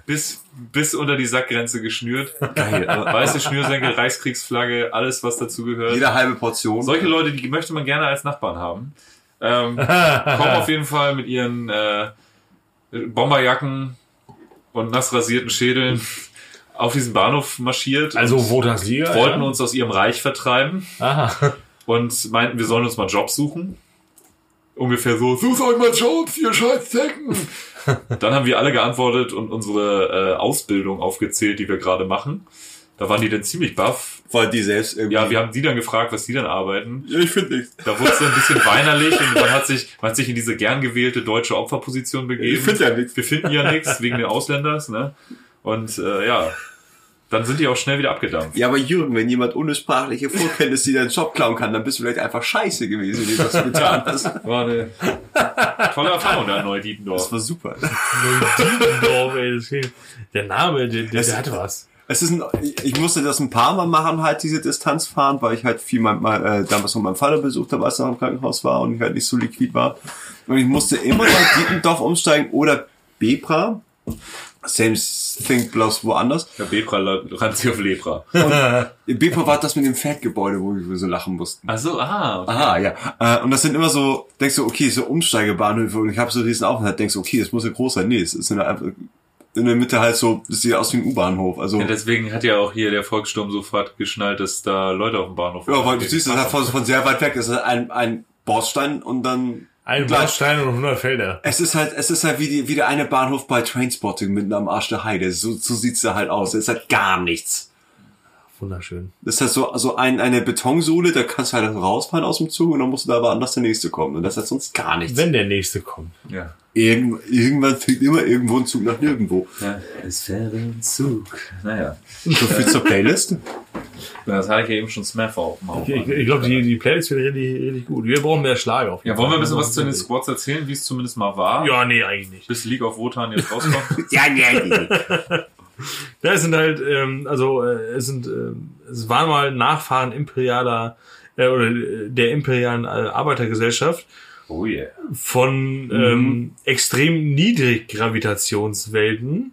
Speaker 3: bis, bis unter die Sackgrenze geschnürt. Äh,
Speaker 2: Geil, aber-
Speaker 3: Weiße Schnürsenkel, Reichskriegsflagge, alles was dazugehört.
Speaker 2: Jede halbe Portion.
Speaker 3: Solche Leute, die möchte man gerne als Nachbarn haben. Ähm, kommen auf jeden Fall mit ihren äh, Bomberjacken und nass rasierten Schädeln auf diesen Bahnhof marschiert.
Speaker 4: Also
Speaker 3: und
Speaker 4: Wotans Liga.
Speaker 3: wollten uns aus ihrem Reich vertreiben
Speaker 4: Aha.
Speaker 3: und meinten, wir sollen uns mal Jobs suchen. Ungefähr so, sucht euch mal Jobs, ihr Scheißzecken. Dann haben wir alle geantwortet und unsere äh, Ausbildung aufgezählt, die wir gerade machen. Da waren die dann ziemlich baff.
Speaker 2: Weil die selbst irgendwie.
Speaker 3: Ja, wir haben die dann gefragt, was die dann arbeiten.
Speaker 2: Ja, ich finde nichts.
Speaker 3: Da wurde es ein bisschen weinerlich und man hat sich, man hat sich in diese gern gewählte deutsche Opferposition begeben.
Speaker 2: Ich finde ja nichts.
Speaker 3: Wir finden ja nichts wegen den Ausländers, ne? Und äh, ja, dann sind die auch schnell wieder abgedampft.
Speaker 2: Ja, aber Jürgen, wenn jemand ohne sprachliche Vorkenntnis dir deinen Job klauen kann, dann bist du vielleicht einfach scheiße gewesen, wie du das getan hast.
Speaker 3: War eine tolle Erfahrung da in
Speaker 2: Das
Speaker 3: Neudietendorf.
Speaker 2: war super.
Speaker 4: Neudietendorf, ey. Das klingt, der Name, der, der, der hatte was.
Speaker 2: Es ist ein, ich musste das ein paar Mal machen, halt diese Distanz fahren, weil ich halt viel mein, mein, äh, damals noch meinen Vater besucht habe, als er noch im Krankenhaus war und ich halt nicht so liquid war. Und ich musste immer nach Dietendorf umsteigen oder Bebra. Same thing, bloß woanders.
Speaker 3: Der Bebra rannt sich auf Lepra.
Speaker 2: In Bebra war das mit dem Pferdgebäude, wo wir so lachen mussten.
Speaker 3: Also, ah,
Speaker 2: Aha, ja. Äh, und das sind immer so, denkst du, okay, so Umsteigebahnhöfe und ich habe so diesen Aufenthalt, denkst du, okay, das muss ja groß sein. Nee, es ist eine, in der Mitte halt so, das sieht aus wie ein U-Bahnhof. Also,
Speaker 3: Ja,
Speaker 2: ja,
Speaker 3: deswegen hat ja auch hier der Volkssturm sofort geschnallt, dass da Leute auf dem Bahnhof
Speaker 2: weil du
Speaker 3: rumstehen.
Speaker 2: siehst, das ist halt von, von sehr weit weg, das ist halt ein, ein Borstein und dann
Speaker 4: Ein
Speaker 2: Gleich.
Speaker 4: Bordstein und 100 Felder.
Speaker 2: Es ist halt, es ist halt wie, die, wie der eine Bahnhof bei Trainspotting mitten am Arsch der Heide. So, so sieht's da halt aus. Es ist halt gar nichts.
Speaker 4: Wunderschön.
Speaker 2: Das ist halt so, so ein, eine Betonsohle, da kannst du halt rausfahren aus dem Zug und dann musst du da aber anders der nächste kommen. Und das ist halt sonst gar nichts.
Speaker 4: Wenn der nächste kommt.
Speaker 3: Ja.
Speaker 2: Irgend, irgendwann fliegt immer irgendwo ein Zug nach nirgendwo.
Speaker 3: ja. Es wäre ein Zug. Naja.
Speaker 2: So viel zur Playlist.
Speaker 3: Das hatte ich ja eben schon Smash auf dem Auge.
Speaker 4: Ich, ich, ich glaube, die, die Playlist wird richtig, richtig gut. Wir brauchen mehr Schlager auf jeden
Speaker 3: Ja, wollen wir
Speaker 4: Fall.
Speaker 3: ein bisschen was zu den Squads erzählen, wie es zumindest mal war?
Speaker 4: Ja, nee, eigentlich nicht.
Speaker 3: Bis League of Wotan jetzt rauskommt.
Speaker 2: ja, ja, ja.
Speaker 4: Ja, es sind halt, ähm, also äh, es sind, ähm, es waren mal Nachfahren imperialer äh, oder äh, der imperialen äh, Arbeitergesellschaft
Speaker 3: oh yeah. Mhm.
Speaker 4: von ähm, extrem niedrig Gravitationswelten.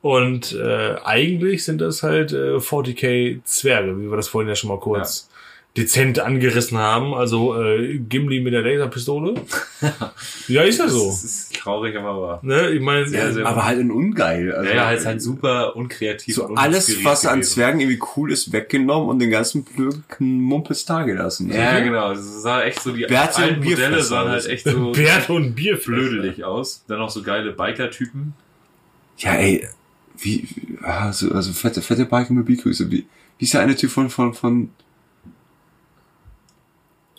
Speaker 4: Und äh, eigentlich sind das halt äh, 40k Zwerge, wie wir das vorhin ja schon mal kurz dezent angerissen haben. Also äh, Gimli mit der Laserpistole. ja, ist ja so.
Speaker 3: Das ist traurig, aber wahr.
Speaker 4: Ne? Ich meine,
Speaker 3: Sehr, sehr
Speaker 2: aber halt ein ungeil. Also,
Speaker 3: Ja, ja, halt, halt super unkreativ.
Speaker 2: so
Speaker 3: und
Speaker 2: alles,
Speaker 3: uninspiriert
Speaker 2: was an
Speaker 3: gewesen.
Speaker 2: Zwergen irgendwie cool ist, weggenommen und den ganzen blöden Mumpes da gelassen. Also,
Speaker 3: Ja, genau. Es sah echt so, die
Speaker 2: Bärte
Speaker 3: alten
Speaker 2: und
Speaker 3: Modelle
Speaker 2: Bierfresser
Speaker 3: sahen halt
Speaker 2: aus.
Speaker 3: echt so
Speaker 4: Bert und Bierflöte.
Speaker 3: blödelig aus. Dann auch so geile Biker-Typen.
Speaker 2: Ja, ey, wie, wie- also, also fette, fette Biker mit Begrüße. Wie, wie ist der eine Typ von, von, von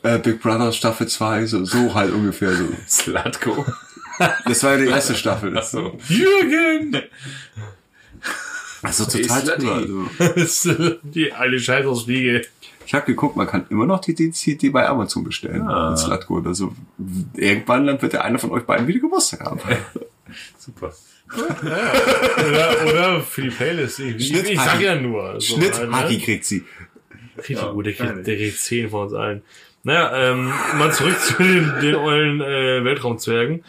Speaker 2: äh, Big Brother Staffel 2, so, so halt ungefähr so.
Speaker 3: Slatko.
Speaker 2: Das war ja die erste Staffel.
Speaker 3: Achso.
Speaker 4: Jürgen!
Speaker 2: Also
Speaker 3: Hey,
Speaker 2: total
Speaker 3: Slutty.
Speaker 2: drüber. Also.
Speaker 4: Das ist die alte Scheißausfliege.
Speaker 2: Ich habe geguckt, man kann immer noch die DCD bei Amazon bestellen.
Speaker 3: Ah.
Speaker 2: Ah. Slatko oder so. Irgendwann dann wird der einer von euch beiden wieder Geburtstag haben.
Speaker 3: Super.
Speaker 4: Oder, oder für die Playlist. Ich,
Speaker 2: Schnitt-
Speaker 4: ich sag ja nur. So,
Speaker 2: Schnitt,
Speaker 4: halt, ne?
Speaker 2: Haki kriegt sie.
Speaker 4: Richtig
Speaker 3: Ja,
Speaker 4: gut, der kriegt,
Speaker 3: wahrscheinlich.
Speaker 4: der kriegt 10 von uns allen. Naja, ähm, mal zurück zu den, den ollen äh, Weltraumzwergen.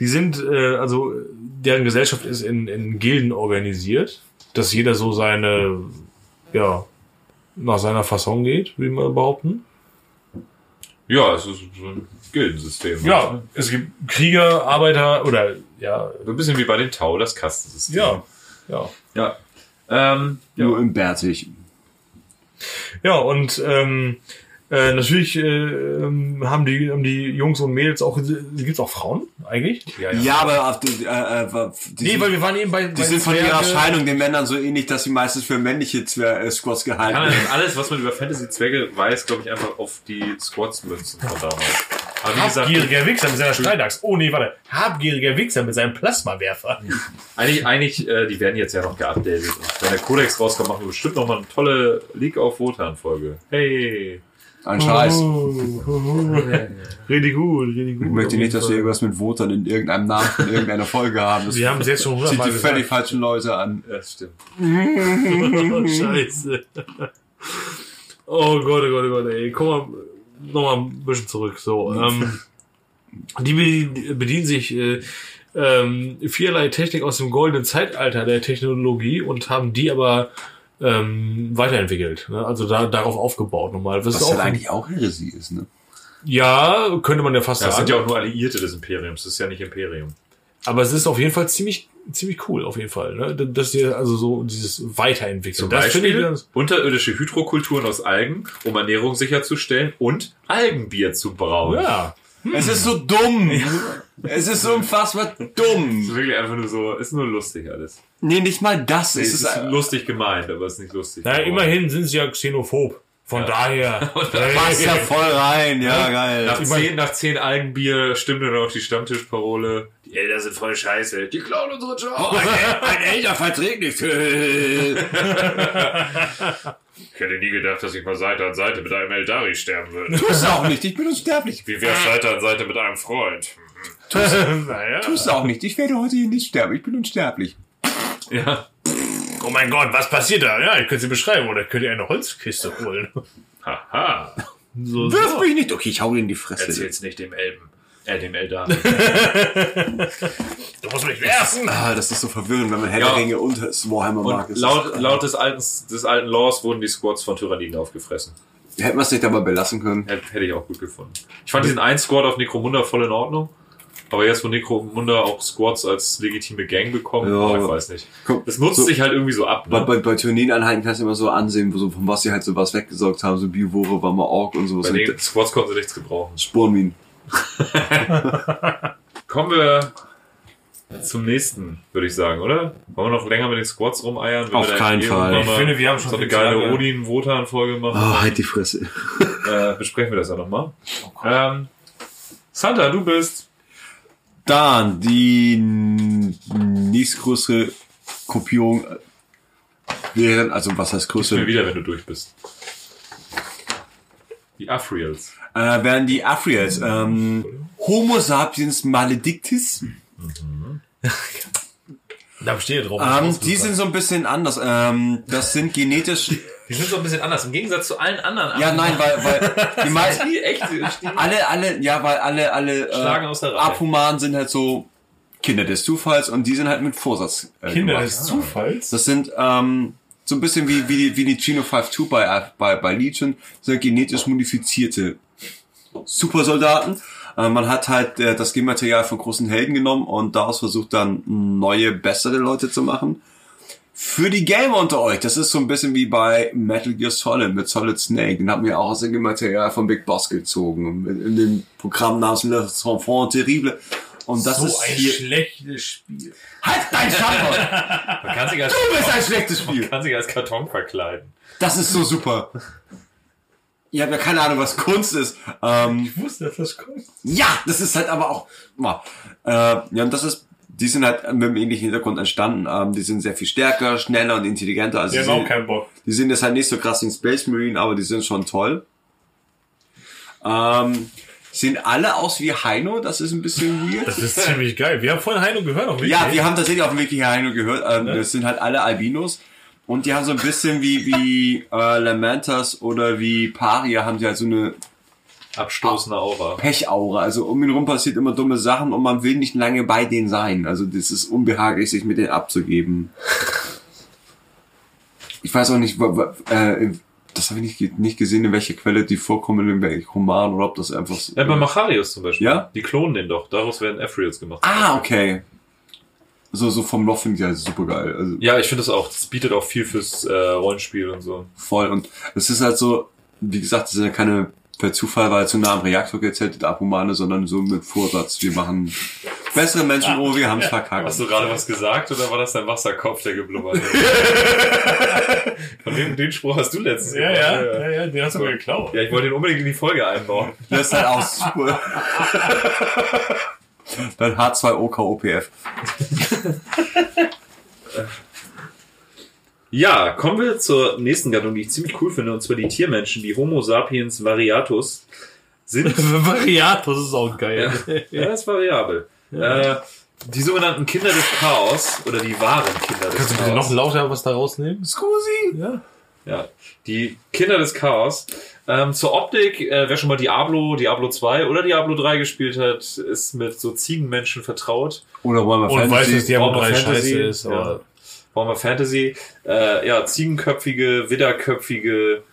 Speaker 4: Die sind, äh, also deren Gesellschaft ist in, in Gilden organisiert, dass jeder so seine, ja, nach seiner Fasson geht, würde ich mal behaupten.
Speaker 3: Ja, es ist so ein Gildensystem.
Speaker 4: Ja, es gibt Krieger, Arbeiter oder, ja,
Speaker 3: So ein bisschen wie bei den Tau, das Kastensystem.
Speaker 4: ja, ja.
Speaker 3: Ja. Ähm,
Speaker 2: Nur im Bärtig.
Speaker 4: Ja, und ähm, äh, natürlich äh, ähm, haben, die, haben die Jungs und Mädels auch. gibt's auch Frauen eigentlich?
Speaker 3: ja, ja.
Speaker 2: Ja, aber auf die, äh, äh, die
Speaker 4: Nee,
Speaker 2: sind-
Speaker 4: weil wir waren eben bei.
Speaker 2: Die sind von ihrer Erscheinung den Männern so ähnlich, dass sie meistens für männliche Zwer äh, Squads gehalten
Speaker 3: Kann
Speaker 2: werden.
Speaker 3: man alles, was man über Fantasy-Zwecke weiß, glaube ich, einfach auf die Squads münzen von damals. Aber wie gesagt,
Speaker 4: Habgieriger Wichser mit seiner Streitachs. Oh nee, warte. Habgieriger Wichser mit seinem Plasmawerfer.
Speaker 3: eigentlich, eigentlich äh, die werden jetzt ja noch geupdatet. Und wenn der Codex rauskommt, machen wir bestimmt nochmal eine tolle League of Wotan-Folge. Hey! oh.
Speaker 2: Ein Scheiß.
Speaker 4: Richtig gut, richtig gut.
Speaker 2: Ich möchte nicht,
Speaker 4: Auf jeden
Speaker 2: dass wir irgendwas mit Votern in irgendeinem Namen von irgendeiner Folge haben. Das
Speaker 4: Wir haben es jetzt schon
Speaker 2: zieht
Speaker 4: hundertmal
Speaker 2: die völlig
Speaker 4: gesagt.
Speaker 2: falschen Leute an.
Speaker 3: Ja, Das stimmt.
Speaker 4: Oh, Scheiße. Oh Gott, oh Gott, oh Gott, ey. Guck mal, nochmal ein bisschen zurück. So, ähm, die be- bedienen sich äh, ähm, vierlei Technik aus dem goldenen Zeitalter der Technologie und haben die aber ähm, weiterentwickelt. Ne? Also da, darauf aufgebaut nochmal. Das
Speaker 2: Was
Speaker 4: ist
Speaker 2: halt
Speaker 4: auch
Speaker 2: eigentlich auch Heresie ist, ne?
Speaker 4: ja, könnte man ja fast
Speaker 3: Das sind
Speaker 4: sagen.
Speaker 3: ja auch nur Alliierte des Imperiums, das ist ja nicht Imperium.
Speaker 4: aber es ist auf jeden Fall ziemlich ziemlich cool auf jeden Fall, ne? Dass ihr also so dieses Weiterentwickeln.
Speaker 3: Zum
Speaker 4: Das finde ich
Speaker 3: Beispiel
Speaker 4: ganz-
Speaker 3: unterirdische Hydrokulturen aus Algen, um Ernährung sicherzustellen und Algenbier zu brauen.
Speaker 4: ja.
Speaker 2: Es ist so dumm. Es ist so unfassbar
Speaker 3: Das
Speaker 2: dumm.
Speaker 3: ist wirklich einfach nur so, ist nur lustig alles.
Speaker 2: Nee, nicht mal das.
Speaker 3: Es
Speaker 2: es
Speaker 3: ist,
Speaker 2: ist ein-
Speaker 3: lustig gemeint, aber es ist nicht lustig.
Speaker 4: Naja,
Speaker 3: geworden.
Speaker 4: immerhin sind sie ja xenophob. Von daher. äh,
Speaker 2: passt ja voll rein. Ja, geil.
Speaker 3: Nach
Speaker 4: mein-
Speaker 3: zehn, nach zehn Algenbier stimmt dann auch die Stammtischparole. Die Elder sind voll scheiße. Die klauen unsere Jobs.
Speaker 2: Oh, Ein älter Verträg nicht. Äh,
Speaker 3: Ich hätte nie gedacht, dass ich mal Seite an Seite mit einem Eldari sterben würde.
Speaker 2: Tust du auch nicht. Ich bin unsterblich.
Speaker 3: Wie wär's Seite an Seite mit einem Freund?
Speaker 4: naja.
Speaker 2: Tust du auch nicht. Ich werde heute hier nicht sterben. Ich bin unsterblich.
Speaker 3: Ja.
Speaker 4: Oh mein Gott, was passiert da? Ja, ich könnte sie beschreiben. Oder könnt ihr eine Holzkiste holen?
Speaker 3: Haha.
Speaker 4: So,
Speaker 2: Wirf
Speaker 4: so.
Speaker 2: mich nicht. Okay, ich hau dir in die Fresse.
Speaker 3: Erzähl's nicht dem Elben. Äh, dem Eldari.
Speaker 4: Du musst mich werfen.
Speaker 2: Ah, das ist so verwirrend, wenn man Herr
Speaker 3: Ja.
Speaker 2: der Ringe und das Warhammer mag.
Speaker 3: Und
Speaker 2: Ist
Speaker 3: laut, laut des alten, des alten Laws wurden die Squads von Tyranniden aufgefressen.
Speaker 2: das, hätte man es nicht dabei belassen können.
Speaker 3: Hätte hätte ich auch gut gefunden. Ich fand diesen einen Squad auf Necromunda voll in Ordnung. Aber jetzt, wo Necromunda auch Squads als legitime Gang bekommen,
Speaker 2: Ja,
Speaker 3: oh, ich
Speaker 2: aber-
Speaker 3: weiß nicht.
Speaker 2: Guck,
Speaker 3: Das nutzt
Speaker 2: so,
Speaker 3: sich halt irgendwie so ab.
Speaker 2: Bei,
Speaker 3: Ne?
Speaker 2: bei, bei Turniereinheiten kannst du immer so ansehen, wo so, von was sie halt so was weggesaugt haben, so Biowore, Warmer Org und sowas.
Speaker 3: Bei
Speaker 2: Und
Speaker 3: den Squads konnten sie nichts gebrauchen.
Speaker 2: Spornminen.
Speaker 3: Kommen wir zum nächsten, würde ich sagen, oder? Wollen wir noch länger mit den Squads rumeiern? Wenn
Speaker 2: Auf
Speaker 3: wir da
Speaker 2: keinen
Speaker 3: eh
Speaker 2: Fall.
Speaker 3: irgendwann
Speaker 2: Ich
Speaker 3: mal
Speaker 4: finde, wir haben schon
Speaker 3: so eine
Speaker 4: viel zu
Speaker 3: geile
Speaker 4: lange-
Speaker 3: Odin-Wotan-Folge machen.
Speaker 2: Oh, halt die Fresse.
Speaker 3: äh, besprechen wir das ja nochmal.
Speaker 7: Oh
Speaker 3: ähm, Santa, du bist.
Speaker 2: Dann die n- nächstgrößere Kopierung äh, wären, also was heißt
Speaker 3: Ich bin
Speaker 2: größere, äh,
Speaker 3: wieder, wenn du durch bist. Die Afriels.
Speaker 2: Äh, wären die Afriels. Ähm, Homo sapiens maledictis.
Speaker 7: Da steht drauf.
Speaker 2: Ähm, die sind so ein bisschen anders. Ähm, das sind genetisch.
Speaker 7: die sind so ein bisschen anders. Im Gegensatz zu allen anderen Arten.
Speaker 2: Ja, nein, weil, weil die meisten,
Speaker 7: Die echt die
Speaker 2: alle, alle, ja, weil alle, alle
Speaker 7: schlagen
Speaker 2: äh,
Speaker 7: aus der Reihe.
Speaker 2: Abhumanen sind halt so Kinder des Zufalls und die sind halt mit Vorsatz. Äh,
Speaker 4: Kinder
Speaker 2: gemacht.
Speaker 4: des Zufalls.
Speaker 2: Das sind ähm, so ein bisschen wie, wie, die, wie die Chino 5-2 bei, bei, bei Legion, sind genetisch modifizierte Supersoldaten. Äh, man hat halt äh, das Genmaterial von großen Helden genommen und daraus versucht dann neue, bessere Leute zu machen. Für die Gamer unter euch, das ist so ein bisschen wie bei Metal Gear Solid mit Solid Snake. Den haben wir auch aus dem Material von Big Boss gezogen. und In, in dem Programm namens Les Enfants Terrible. Und das
Speaker 4: so
Speaker 2: ist
Speaker 4: ein
Speaker 2: hier.
Speaker 4: schlechtes Spiel.
Speaker 2: Halt dein Schatten!
Speaker 3: Man kann sich als,
Speaker 2: Du bist ein schlechtes Spiel!
Speaker 3: kann sich als Karton verkleiden.
Speaker 2: Das ist so super. Ihr habt ja keine Ahnung, was Kunst ist. Ähm,
Speaker 4: Ich wusste, dass das kommt.
Speaker 2: ja, das ist halt aber auch. Wow. Äh, ja, und das ist. Die sind halt mit einem ähnlichen Hintergrund entstanden. Ähm, die sind sehr viel stärker, schneller und intelligenter. Also
Speaker 4: Die
Speaker 2: die
Speaker 4: haben auch
Speaker 2: sind-
Speaker 4: keinen Bock.
Speaker 2: die sind jetzt halt nicht so krass wie ein Space Marine, aber die sind schon toll. Ähm, sehen alle aus wie Heino, das ist ein bisschen
Speaker 4: Das
Speaker 2: weird.
Speaker 4: ist ziemlich geil. Wir haben vorhin Heino gehört auch
Speaker 2: Ja, wir haben tatsächlich auch wirklich Heino gehört. Ähm, Das sind halt alle Albinos. Und die haben so ein bisschen wie, wie äh, Lamentas oder wie Paria, haben sie halt so eine
Speaker 3: Abstoßende Aura.
Speaker 2: Pechaura. Also um ihn rum passiert immer dumme Sachen und man will nicht lange bei denen sein. Also das ist unbehaglich, sich mit denen abzugeben. Ich weiß auch nicht, wa- wa- äh, das habe ich nicht, ge- nicht gesehen, in welcher Quelle die vorkommen, in welchem Roman oder ob das einfach so...
Speaker 4: Äh,
Speaker 3: Ja, bei Macharius zum Beispiel.
Speaker 2: Ja?
Speaker 3: Die klonen den doch. Daraus werden Afriels gemacht.
Speaker 2: ah, okay. So, so vom Loch finde ich halt super geil. Also
Speaker 3: Ja, ich finde das auch. Das bietet auch viel fürs äh, Rollenspiel und so.
Speaker 2: voll. Und es ist halt so, wie gesagt, es sind ja keine per Zufall, weil zu nah am Reaktor gezeltete Abhumane, sondern so mit Vorsatz. Wir machen bessere Menschen, oh, wir haben's verkackt.
Speaker 3: Hast du gerade was gesagt oder war das dein Wasserkopf, der geblubbert hat? Von dem, den Spruch hast du letztens
Speaker 4: Ja,
Speaker 3: gemacht.
Speaker 4: ja, ja, ja, den hast du mir geklaut.
Speaker 3: Ja, ich wollte ihn unbedingt in die Folge einbauen.
Speaker 2: Das ist halt auch super. Dann H2OKOPF.
Speaker 3: Ja, kommen wir zur nächsten Gattung, die ich ziemlich cool finde, und zwar die Tiermenschen, die Homo sapiens variatus sind.
Speaker 4: Variat, das ist auch geil.
Speaker 3: ja, das ist variabel. Äh, die sogenannten Kinder des Chaos oder die wahren Kinder des
Speaker 4: Kannst du bitte noch
Speaker 3: Chaos.
Speaker 4: lauter was da rausnehmen?
Speaker 2: Scusi!
Speaker 4: Ja.
Speaker 3: Ja, die Kinder des Chaos. Ähm, zur Optik, äh, wer schon mal Diablo, Diablo 2 oder Diablo 3 gespielt hat, ist mit so Ziegenmenschen vertraut.
Speaker 2: Oder wollen wir
Speaker 4: Und weiß, dass
Speaker 2: Fantasy?
Speaker 4: die aber
Speaker 3: Warhammer
Speaker 4: drei
Speaker 3: Fantasy,
Speaker 4: scheiße ist.
Speaker 3: ja.
Speaker 4: Aber
Speaker 3: Warhammer Fantasy, äh, ja, ziegenköpfige, widderköpfige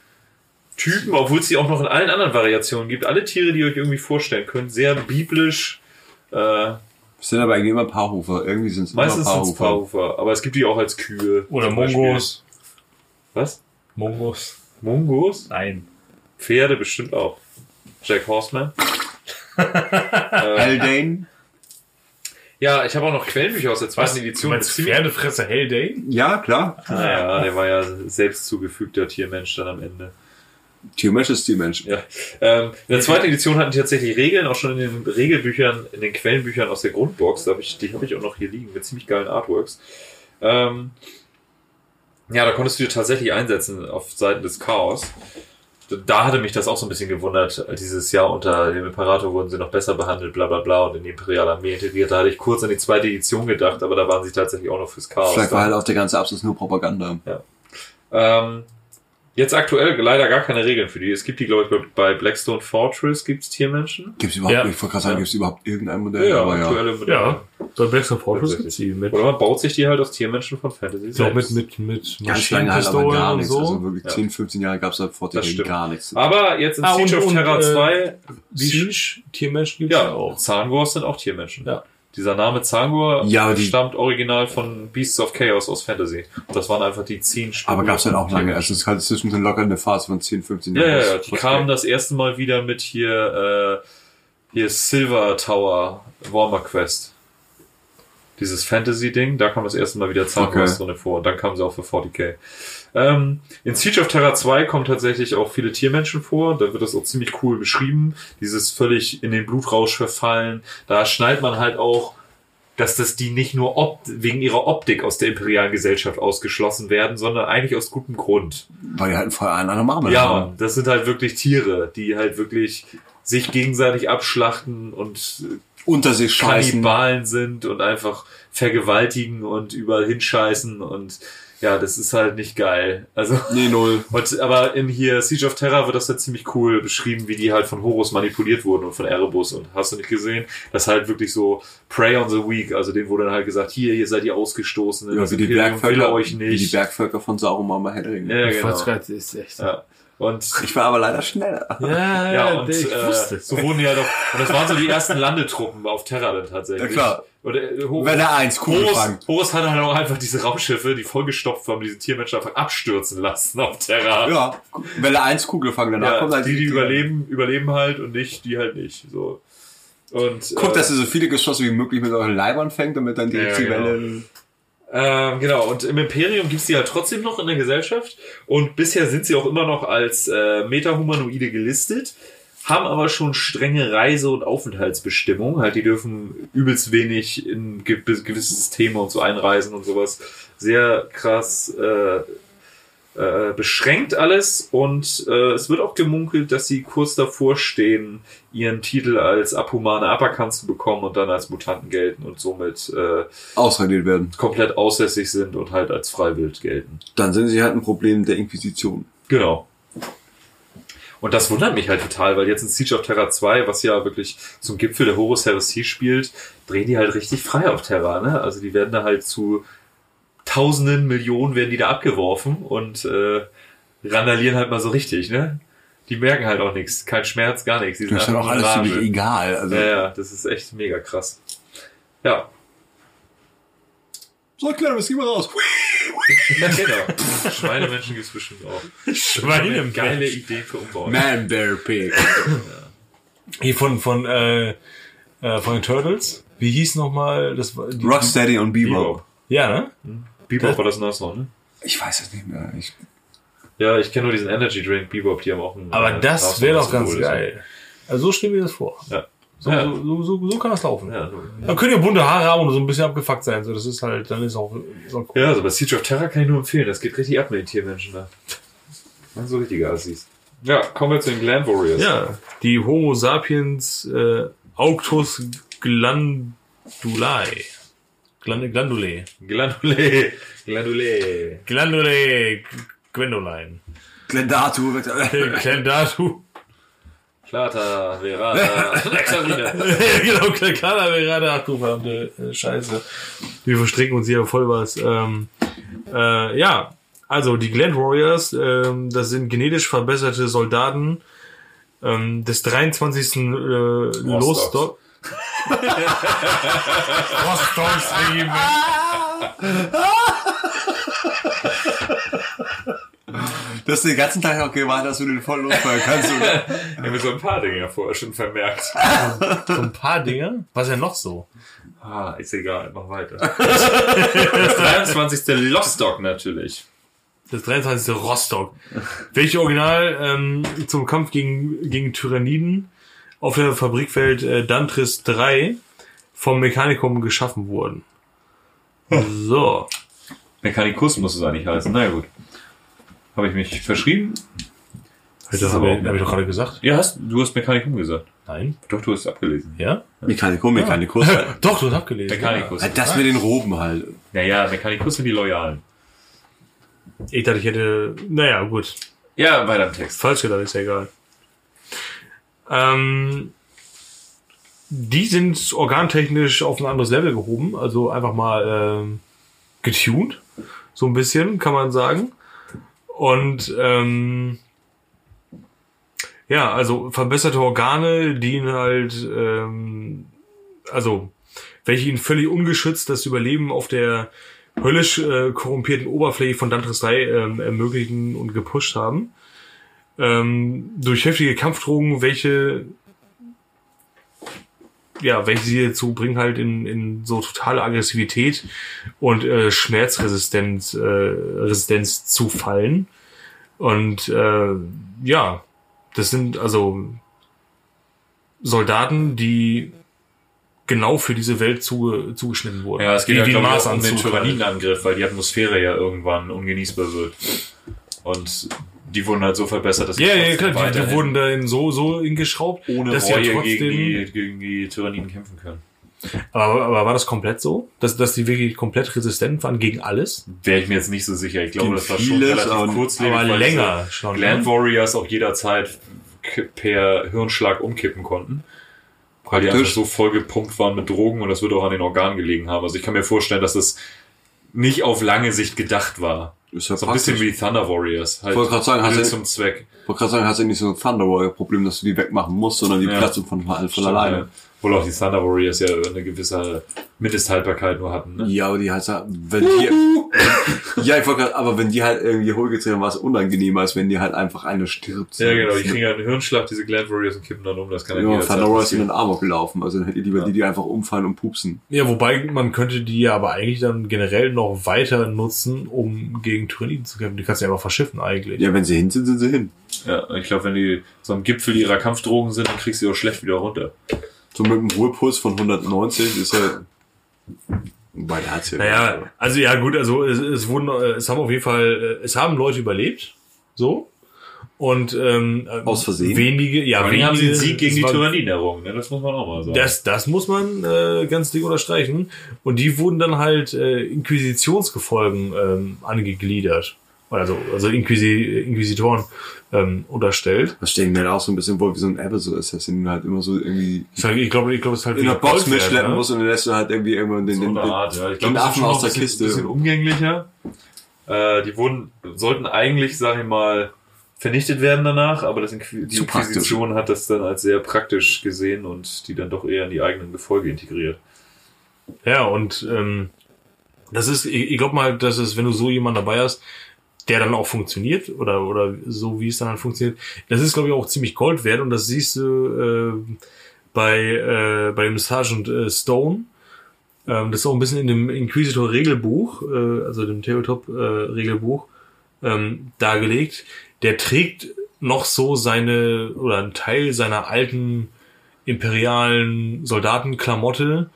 Speaker 3: Typen, obwohl es die auch noch in allen anderen Variationen gibt. Alle Tiere, die ihr euch irgendwie vorstellen könnt, sehr biblisch, äh,
Speaker 2: Es sind aber eigentlich immer Paarhufer. Irgendwie sind es immer
Speaker 3: meistens sind es
Speaker 2: Paarhufer.
Speaker 3: Paarhufer, aber es gibt die auch als Kühe.
Speaker 4: Oder
Speaker 3: zum Beispiel.
Speaker 4: Mongos.
Speaker 3: Was?
Speaker 4: Mongos.
Speaker 3: Mongos?
Speaker 7: Nein.
Speaker 3: Pferde bestimmt auch. Jack Horseman.
Speaker 2: Haldane?
Speaker 3: Ja, ich habe auch noch Quellenbücher aus der zweiten
Speaker 4: Du
Speaker 3: Edition.
Speaker 4: meinst
Speaker 3: Das ist ziemlich-
Speaker 4: Pferdefresser Hellday?
Speaker 2: Ja, klar.
Speaker 3: Naja, der war ja selbst zugefügter Tiermensch dann am Ende.
Speaker 2: Tiermensch ist Tiermensch.
Speaker 3: Ja. Ähm, in der zweiten Edition hatten die tatsächlich Regeln, auch schon in den Regelbüchern, in den Quellenbüchern aus der Grundbox. Da hab ich, die habe ich auch noch hier liegen mit ziemlich geilen Artworks. Ähm, ja, da konntest du dir tatsächlich einsetzen auf Seiten des Chaos. Da hatte mich das auch so ein bisschen gewundert. Dieses Jahr unter dem Imperator wurden sie noch besser behandelt, bla bla bla, und in die Imperiale Armee integriert. Da hatte ich kurz an die zweite Edition gedacht, aber da
Speaker 2: halt
Speaker 3: waren sie tatsächlich auch noch fürs Chaos.
Speaker 2: Vielleicht
Speaker 3: da.
Speaker 2: war halt auch der ganze Absatz nur Propaganda.
Speaker 3: Ähm, Jetzt aktuell leider gar keine Regeln für die. Es gibt die, glaube ich, bei, bei Blackstone Fortress gibt's Tiermenschen.
Speaker 2: Gibt's überhaupt,
Speaker 4: Ja.
Speaker 2: ich wollte gerade sagen, gibt's überhaupt irgendein Modell? aber ja.
Speaker 3: aktuelle Modelle.
Speaker 4: Ja, bei Blackstone Fortress
Speaker 3: Tatsächlich.
Speaker 4: gibt's die mit,
Speaker 3: Oder man baut sich die halt aus Tiermenschen von Fantasy
Speaker 4: so
Speaker 3: selbst.
Speaker 4: mit, mit, mit
Speaker 2: Ganz lange halt aber
Speaker 4: Maschinenpistolen
Speaker 2: gar
Speaker 4: und
Speaker 2: nichts.
Speaker 4: so.
Speaker 2: Also wirklich
Speaker 3: Ja.
Speaker 2: 10, 15 Jahre gab's halt vor
Speaker 3: Das stimmt.
Speaker 2: gar nichts.
Speaker 3: Aber jetzt in
Speaker 4: Ah,
Speaker 3: Siege
Speaker 4: und-
Speaker 3: of
Speaker 4: und,
Speaker 3: Terra
Speaker 4: äh,
Speaker 3: 2, die,
Speaker 4: Siege, Tiermenschen gibt's ja
Speaker 3: ja,
Speaker 4: auch.
Speaker 3: Zangors sind auch Tiermenschen.
Speaker 4: Ja.
Speaker 3: Dieser Name Zangor
Speaker 2: Ja, aber die-
Speaker 3: stammt original von Beasts of Chaos aus Fantasy. Und das waren einfach die 10 Spuren.
Speaker 2: Aber gab's dann auch lange.
Speaker 3: Tiermenschen.
Speaker 2: Also es ist halt zwischendrin locker eine Phase von 10, 15
Speaker 3: Ja,
Speaker 2: Jahren.
Speaker 3: ja, ja. Die kamen das erste Mal wieder mit hier, äh, hier Silver Tower Warmer Quest. Dieses Fantasy-Ding, da kam das erste Mal wieder Zangors
Speaker 2: Okay.
Speaker 3: drinne vor. Und dann kamen sie auch für 40k. Ähm, in Siege of Terra 2 kommen tatsächlich auch viele Tiermenschen vor. Da wird das auch ziemlich cool beschrieben. Dieses völlig in den Blutrausch verfallen. Da schneidet man halt auch, dass das die nicht nur opt wegen ihrer Optik aus der imperialen Gesellschaft ausgeschlossen werden, sondern eigentlich aus gutem Grund.
Speaker 2: Weil die halt vorher einen anderen Marmel
Speaker 3: Ja,
Speaker 2: haben.
Speaker 3: Mann, das sind halt wirklich Tiere, die halt wirklich sich gegenseitig abschlachten und äh,
Speaker 2: Unter sich scheißen.
Speaker 3: Kannibalen sind und einfach vergewaltigen und überall hinscheißen und ja, das ist halt nicht geil. Also
Speaker 2: Nee, null.
Speaker 3: und, aber in hier Siege of Terror wird das dann ziemlich cool beschrieben, wie die halt von Horus manipuliert wurden und von Erebus und hast du nicht gesehen? Das ist halt wirklich so Prey on the Weak, also denen wurde dann halt gesagt, hier, ihr seid die Ausgestoßenen,
Speaker 2: Ja,
Speaker 3: das
Speaker 2: wie die,
Speaker 3: Imperium will
Speaker 2: Bergvölker,
Speaker 3: euch
Speaker 2: wie die
Speaker 3: nicht.
Speaker 2: Bergvölker von Sauron am Hellring.
Speaker 3: ja,
Speaker 4: Fast
Speaker 3: genau.
Speaker 4: grad, ist echt.
Speaker 3: Ja. Und
Speaker 2: Ich war aber leider schneller.
Speaker 4: Ja,
Speaker 3: Ja, und
Speaker 4: ich
Speaker 3: äh,
Speaker 4: wusste.
Speaker 3: so wurden die ja doch. Und das waren so die ersten Landetruppen auf Terra dann tatsächlich.
Speaker 2: Ja, klar.
Speaker 3: Und äh, Ho-
Speaker 2: Wenn er eins cool
Speaker 3: Horus,
Speaker 2: fangt.
Speaker 3: Horus hat halt auch einfach diese Raumschiffe, die vollgestopft waren, diese Tiermenschen einfach abstürzen lassen auf Terra.
Speaker 2: Ja, Welle 1 Kugel fangen, danach
Speaker 3: Ja,
Speaker 2: kommt halt
Speaker 3: die, die überleben, überleben halt und nicht, die halt nicht. So. Und,
Speaker 2: Guckt,
Speaker 3: äh,
Speaker 2: dass ihr so viele Geschosse wie möglich mit euren Leibern fängt, damit dann die
Speaker 3: Ja,
Speaker 2: richtige
Speaker 3: genau.
Speaker 2: Welle.
Speaker 3: Ähm, genau, und im Imperium gibt's die ja trotzdem noch in der Gesellschaft und bisher sind sie auch immer noch als äh, Metahumanoide gelistet, haben aber schon strenge Reise- und Aufenthaltsbestimmungen. Halt, die dürfen übelst wenig in ge gewisse Systeme und so einreisen und sowas. Sehr krass äh, äh, beschränkt alles und äh, es wird auch gemunkelt, dass sie kurz davor stehen, ihren Titel als Abhumane Abakan zu bekommen und dann als Mutanten gelten und somit äh,
Speaker 2: Ausradiert werden.
Speaker 3: komplett aussässig sind und halt als Freiwild gelten.
Speaker 2: Dann sind sie halt ein Problem der Inquisition.
Speaker 3: Genau. Und das wundert mich halt total, weil jetzt in Siege of Terra 2, was ja wirklich zum Gipfel der Horus Heresy spielt, drehen die halt richtig frei auf Terra, ne? Also die werden da halt zu tausenden Millionen werden die da abgeworfen und äh, randalieren halt mal so richtig, ne? Die merken halt auch nichts, kein Schmerz, gar nichts. Die
Speaker 2: Das ist dann halt auch
Speaker 3: einfach in
Speaker 2: alles
Speaker 3: Rage.
Speaker 2: ziemlich egal. Also,
Speaker 3: Ja, ja, das ist echt mega krass. Ja,
Speaker 2: So, Claire, was gehen wir raus?
Speaker 3: genau. Schweinemenschen gibt's bestimmt auch.
Speaker 4: Schweine
Speaker 3: Geile Idee für Umbau.
Speaker 2: Man, bear pig.
Speaker 4: Hier von, von, äh, äh, von den Turtles. Wie hieß nochmal das? war- Die,
Speaker 2: Rocksteady und Bebop.
Speaker 3: Bebop.
Speaker 4: Ja, ne?
Speaker 3: Bebop war das Nashorn, ne?
Speaker 2: Ich weiß es nicht mehr. Ich,
Speaker 3: Ja, ich kenne nur diesen Energy Drink Bebop, die haben auch einen.
Speaker 4: Aber
Speaker 3: äh,
Speaker 4: das wäre doch ganz
Speaker 3: Nashorn-Symbol,
Speaker 4: geil. Also so stellen wir das vor.
Speaker 3: Ja.
Speaker 4: So,
Speaker 3: Ja.
Speaker 4: so, so, so, so kann das laufen.
Speaker 3: Ja,
Speaker 4: Dann könnt ihr bunte Haare haben und so ein bisschen abgefuckt sein. So, das ist halt, dann ist auch, ist auch cool.
Speaker 3: ja, also bei Siege of Terra kann ich nur empfehlen, das geht richtig ab mit den Tiermenschen da. Man so richtige Assis. Ja, kommen wir zu den Glam Warriors.
Speaker 4: Ja, die Homo sapiens äh, Auctus glandulae. Gland glandulae.
Speaker 3: Glandule. Glandule.
Speaker 4: Glandulae G- Gwendoline.
Speaker 2: Glendatu wird.
Speaker 4: Glendatu.
Speaker 3: Plata, Verata, Lexarina.
Speaker 4: genau, Klakana gerade. Ach du verdammte äh, Scheiße. Wir verstricken uns hier voll was. Ähm, äh, ja, also die Glen Warriors, ähm, das sind genetisch verbesserte Soldaten ähm, des 23. Äh, Losdorf. Rostocks Regiment.
Speaker 2: Du hast den ganzen Tag auch gewartet, dass du den voll losfallen kannst. oder?
Speaker 3: Wir haben so ein paar Dinge ja vorher schon vermerkt.
Speaker 4: So ein paar Dinge. Was ja noch so?
Speaker 3: Ah, ist egal, mach weiter. Das 23. Lostock natürlich.
Speaker 4: Das 23. Rostock. Welche Original ähm, zum Kampf gegen, gegen Tyranniden auf der Fabrikwelt äh, Dantris 3 vom Mechanikum geschaffen wurden. So.
Speaker 3: Mechanikus muss es eigentlich heißen. Na ja, gut. Habe ich mich verschrieben?
Speaker 4: Das
Speaker 3: aber-
Speaker 4: habe ich, hab ich doch gerade gesagt.
Speaker 3: Ja, hast, du hast Mechanikum gesagt.
Speaker 4: Nein.
Speaker 3: Doch, du hast abgelesen.
Speaker 4: Ja?
Speaker 2: Mechanico, Mechanikus. Halt
Speaker 4: Doch, du hast abgelesen.
Speaker 3: Mechanikus.
Speaker 2: das mit den Roben halt.
Speaker 3: Naja, Mechanikus sind die Loyalen.
Speaker 4: Ich dachte, ich hätte. Naja, gut.
Speaker 3: Ja, weiter im Text.
Speaker 4: Falsch gedacht, ist ja egal. Ähm, die sind organtechnisch auf ein anderes Level gehoben, also einfach mal ähm, getuned, so ein bisschen, kann man sagen. Und ähm, ja, also verbesserte Organe, die ihn halt, ähm, also welche ihn völlig ungeschützt das Überleben auf der höllisch äh, korrumpierten Oberfläche von Dantris 3 ähm, ermöglichen und gepusht haben. Ähm, durch heftige Kampfdrogen, welche ja, welche sie dazu bringen, halt in, in so totale Aggressivität und äh, Schmerzresistenz äh, Resistenz zu fallen. Und äh, ja, das sind also Soldaten, die genau für diese Welt zuge zugeschnitten wurden.
Speaker 3: Ja, es geht
Speaker 4: die
Speaker 3: ja,
Speaker 4: den
Speaker 3: glaube ich, auch um den
Speaker 4: Maßanzug halt. hatten.
Speaker 3: Tyrannidenangriff, weil die Atmosphäre ja irgendwann ungenießbar wird. Und die wurden halt so verbessert, dass
Speaker 4: Ja,
Speaker 3: sie
Speaker 4: ja,
Speaker 3: trotzdem
Speaker 4: klar, die, die
Speaker 3: weiterhin
Speaker 4: wurden dahin so, so hingeschraubt,
Speaker 3: ohne
Speaker 4: dass sie
Speaker 3: Reue
Speaker 4: ja
Speaker 3: gegen,
Speaker 4: trotzdem.
Speaker 3: die, gegen die Tyranniden kämpfen können.
Speaker 4: Aber, aber war das komplett so? Dass, dass die wirklich komplett resistent waren gegen alles?
Speaker 3: Wäre ich mir jetzt nicht so sicher. Ich glaube,
Speaker 2: Gegen
Speaker 3: das war schon
Speaker 2: vieles, aber-
Speaker 3: relativ kurzlebig.
Speaker 4: Aber
Speaker 3: weil
Speaker 4: länger
Speaker 3: diese
Speaker 4: schon,
Speaker 3: Gland
Speaker 4: ne?
Speaker 3: Warriors auch jederzeit k- per Hirnschlag umkippen konnten. Weil die einfach
Speaker 2: Praktisch.
Speaker 3: so voll gepumpt waren mit Drogen und das würde auch an den Organen gelegen haben. Also ich kann mir vorstellen, dass das nicht auf lange Sicht gedacht war.
Speaker 2: Ist ja
Speaker 3: So ein bisschen
Speaker 2: praktisch.
Speaker 3: wie Thunder Warriors. Halt
Speaker 2: Wollte grad sagen,
Speaker 3: Mittel
Speaker 2: hast du-
Speaker 3: zum Zweck.
Speaker 2: Ich wollte gerade sagen, hast du nicht so ein Thunderwire-Problem, dass du die wegmachen musst, sondern die
Speaker 3: Ja.
Speaker 2: platzen von von
Speaker 3: Stimmt, ja.
Speaker 2: alleine.
Speaker 3: Obwohl auch die Thunder Warriors ja eine gewisse Mindesthaltbarkeit nur hatten. Ne?
Speaker 2: Ja, aber die halt, sa- wenn die, ja, ich wollte gerade, aber wenn die halt irgendwie hohlgetreten haben, war es unangenehmer, als wenn die halt einfach eine stirbt.
Speaker 3: Ja, genau. Die kriegen ja einen Hirnschlag, diese Gland Warriors, und kippen dann um. Das kann ja
Speaker 2: Ja,
Speaker 3: jederzeit
Speaker 2: Fandora ist in
Speaker 3: passieren.
Speaker 2: den Amok gelaufen, also dann hättet ihr lieber die, die einfach umfallen und pupsen.
Speaker 4: Ja, wobei man könnte die ja aber eigentlich dann generell noch weiter nutzen, um gegen Tyranniden zu kämpfen. Die kannst du ja einfach verschiffen eigentlich.
Speaker 2: Ja, wenn sie hin sind, sind sie hin.
Speaker 3: Ja, ich glaube, wenn die so am Gipfel ihrer Kampfdrogen sind, dann kriegst du die auch schlecht wieder runter.
Speaker 2: So mit einem Ruhepuls von 190 ist halt, wobei der hat's ja.
Speaker 4: Naja, also ja gut, also es, es wurden, äh, es haben auf jeden Fall, äh, es haben Leute überlebt, so. Und ähm, äh,
Speaker 2: Aus Versehen?
Speaker 4: Wenige, ja,
Speaker 3: Vor allem
Speaker 4: wenige.
Speaker 3: haben sie einen Sieg gegen
Speaker 4: es
Speaker 3: die
Speaker 4: war-
Speaker 3: Tyrannien errungen, ne? das muss man auch mal sagen.
Speaker 4: Das, das muss man äh, ganz dick unterstreichen. Und die wurden dann halt äh, Inquisitionsgefolgen ähm, angegliedert. Also, also Inquisi Inquisitoren ähm, unterstellt.
Speaker 2: Das stelle ich mir halt auch so ein bisschen vor, wie so ein Episode Assassin, halt immer so irgendwie
Speaker 4: Ich glaube, ich glaube, ich glaub, es ist halt
Speaker 2: in
Speaker 4: wie
Speaker 2: der Box
Speaker 4: Gold wert,
Speaker 2: mitschleppen
Speaker 4: ne?
Speaker 2: muss und dann lässt du halt irgendwie irgendwann den,
Speaker 3: so
Speaker 2: den,
Speaker 3: eine
Speaker 2: den,
Speaker 3: Art, ja. Ich
Speaker 2: den
Speaker 3: glaube, das ist
Speaker 2: Affen
Speaker 3: schon
Speaker 2: aus
Speaker 3: noch
Speaker 2: der
Speaker 3: ein bisschen,
Speaker 2: Kiste.
Speaker 3: bisschen umgänglicher. Äh, die wurden, sollten eigentlich, sag ich mal, vernichtet werden danach, aber das Inqui die
Speaker 2: Zu praktisch.
Speaker 3: Inquisition hat das dann als sehr praktisch gesehen und die dann doch eher in die eigenen Gefolge integriert.
Speaker 4: Ja, und ähm, das ist, ich, ich glaube mal, dass es, wenn du so jemanden dabei hast, der dann auch funktioniert oder oder so wie es dann halt funktioniert, das ist glaube ich auch ziemlich Gold wert und das siehst du äh, bei äh, bei dem Sergeant äh, Stone. Ähm, das ist auch ein bisschen in dem Inquisitor Regelbuch, äh, also dem Tabletop äh, Regelbuch ähm, dargelegt. Der trägt noch so seine oder einen Teil seiner alten imperialen Soldatenklamotte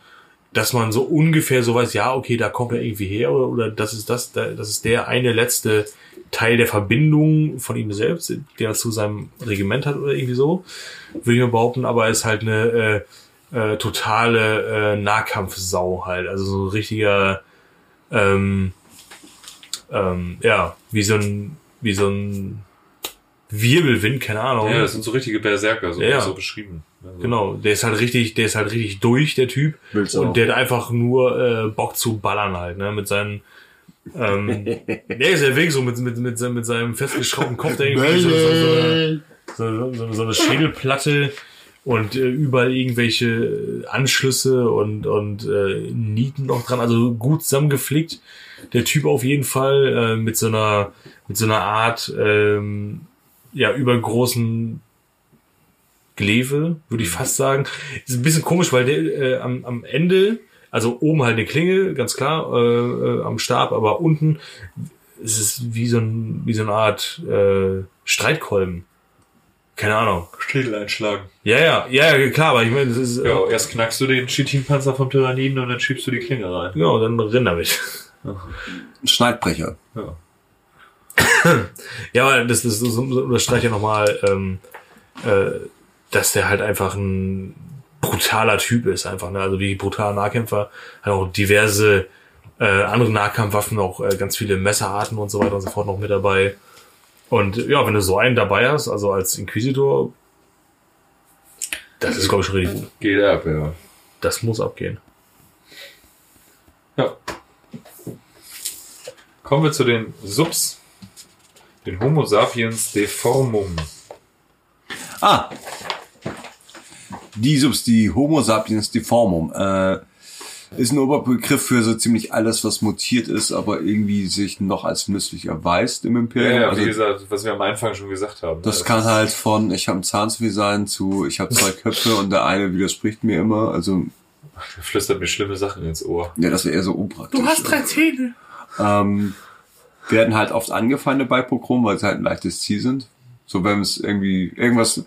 Speaker 4: dass man so ungefähr so weiß, ja, okay, da kommt er irgendwie her oder, oder das ist das, da- das ist der eine letzte Teil der Verbindung von ihm selbst, der zu seinem Regiment hat oder irgendwie so, würde ich mal behaupten, aber er ist halt eine äh, äh, totale äh, Nahkampfsau halt, also so ein richtiger, ähm, ähm, ja, wie so ein, wie so ein Wirbelwind, keine Ahnung.
Speaker 3: Ja, das sind so richtige Berserker, so,
Speaker 4: Ja, ja.
Speaker 3: so beschrieben. Also,
Speaker 4: Genau, der ist halt richtig, der ist halt richtig durch, der Typ.
Speaker 2: Willst du
Speaker 4: und
Speaker 2: auch.
Speaker 4: der hat einfach nur äh, Bock zu ballern halt, ne? Mit seinen ähm, der ist ja weg, so mit, mit, mit, seinem- mit seinem festgeschraubten Kopf, der irgendwie so, so, so, eine- so, so, so eine Schädelplatte und äh, überall irgendwelche äh, Anschlüsse und, und äh, Nieten noch dran, also gut zusammengeflickt. Der Typ auf jeden Fall äh, mit so einer mit so einer Art ähm, ja übergroßen Glewe, würde ich fast sagen. Ist ein bisschen komisch, weil der äh, am, am Ende, also oben halt eine Klinge, ganz klar, äh, äh, am Stab, aber unten ist es wie so, ein, wie so eine Art äh, Streitkolben. Keine Ahnung.
Speaker 3: Schädel einschlagen.
Speaker 4: Ja, ja, ja, ja, klar, aber ich meine, das ist. Äh,
Speaker 3: Ja, erst knackst du den Chitin-Panzer vom Tyranniden und dann schiebst du die Klinge rein.
Speaker 4: genau, dann renn damit.
Speaker 2: Schneidbrecher.
Speaker 4: Ja, aber das, das, das unterstreicht ja nochmal, ähm, äh, dass der halt einfach ein brutaler Typ ist, einfach. Ne? Also wie brutale Nahkämpfer, hat auch diverse äh, andere Nahkampfwaffen, auch äh, ganz viele Messerarten und so weiter und so fort noch mit dabei. Und ja, wenn du so einen dabei hast, also als Inquisitor, das ist, glaube ich, schon richtig gut.
Speaker 3: Geht ab, ja.
Speaker 4: Das muss abgehen.
Speaker 3: ja. Kommen wir zu den Subs. Den Homo sapiens deformum.
Speaker 2: Ah! Die Subs, die Homo sapiens deformum, äh, ist ein Oberbegriff für so ziemlich alles, was mutiert ist, aber irgendwie sich noch als nützlich erweist im
Speaker 3: Ja,
Speaker 2: Imperium.
Speaker 3: ja, wie
Speaker 2: also,
Speaker 3: gesagt, was wir am Anfang schon gesagt haben.
Speaker 2: das
Speaker 3: ne?
Speaker 2: kann halt von, ich habe einen Zahn zu viel sein, zu, ich habe zwei Köpfe und der eine widerspricht mir immer. Also,
Speaker 3: Der flüstert mir schlimme Sachen ins Ohr.
Speaker 2: ja, das wäre eher so unpraktisch.
Speaker 4: Zähne.
Speaker 2: ähm, werden halt oft angefeindet bei Pogrom, weil sie halt ein leichtes Ziel sind. So wenn es irgendwie irgendwas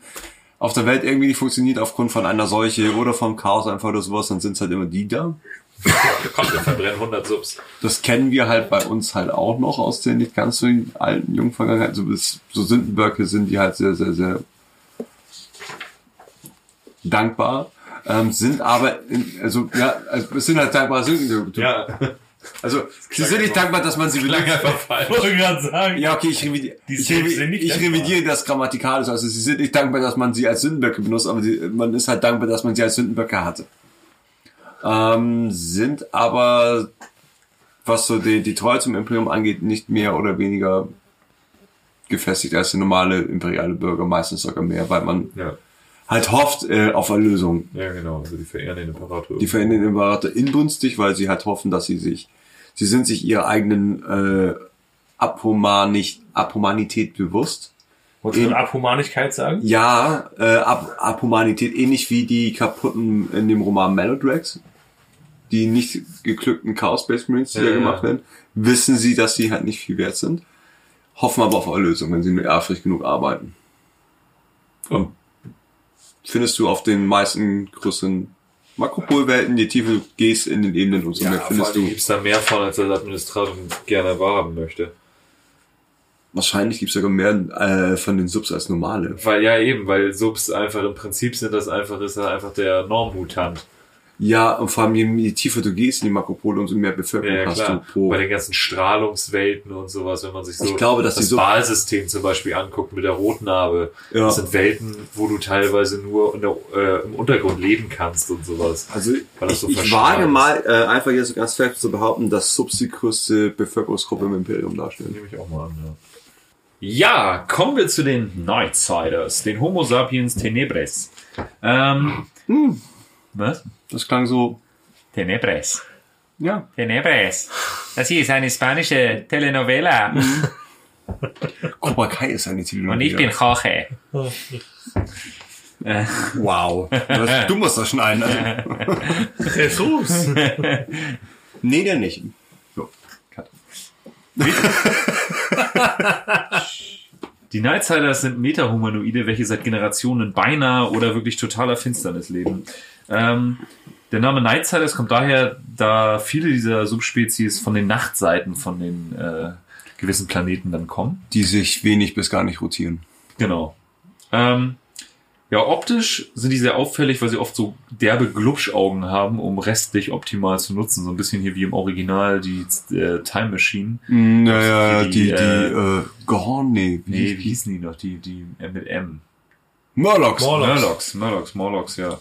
Speaker 2: auf der Welt irgendwie nicht funktioniert aufgrund von einer Seuche oder vom Chaos einfach oder sowas, dann sind es halt immer die da.
Speaker 3: Komm, wir verbrennen 100 Subs.
Speaker 2: Das kennen wir halt bei uns halt auch noch aus der nicht ganz so alten jungen Vergangenheit. So, bis, so Sündenböcke sind die halt sehr, sehr, sehr dankbar. Ähm, sind aber, in, also ja, also, es sind halt dankbare Sünden.
Speaker 3: Ja,
Speaker 2: Also sie sind nicht dankbar, dass man sie benutzt.
Speaker 4: Wollte ich gerade sagen.
Speaker 2: Ja, okay, ich, revidiere, ich,
Speaker 4: selbst
Speaker 2: revi-
Speaker 4: sind nicht
Speaker 2: ich
Speaker 4: dankbar.
Speaker 2: revidiere das grammatikalisch. Also sie sind nicht dankbar, dass man sie als Sündenböcke benutzt, aber sie, man ist halt dankbar, dass man sie als Sündenböcke hatte. Ähm, sind aber, was so die, die Treue zum Imperium angeht, nicht mehr oder weniger gefestigt als der normale imperiale Bürger, meistens sogar mehr, weil man
Speaker 3: ja,
Speaker 2: halt hofft äh, auf Erlösung.
Speaker 3: ja, genau. Also die verehren den Imperator.
Speaker 2: Die verändern den Imperator inbrünstig, weil sie halt hoffen, dass sie sich, sie sind sich ihrer eigenen äh, Abhumanich, Abhumanität bewusst.
Speaker 4: Wolltest du eine Abhumanigkeit sagen?
Speaker 2: Ja, äh, Ab Abhumanität, ähnlich wie die kaputten in dem Roman Melodrags, die nicht geglückten Chaos Space Marines, die
Speaker 3: Ja,
Speaker 2: da
Speaker 3: ja.
Speaker 2: gemacht werden, wissen sie, dass sie halt nicht viel wert sind, hoffen aber auf Erlösung, wenn sie nur ehrfürchtig genug arbeiten. Und findest du auf den meisten größeren Makropolwelten, je tiefer du gehst in den Ebenen und so mehr, findest du.
Speaker 3: Gibt es da mehr von, als das Administratum gerne wahrhaben möchte?
Speaker 2: Wahrscheinlich gibt's sogar mehr äh, von den Subs als normale.
Speaker 3: Weil ja eben, weil Subs einfach im Prinzip sind das einfach, ist er einfach der Normmutant.
Speaker 2: Ja, und vor allem, je, je tiefer du gehst in die Makropole, umso mehr Bevölkerung
Speaker 3: Ja, ja
Speaker 2: hast
Speaker 3: klar.
Speaker 2: du pro.
Speaker 3: Bei den ganzen Strahlungswelten und sowas, wenn man sich so
Speaker 2: Ich glaube, dass die
Speaker 3: das
Speaker 2: so-
Speaker 3: Wahlsystem zum Beispiel anguckt mit der Rotnarbe.
Speaker 2: Ja.
Speaker 3: Das sind Welten, wo du teilweise nur in der, äh, im Untergrund leben kannst und sowas.
Speaker 2: Also
Speaker 3: Weil das
Speaker 2: ich,
Speaker 3: so
Speaker 2: ich
Speaker 3: verstrahlt
Speaker 2: wage
Speaker 3: ist.
Speaker 2: mal äh, einfach jetzt so ganz fair zu behaupten, dass Subs die größte Bevölkerungsgruppe im Imperium darstellen.
Speaker 3: Nehme ich auch mal an, ja. Ja, kommen wir zu den Nightsiders, den Homo sapiens tenebres. Ähm,
Speaker 2: Hm.
Speaker 3: Was?
Speaker 2: Das klang so,
Speaker 8: Tenebres.
Speaker 2: ja.
Speaker 8: Tenebres. Das hier ist eine spanische Telenovela
Speaker 2: Hm. Cobra Kai ist eine Telenovela.
Speaker 8: und ich bin Koche.
Speaker 2: Wow. Das, du musst das schneiden. Also.
Speaker 4: Jesus.
Speaker 2: Nee, der nicht.
Speaker 3: Die Nightsiders sind Metahumanoide, welche seit Generationen beinahe oder wirklich totaler Finsternis leben. Ähm, der Name Nightsiders kommt daher, da viele dieser Subspezies von den Nachtseiten von den äh, gewissen Planeten dann kommen.
Speaker 2: Die sich wenig bis gar nicht rotieren.
Speaker 3: Genau. Ähm, ja, optisch sind die sehr auffällig, weil sie oft so derbe Glubschaugen haben, um restlich optimal zu nutzen. So ein bisschen hier wie im Original die äh, Time Machine.
Speaker 2: Naja,
Speaker 3: die,
Speaker 2: Mhm, die, die,
Speaker 3: äh,
Speaker 2: äh, Gorn, nee,
Speaker 3: Nee, wie
Speaker 2: wie?
Speaker 3: hießen die noch? Die, die äh, mit M.
Speaker 2: Morlocks.
Speaker 3: Murlocs, Murlocs, Murlocs, ja.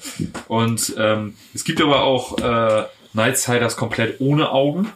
Speaker 3: Und ähm, es gibt aber auch äh, Nightsiders komplett ohne Augen,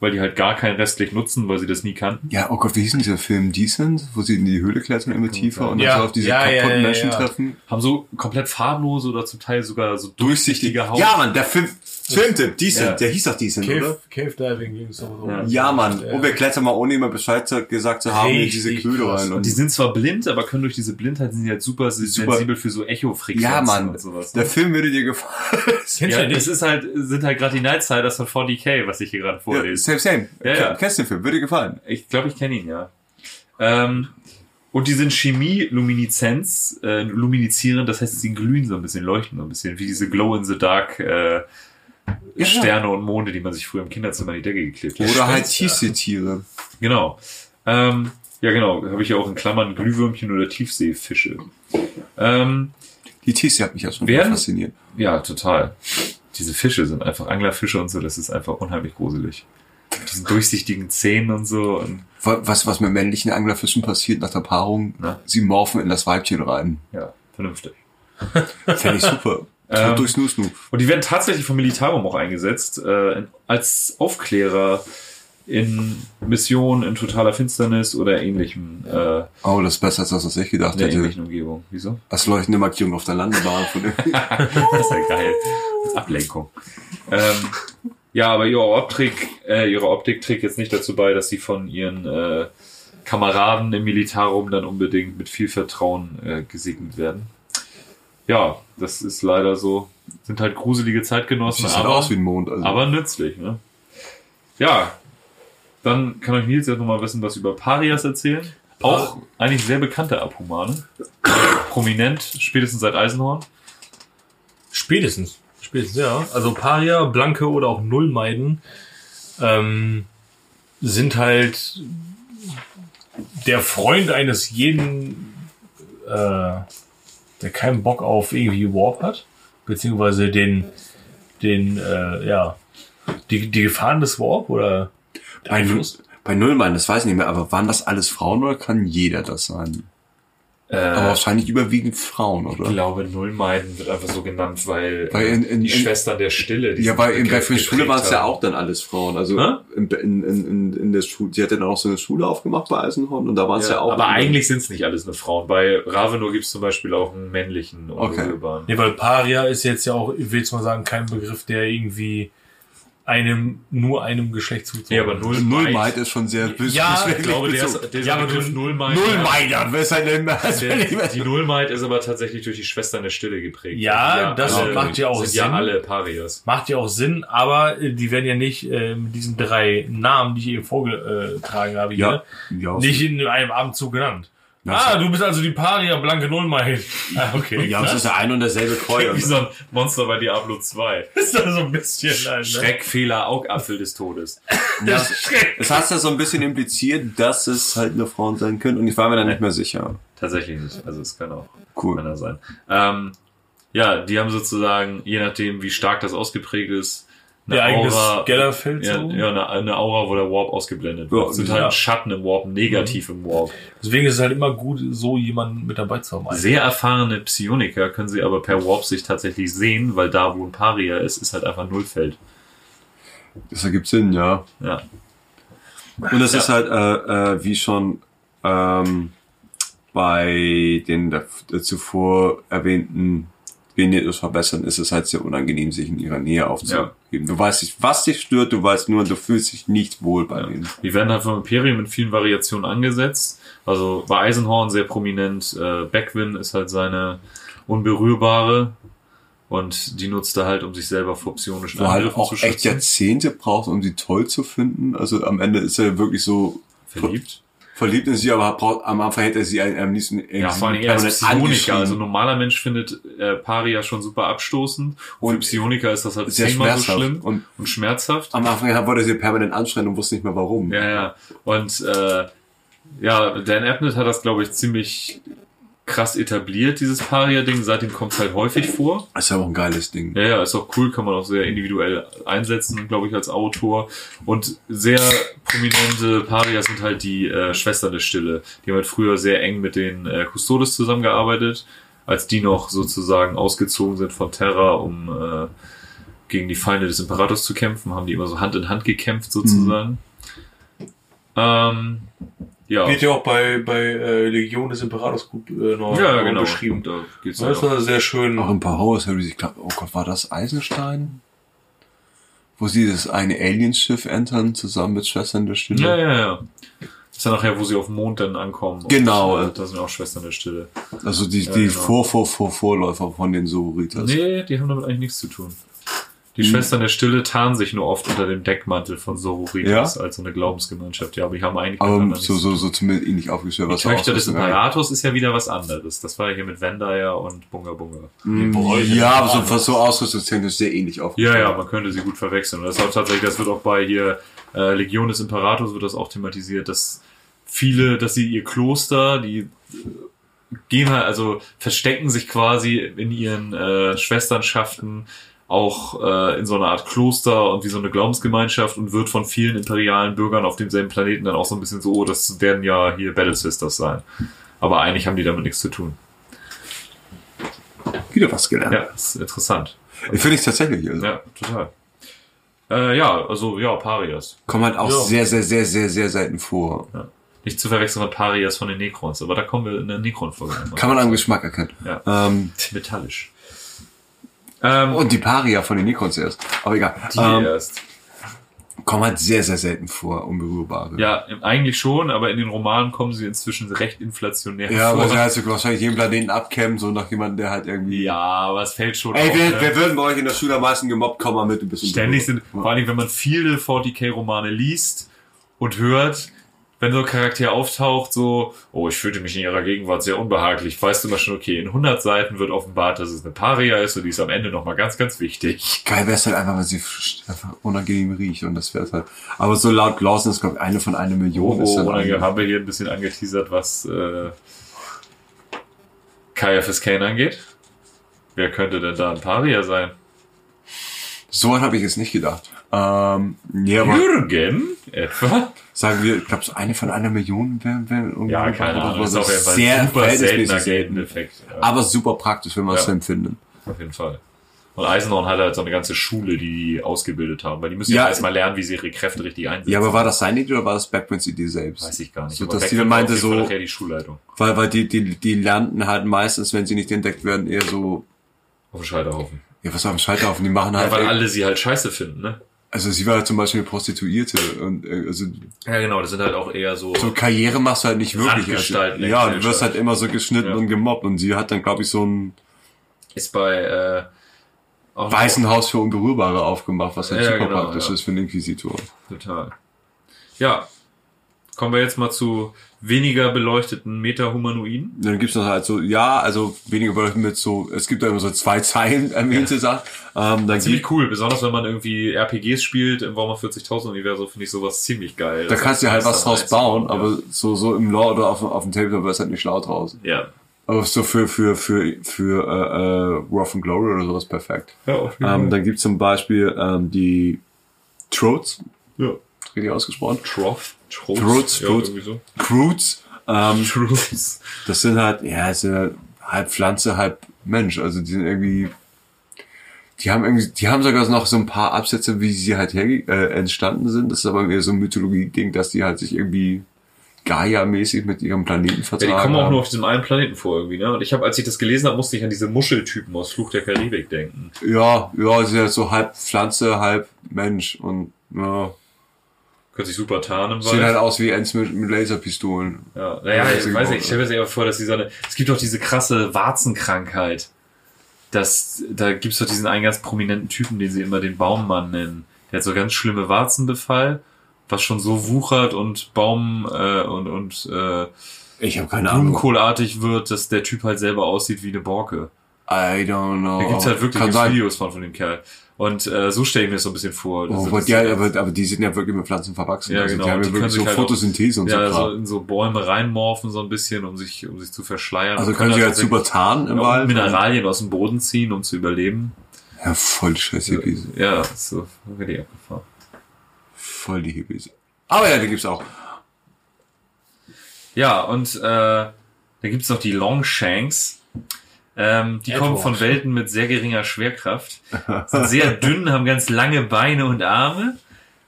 Speaker 3: weil die halt gar kein restlich nutzen, weil sie das nie kannten.
Speaker 2: Ja, oh Gott, wie hieß denn dieser Film Decent, wo sie in die Höhle klettern immer tiefer und
Speaker 4: Ja.
Speaker 2: dann so auf diese
Speaker 4: Ja, ja,
Speaker 2: kaputten
Speaker 4: ja,
Speaker 2: Menschen
Speaker 4: ja.
Speaker 2: treffen?
Speaker 3: Haben so komplett farblose oder zum Teil sogar so durchsichtige
Speaker 2: Durchsichtige
Speaker 3: Haut.
Speaker 2: Ja, Mann, der Film, Filmtipp, Decent,
Speaker 3: Ja.
Speaker 2: der hieß doch Decent, oder?
Speaker 4: Cave, Cave Diving ging es so.
Speaker 3: Ja.
Speaker 2: Ja, Mann. Und wir klettern mal, ohne immer Bescheid zu- gesagt zu haben, in diese
Speaker 4: Richtig
Speaker 2: Köder
Speaker 4: krass.
Speaker 2: rein.
Speaker 3: Und die sind zwar blind, aber können durch diese Blindheit sind die halt super,
Speaker 2: Super.
Speaker 3: sensibel für so Echo-Frequenzen
Speaker 2: ja, Mann.
Speaker 3: und sowas.
Speaker 2: Der Film würde dir gefallen.
Speaker 3: ja, das ist halt, sind halt gerade die Nightsiders von 40k, was ich hier gerade
Speaker 2: Ja,
Speaker 3: vorlese.
Speaker 2: same, same.
Speaker 3: Ja, ja.
Speaker 2: Kennst den Film? Würde dir gefallen.
Speaker 3: Ich glaube, ich kenne ihn, ja. Ähm, und die sind Chemie-Lumineszenz, äh, luminizierend, das heißt, sie glühen so ein bisschen, leuchten so ein bisschen, wie diese Glow-in-the-Dark äh, Sterne und Monde, die man sich früher im Kinderzimmer an die Decke geklebt hat.
Speaker 2: Oder halt Tiefseetiere.
Speaker 3: Genau. Ähm, ja, genau, habe ich ja auch in Klammern Glühwürmchen oder Tiefseefische. Ähm,
Speaker 2: Die Tiefsee hat mich ja schon
Speaker 3: Werden-
Speaker 2: fasziniert.
Speaker 3: Ja, total. Diese Fische sind einfach Anglerfische und so, das ist einfach unheimlich gruselig. Die diesen durchsichtigen Zähnen und so. Und
Speaker 2: Wa- Was, was mit männlichen Anglerfischen passiert nach der Paarung? Sie morphen in das Weibchen rein.
Speaker 3: ja, vernünftig.
Speaker 2: Fände ich super.
Speaker 3: Ähm.
Speaker 2: Durch Snoo Snoo.
Speaker 3: Und die werden tatsächlich vom Militarum auch eingesetzt, äh, in- als Aufklärer in Missionen, in totaler Finsternis oder ähnlichem, äh,
Speaker 2: Oh, das ist besser als das, was ich gedacht
Speaker 3: in der
Speaker 2: hätte.
Speaker 3: ähnlichen Umgebung. Wieso?
Speaker 2: Das leuchtende Markierung auf der Landebahn von
Speaker 3: Das ist ja geil. Als Ablenkung. Ähm, ja, aber ihre Optik, äh, ihre Optik trägt jetzt nicht dazu bei, dass sie von ihren äh, Kameraden im Militarum dann unbedingt mit viel Vertrauen äh, gesegnet werden. Ja, das ist leider so. Sind halt gruselige Zeitgenossen,
Speaker 2: Sieht halt
Speaker 3: aber,
Speaker 2: aus wie ein Mond. Also.
Speaker 3: aber nützlich. Ne? Ja, dann kann euch Nils jetzt nochmal wissen, was über Parias erzählen. Auch eigentlich sehr bekannte Abhumane. Prominent, spätestens seit Eisenhorn.
Speaker 4: Spätestens. Spätestens, ja. Also Paria, Blanke oder auch Nullmeiden ähm, sind halt der Freund eines jeden, äh, der keinen Bock auf irgendwie Warp hat, beziehungsweise den, den, äh, ja, die, die Gefahren des Warp oder
Speaker 2: bei, Null- bei Nullmann, das weiß ich nicht mehr, aber waren das alles Frauen oder kann jeder das sein? aber wahrscheinlich überwiegend Frauen,
Speaker 3: Äh, Ich
Speaker 2: oder?
Speaker 3: glaube, Nullmeiden wird einfach so genannt, weil,
Speaker 2: Weil
Speaker 3: äh,
Speaker 2: in- in-
Speaker 3: die
Speaker 2: in-
Speaker 3: Schwestern der Stille.
Speaker 2: Ja,
Speaker 3: diesen
Speaker 2: bei, in, bei
Speaker 3: Begriff
Speaker 2: für die Schule
Speaker 3: geprägt
Speaker 2: waren es ja
Speaker 3: haben.
Speaker 2: auch dann alles Frauen. Also
Speaker 3: Hä?
Speaker 2: in, in, in, in der Schule, die hat dann auch so eine Schule aufgemacht bei Eisenhorn und da waren es ja,
Speaker 3: Ja,
Speaker 2: auch.
Speaker 3: aber eigentlich sind es nicht alles nur Frauen. Bei Ravenor gibt es zum Beispiel auch einen männlichen Unruhebaren.
Speaker 4: Nee, weil Paria ist jetzt ja auch, ich will jetzt mal sagen, kein Begriff, der irgendwie einem, nur einem Geschlecht zuzuordnen
Speaker 3: Nee, aber Null
Speaker 2: Nullmeid Also ist schon sehr
Speaker 4: Ja,
Speaker 3: Ich glaube, der ist, der
Speaker 4: Ja,
Speaker 3: ja,
Speaker 4: aber
Speaker 3: Begriff
Speaker 4: du-
Speaker 3: Nullmeid.
Speaker 2: Nullmeider, wer ist denn denn das?
Speaker 3: Der, die Nullmeid ist aber tatsächlich durch die Schwestern der Stille geprägt.
Speaker 4: Ja,
Speaker 3: Sind
Speaker 4: das
Speaker 3: alle,
Speaker 4: macht ja auch
Speaker 3: sind
Speaker 4: Sinn.
Speaker 3: ja alle Parias.
Speaker 4: Macht ja auch Sinn, aber äh, die werden ja nicht äh, mit diesen drei Namen, die ich eben vorgetragen habe,
Speaker 3: ne?
Speaker 4: hier,
Speaker 2: ja.
Speaker 4: nicht in einem Abendzug genannt. ah, du bist also die Paria Blanke Nullmeil. Ah, okay.
Speaker 2: Ja, aber es ist ja ein und derselbe Keuer.
Speaker 3: Wie so ein Monster bei Diablo 2.
Speaker 4: Das ist da so ein bisschen. Nein, ne?
Speaker 3: Schreckfehler, Augapfel des Todes.
Speaker 2: Ja, das hast ja so ein bisschen impliziert, dass es halt nur Frauen sein können und ich war mir da nicht mehr sicher.
Speaker 3: Tatsächlich nicht. Also es kann auch
Speaker 2: Cool.
Speaker 3: Männer sein. Ähm, ja, die haben sozusagen, je nachdem, wie stark das ausgeprägt ist,
Speaker 4: Der eigene Gellerfeld.
Speaker 3: ja,
Speaker 4: so.
Speaker 3: ja, eine, eine Aura, wo der Warp ausgeblendet wird.
Speaker 2: Ja,
Speaker 3: sind halt
Speaker 4: ja. Mhm.
Speaker 3: Schatten im Warp, negativ im Warp.
Speaker 4: Deswegen ist es halt immer gut, so jemanden mit dabei zu haben.
Speaker 3: Sehr erfahrene Psioniker können sie aber per Warp sich tatsächlich sehen, weil da, wo ein Paria ist, ist halt einfach Nullfeld.
Speaker 2: Das ergibt Sinn, ja.
Speaker 3: Ja.
Speaker 2: Und das ist halt, äh, äh, wie schon ähm, bei den da, äh, zuvor erwähnten Vignettes verbessern, ist es halt sehr unangenehm, sich in ihrer Nähe aufzuheben. Du weißt nicht, was dich stört, du weißt nur, du fühlst dich nicht wohl bei denen.
Speaker 3: Die werden halt vom Imperium in vielen Variationen angesetzt. Also bei Eisenhorn sehr prominent. Äh, Beckwin ist halt seine unberührbare. Und die nutzt er halt, um sich selber vor psionischen
Speaker 2: Wo halt
Speaker 3: Angriffen
Speaker 2: auch
Speaker 3: zu
Speaker 2: echt
Speaker 3: schützen.
Speaker 2: Jahrzehnte braucht, um sie toll zu finden. Also am Ende ist er wirklich so
Speaker 3: Verliebt.
Speaker 2: verliebt in sie, aber braucht, am Anfang hätte er sie ein- am liebsten
Speaker 3: Ja,
Speaker 2: irgendwie
Speaker 3: vor allem er
Speaker 2: permanent
Speaker 3: ist Psioniker.
Speaker 2: angeschrien.
Speaker 3: Also ein normaler Mensch findet äh, Paria schon super abstoßend. Und für Psioniker ist das halt
Speaker 2: sehr
Speaker 3: zehnmal so
Speaker 2: schmerzhaft.
Speaker 3: schlimm und,
Speaker 2: Und
Speaker 3: schmerzhaft.
Speaker 2: am Anfang wollte er sie permanent anschreien und wusste nicht mehr warum.
Speaker 3: Ja, ja. Und äh, ja, Dan Abnett hat das, glaube ich, ziemlich krass etabliert, dieses Paria-Ding. Seitdem kommt es halt häufig vor.
Speaker 2: Das ist ja auch ein geiles Ding.
Speaker 3: Ja, ja, ist auch cool, kann man auch sehr individuell einsetzen, glaube ich, als Autor. Und sehr prominente Parias sind halt die äh, Schwestern der Stille. Die haben halt früher sehr eng mit den äh, Custodes zusammengearbeitet, als die noch sozusagen ausgezogen sind von Terra, um äh, gegen die Feinde des Imperators zu kämpfen, haben die immer so Hand in Hand gekämpft sozusagen. Ähm, ja.
Speaker 4: Wird ja auch bei, bei äh, Legion des Imperators gut äh, noch
Speaker 3: Ja, genau.
Speaker 4: beschrieben.
Speaker 3: Da geht's
Speaker 4: Das
Speaker 3: ja auch.
Speaker 4: war sehr schön.
Speaker 2: Auch ein paar Horror-Series, ich glaube, oh Gott, war das Eisenstein? Wo sie das eine Alienschiff entern, zusammen mit Schwestern der Stille.
Speaker 3: Ja, ja, ja. Das ist ja nachher, wo sie auf dem Mond dann ankommen. Und,
Speaker 2: Genau.
Speaker 3: äh, Da sind auch Schwestern der Stille.
Speaker 2: Also die,
Speaker 3: Ja,
Speaker 2: die
Speaker 3: genau.
Speaker 2: Vor, Vor, Vor, Vorläufer von den Sororitas.
Speaker 3: Nee, die haben damit eigentlich nichts zu tun. Die
Speaker 2: Hm.
Speaker 3: Schwestern der Stille tarnen sich nur oft unter dem Deckmantel von Sororitas
Speaker 2: Ja?
Speaker 3: als so eine Glaubensgemeinschaft. Ja, aber die haben eigentlich
Speaker 2: Aber
Speaker 3: miteinander
Speaker 2: so,
Speaker 3: nichts
Speaker 2: so, so zumindest ähnlich aufgestellt, was
Speaker 3: zu tun. Töchter des
Speaker 2: ausmachen.
Speaker 3: Imperators ist ja wieder was anderes. Das war ja hier mit Vendaya und Bunga Bunga.
Speaker 2: Mhm. Ja, aber so, was so ausrüstungstechnisch sehr ähnlich aufgestellt.
Speaker 3: Ja, ja, man könnte sie gut verwechseln. Und das ist auch tatsächlich, das wird auch bei hier äh, Legion des Imperators wird das auch thematisiert, dass viele, dass sie ihr Kloster, die äh, gehen halt, also verstecken sich quasi in ihren äh, Schwesternschaften auch äh, in so einer Art Kloster und wie so eine Glaubensgemeinschaft und wird von vielen imperialen Bürgern auf demselben Planeten dann auch so ein bisschen so, oh, das werden ja hier Battle Sisters sein. Aber eigentlich haben die damit nichts zu tun.
Speaker 2: Wieder was gelernt.
Speaker 3: Ja, ist interessant.
Speaker 2: Finde ich tatsächlich. Also.
Speaker 3: Ja, total. Äh, ja, also ja, Parias.
Speaker 2: Kommen halt auch sehr, sehr, sehr, sehr, sehr selten vor.
Speaker 3: Nicht zu verwechseln mit Parias von den Necrons, aber da kommen wir in der Necron-Folge. einmal.
Speaker 2: Kann man am Geschmack erkennen.
Speaker 3: Ja.
Speaker 2: Ähm,
Speaker 3: Metallisch. Ähm,
Speaker 2: und die Paria von den Necrons erst. Aber egal. Ähm,
Speaker 3: erst.
Speaker 2: kommen halt sehr, sehr selten vor, unberührbare.
Speaker 3: Ja, im- eigentlich schon, aber in den Romanen kommen sie inzwischen recht inflationär
Speaker 2: Ja, weil
Speaker 3: vor.
Speaker 2: sie halt so wahrscheinlich jeden Planeten abkämmen, so nach jemandem, der halt irgendwie.
Speaker 3: ja, aber es fällt schon
Speaker 2: Ey,
Speaker 3: auf.
Speaker 2: wir,
Speaker 3: ne?
Speaker 2: wir würden bei euch in der Schule am meisten gemobbt, komm mal mit, du bist ein
Speaker 3: Ständig sind,
Speaker 2: Berührer.
Speaker 3: vor allem wenn man viele 40k-Romane liest und hört, wenn so ein Charakter auftaucht, so, oh, ich fühlte mich in ihrer Gegenwart sehr unbehaglich, weißt du mal schon, okay, in 100 Seiten wird offenbart, dass es eine Paria ist und die ist am Ende nochmal ganz, ganz wichtig.
Speaker 2: Geil wär's halt einfach, weil sie frisch- einfach unangenehm riecht und das wär's halt. Aber so laut Lawson ist, glaube ich, eine von einer
Speaker 3: Oh,
Speaker 2: Million ist
Speaker 3: oh,
Speaker 2: dann
Speaker 3: und dann
Speaker 2: eine-
Speaker 3: haben wir hier ein bisschen angeteasert, was äh, Kaya Fiskane angeht. Wer könnte denn da ein Paria sein?
Speaker 2: So weit habe ich jetzt nicht gedacht. Ähm, nee, aber
Speaker 3: Jürgen? Etwa?
Speaker 2: sagen wir, ich glaube, so eine von einer Million wären wär irgendwie.
Speaker 3: Ja, keine Ahnung. Das ist auf jeden Fall
Speaker 2: sehr
Speaker 3: ein super seltener
Speaker 2: verhältnismäßig
Speaker 3: Gelden-Effekt. Ja.
Speaker 2: Aber super praktisch, wenn man es
Speaker 3: Ja.
Speaker 2: so empfindet.
Speaker 3: Auf jeden Fall. Und Eisenhorn hat halt so eine ganze Schule, die die ausgebildet haben, weil die müssen
Speaker 2: Ja.
Speaker 3: ja, erst erstmal lernen, wie sie ihre Kräfte richtig einsetzen.
Speaker 2: Ja, aber war das seine Idee oder war das Backprints Idee selbst?
Speaker 3: weiß ich gar nicht.
Speaker 2: So,
Speaker 3: Aber
Speaker 2: dass
Speaker 3: Beck
Speaker 2: die
Speaker 3: war
Speaker 2: meinte
Speaker 3: auf jeden Fall
Speaker 2: so-
Speaker 3: nachher die Schulleitung
Speaker 2: Weil, weil die, die, die landen halt meistens, wenn sie nicht entdeckt werden, eher so,
Speaker 3: auf dem Scheiterhaufen.
Speaker 2: ja, was auf dem Scheiterhaufen, die machen
Speaker 3: Ja,
Speaker 2: halt,
Speaker 3: weil alle sie halt scheiße finden, ne?
Speaker 2: also sie war halt zum Beispiel eine Prostituierte und, äh, also,
Speaker 3: Ja, genau, das sind halt auch eher so.
Speaker 2: so Karriere machst du halt nicht wirklich.
Speaker 3: Randgestalt, ne,
Speaker 2: ja, du
Speaker 3: Gesellschaft.
Speaker 2: wirst halt immer so geschnitten
Speaker 3: Ja.
Speaker 2: und gemobbt und sie hat dann, glaube ich, so ein
Speaker 3: Ist bei äh, auch
Speaker 2: Waisenhaus für Unberührbare aufgemacht, was halt
Speaker 3: Ja,
Speaker 2: super
Speaker 3: genau,
Speaker 2: praktisch
Speaker 3: ja.
Speaker 2: ist für den Inquisitor.
Speaker 3: Total. Ja. Kommen wir jetzt mal zu weniger beleuchteten Metahumanoiden.
Speaker 2: Dann gibt's noch halt so, ja, also weniger Wörter mit so, es gibt da immer so zwei Zeilen äh, erwähnte Sachen. Ähm, dann gibt,
Speaker 3: Ziemlich cool, besonders wenn man irgendwie RPGs spielt im Warhammer 40.000 Universum, finde ich sowas ziemlich geil.
Speaker 2: da kannst du halt was draus bauen,
Speaker 3: Ja.
Speaker 2: aber so, so im Lore oder auf, auf dem Tabletop wirst halt nicht schlau draus.
Speaker 3: Ja.
Speaker 2: Aber so für, für, für, für äh, äh, Wrath and Glory oder sowas perfekt. Ähm, dann gibt's zum Beispiel ähm, die Trots.
Speaker 3: Ja.
Speaker 2: Richtig ausgesprochen.
Speaker 3: Troth? Troth?
Speaker 2: Troths,
Speaker 3: ja,
Speaker 2: Troths.
Speaker 3: irgendwie so.
Speaker 2: Croots. Ähm,
Speaker 3: Troths.
Speaker 2: das sind halt, ja, ist ja halb Pflanze, halb Mensch. Also die sind irgendwie. Die haben irgendwie, die haben sogar noch so ein paar Absätze, wie sie halt herge äh, entstanden sind. Das ist aber eher so ein Mythologie-Ding, dass die halt sich irgendwie Gaia-mäßig mit ihrem Planeten
Speaker 3: Ja,
Speaker 2: vertragen.
Speaker 3: die kommen auch
Speaker 2: haben.
Speaker 3: nur auf diesem einen Planeten vor irgendwie, ne? Und ich habe, als ich das gelesen habe, musste ich an diese Muscheltypen aus Fluch der Karibik denken.
Speaker 2: Ja, ja, sie sind halt so halb Pflanze, halb Mensch und ja.
Speaker 3: Können sich super tarnen,
Speaker 2: Sieht halt
Speaker 3: weil.
Speaker 2: aus wie eins mit, mit Laserpistolen.
Speaker 3: Ja, naja,
Speaker 2: Ja,
Speaker 3: ich weiß nicht,
Speaker 2: deswegen
Speaker 3: ich stelle mir das eher vor, dass die so eine. Es gibt doch diese krasse Warzenkrankheit. Das, da gibt's doch diesen einen ganz prominenten Typen, den sie immer den Baummann nennen. Der hat so ganz schlimme Warzenbefall, was schon so wuchert und Baum äh, und, und äh,
Speaker 2: Ich habe keine
Speaker 3: Blumenkohlartig wird, dass der Typ halt selber aussieht wie eine Borke.
Speaker 2: I don't know.
Speaker 3: Da gibt's halt wirklich
Speaker 2: Oh, Kann sein.
Speaker 3: Videos von, von dem Kerl. Und äh, so stelle ich mir das so ein bisschen vor.
Speaker 2: Oh,
Speaker 3: Also,
Speaker 2: aber,
Speaker 3: das-
Speaker 2: die, aber, aber die sind ja wirklich mit Pflanzen verwachsen.
Speaker 3: Ja,
Speaker 2: also
Speaker 3: genau.
Speaker 2: Die haben
Speaker 3: Und
Speaker 2: ja
Speaker 3: die können
Speaker 2: wirklich
Speaker 3: sich
Speaker 2: so
Speaker 3: halt auch-
Speaker 2: Photosynthese und
Speaker 3: ja,
Speaker 2: so.
Speaker 3: so
Speaker 2: Also,
Speaker 3: in so Bäume reinmorphen so ein bisschen, um sich, um sich zu verschleiern.
Speaker 2: also
Speaker 3: Und
Speaker 2: können sie halt
Speaker 3: tatsächlich
Speaker 2: super tarnen im
Speaker 3: auch
Speaker 2: Wald.
Speaker 3: Mineralien aus dem Boden ziehen, um zu überleben.
Speaker 2: Ja, voll die scheiß Hippies.
Speaker 3: Ja, so wirklich abgefahren.
Speaker 2: Voll die Hippies. Aber ja, die gibt's auch.
Speaker 3: Ja, und äh, da gibt's noch die Longshanks. Ähm, die kommen von Welten mit sehr geringer Schwerkraft, sind sehr dünn, haben ganz lange Beine und Arme.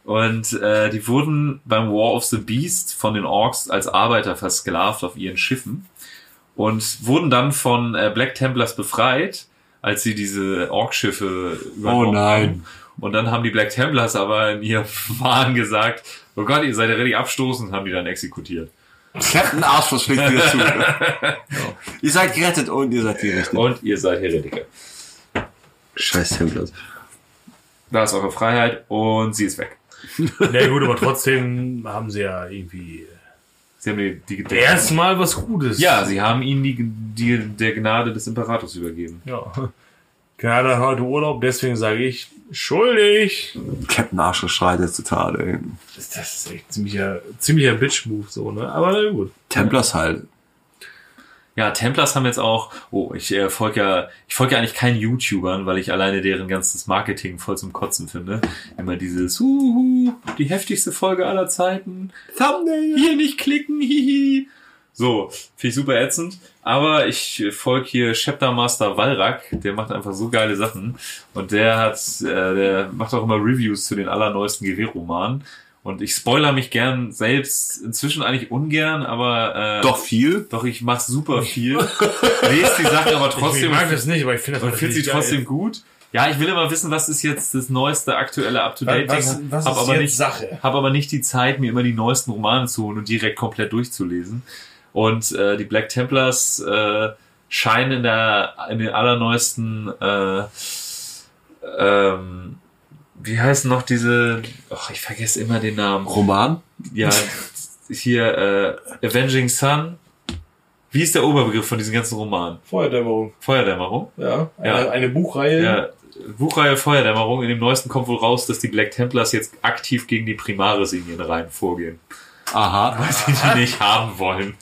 Speaker 3: Und äh, die wurden beim War of the Beast von den Orks als Arbeiter versklavt auf ihren Schiffen und wurden dann von äh, Black Templars befreit, als sie diese Orkschiffe übernommen
Speaker 2: Oh nein.
Speaker 3: haben. Und dann haben die Black Templars aber in ihrem Wahn gesagt, oh Gott, ihr seid ja richtig abstoßend, haben die dann exekutiert.
Speaker 2: Captain Arschloch schlägt wieder zu. ja. Ihr seid gerettet und ihr seid die richtigen.
Speaker 3: Und ihr seid Heretiker.
Speaker 2: Scheiß Templars.
Speaker 3: Da ist eure Freiheit und sie ist weg.
Speaker 4: Na gut, aber trotzdem haben sie ja irgendwie
Speaker 3: Sie haben die, die Geduld-
Speaker 4: erstmal was Gutes.
Speaker 3: Ja, sie haben ihnen die, die, der Gnade des Imperators übergeben.
Speaker 4: ja. Kanada hat heute Urlaub, deswegen sage ich schuldig.
Speaker 2: Captain Arschloch schreit jetzt total, ey.
Speaker 4: Das ist echt ziemlicher, ziemlicher Bitch-Move, so, ne? Aber na gut.
Speaker 2: Templars halt.
Speaker 3: Ja, Templars haben jetzt auch, oh, ich äh, folge ja, ich folge ja eigentlich keinen YouTubern, weil ich alleine deren ganzes Marketing voll zum Kotzen finde. Immer dieses, huhu, die heftigste Folge aller Zeiten. Thumbnail. Hier nicht klicken, hihi. So, finde ich super ätzend. Aber ich äh, folge hier Chapter Master Walrak, der macht einfach so geile Sachen. Und der hat, äh, der macht auch immer Reviews zu den allerneuesten Gewehr-Romanen. Und ich spoiler mich gern selbst, inzwischen eigentlich ungern, aber äh,
Speaker 2: Doch viel.
Speaker 3: doch, ich mach super viel. lese die Sachen aber
Speaker 4: Ich
Speaker 3: trotzdem.
Speaker 4: mag das nicht, aber ich finde das
Speaker 3: Und fühlt sich
Speaker 4: natürlich
Speaker 3: trotzdem gut. Ja, ich will immer wissen, was ist jetzt das neueste, aktuelle Up-to-Date-Ding.
Speaker 7: Was- was
Speaker 3: Hab
Speaker 7: ist
Speaker 3: aber
Speaker 7: jetzt
Speaker 3: nicht,
Speaker 7: Sache?
Speaker 3: Hab aber nicht die Zeit, mir immer die neuesten Romane zu holen und direkt komplett durchzulesen. Und äh, die Black Templars äh, scheinen in, der, in den allerneuesten äh, ähm, wie heißen noch diese ach, ich vergesse immer den Namen
Speaker 2: Roman?
Speaker 3: ja, hier äh, Avenging Sun. Wie ist der Oberbegriff von diesem ganzen Roman?
Speaker 4: Feuerdämmerung.
Speaker 3: Feuerdämmerung?
Speaker 4: Ja. Eine,
Speaker 3: Ja.
Speaker 4: eine Buchreihe.
Speaker 3: Ja, Buchreihe Feuerdämmerung. In dem neuesten kommt wohl raus, dass die Black Templars jetzt aktiv gegen die Primaris-Linien rein vorgehen.
Speaker 2: Aha.
Speaker 3: Die die nicht haben wollen.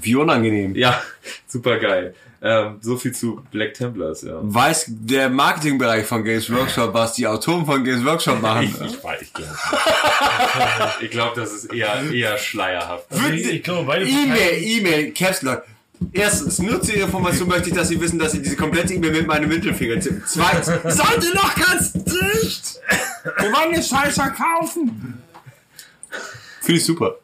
Speaker 2: Wie unangenehm.
Speaker 3: Ja, super geil. Ähm, so viel zu Black Templars, ja.
Speaker 2: Weiß der Marketingbereich von Games Workshop, was die Autoren von Games Workshop machen?
Speaker 3: Ich weiß, ich glaube. ich glaube, das ist eher, eher schleierhaft.
Speaker 4: Ich, ich glaube, beide
Speaker 2: E-Mail, E-Mail, Caps Lock. Erstens, nur zur Information möchte ich, dass Sie wissen, dass ich diese komplette E-Mail mit meinem Mittelfinger tippe. Zweitens, sollte noch ganz nicht! Wir wollen den Scheiß verkaufen! Finde ich super.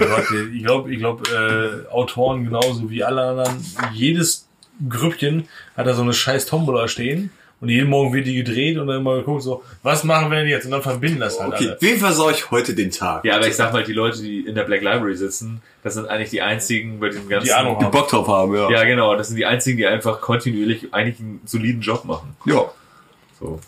Speaker 4: Leute, ich glaube, ich glaub, äh, Autoren genauso wie alle anderen, jedes Grüppchen hat da so eine scheiß Tombola stehen und jeden Morgen wird die gedreht und dann immer geguckt, so, was machen wir denn jetzt? Und dann verbinden das halt
Speaker 2: Okay,
Speaker 4: alle.
Speaker 2: wem versau ich heute den Tag?
Speaker 3: Ja, aber ich sag mal, die Leute, die in der Black Library sitzen, das sind eigentlich die einzigen bei diesem ganzen
Speaker 4: Die Ahnung
Speaker 2: Die
Speaker 4: haben.
Speaker 2: Bock drauf haben, ja.
Speaker 3: Ja, genau. Das sind die einzigen, die einfach kontinuierlich eigentlich einen soliden Job machen.
Speaker 2: ja.
Speaker 3: So.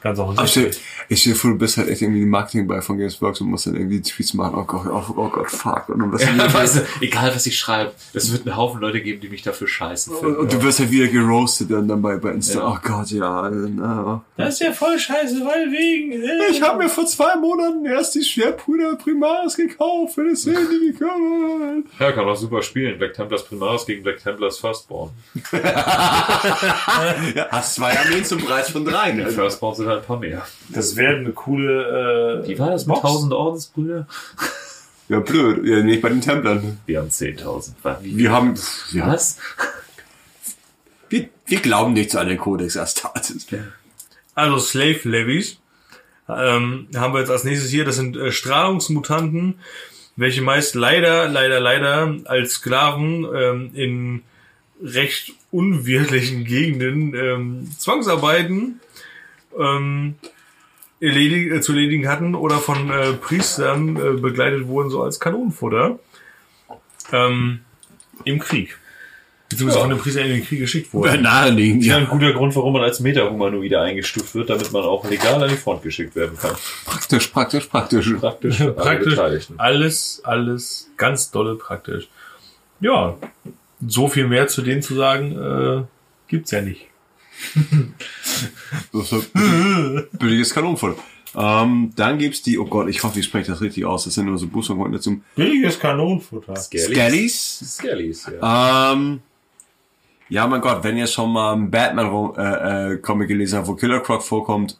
Speaker 4: Ganz
Speaker 2: Aber
Speaker 4: offensichtlich.
Speaker 2: stell, ich stelle vor, du bist halt echt irgendwie im Marketingbereich von Games Workshop und musst dann irgendwie Tweets machen. Oh Gott, oh, oh Gott, fuck. Und, dann wirst du wieder-
Speaker 3: weißt du, egal was ich schreibe, es wird einen Haufen Leute geben, die mich dafür scheiße
Speaker 2: und,
Speaker 3: finden.
Speaker 2: und du wirst halt wieder geroastet dann, dann bei, bei Insta. Oh Gott, ja. Na, oh.
Speaker 4: Das ist ja voll scheiße, weil wegen. Äh,
Speaker 2: Ich habe mir vor zwei Monaten erst die Schwerpuder Primaris gekauft, wenn es sehen, die gekommen.
Speaker 3: Ja, kann auch super spielen. Black Templars Primaris gegen Black Templars Firstborn.
Speaker 2: Ja, hast zwei Armeen zum Preis von drei. ne?
Speaker 3: Die Firstborn sind halt ein paar mehr.
Speaker 4: das wäre eine coole. Äh,
Speaker 3: Wie war das mit 1000 Ordensbrüder?
Speaker 2: Ja, blöd. Ja, nicht bei den Templern.
Speaker 3: Wir haben 10.000. Was? Wie?
Speaker 2: Wir haben, ja,
Speaker 3: Was?
Speaker 2: wir, wir glauben nichts an den Codex Astartes.
Speaker 4: Also Slave Levies ähm, haben wir jetzt als nächstes hier. Das sind äh, Strahlungsmutanten, welche meist leider, leider, leider als Sklaven ähm, in recht unwirtlichen Gegenden ähm, Zwangsarbeiten ähm, erledig äh, zu erledigen hatten oder von äh, Priestern äh, begleitet wurden, so als Kanonenfutter ähm, im Krieg. Beziehungsweise von den Priestern in den Krieg geschickt wurden.
Speaker 2: Naheliegend,
Speaker 3: Ja, ein guter Grund, warum man als Meta-Humanoide eingestuft wird, damit man auch legal an die Front geschickt werden kann.
Speaker 2: Praktisch, praktisch, praktisch.
Speaker 3: Praktisch. alle
Speaker 4: praktisch.
Speaker 3: Beteiligten.
Speaker 4: Alles, alles ganz dolle praktisch. Ja, so viel mehr zu denen zu sagen, äh, gibt's ja nicht.
Speaker 2: Das ist ein billiges Kanonenfutter. Ähm, dann gibt's die, oh Gott, ich hoffe, ich spreche das richtig aus. Das sind nur so Bußungkonten zum
Speaker 4: Billiges Kanonenfutter.
Speaker 2: Skellies.
Speaker 3: Skellies, ja.
Speaker 2: Ähm, ja, mein Gott, wenn ihr schon mal einen Batman-Comic äh, Comic gelesen habt, wo Killer Croc vorkommt,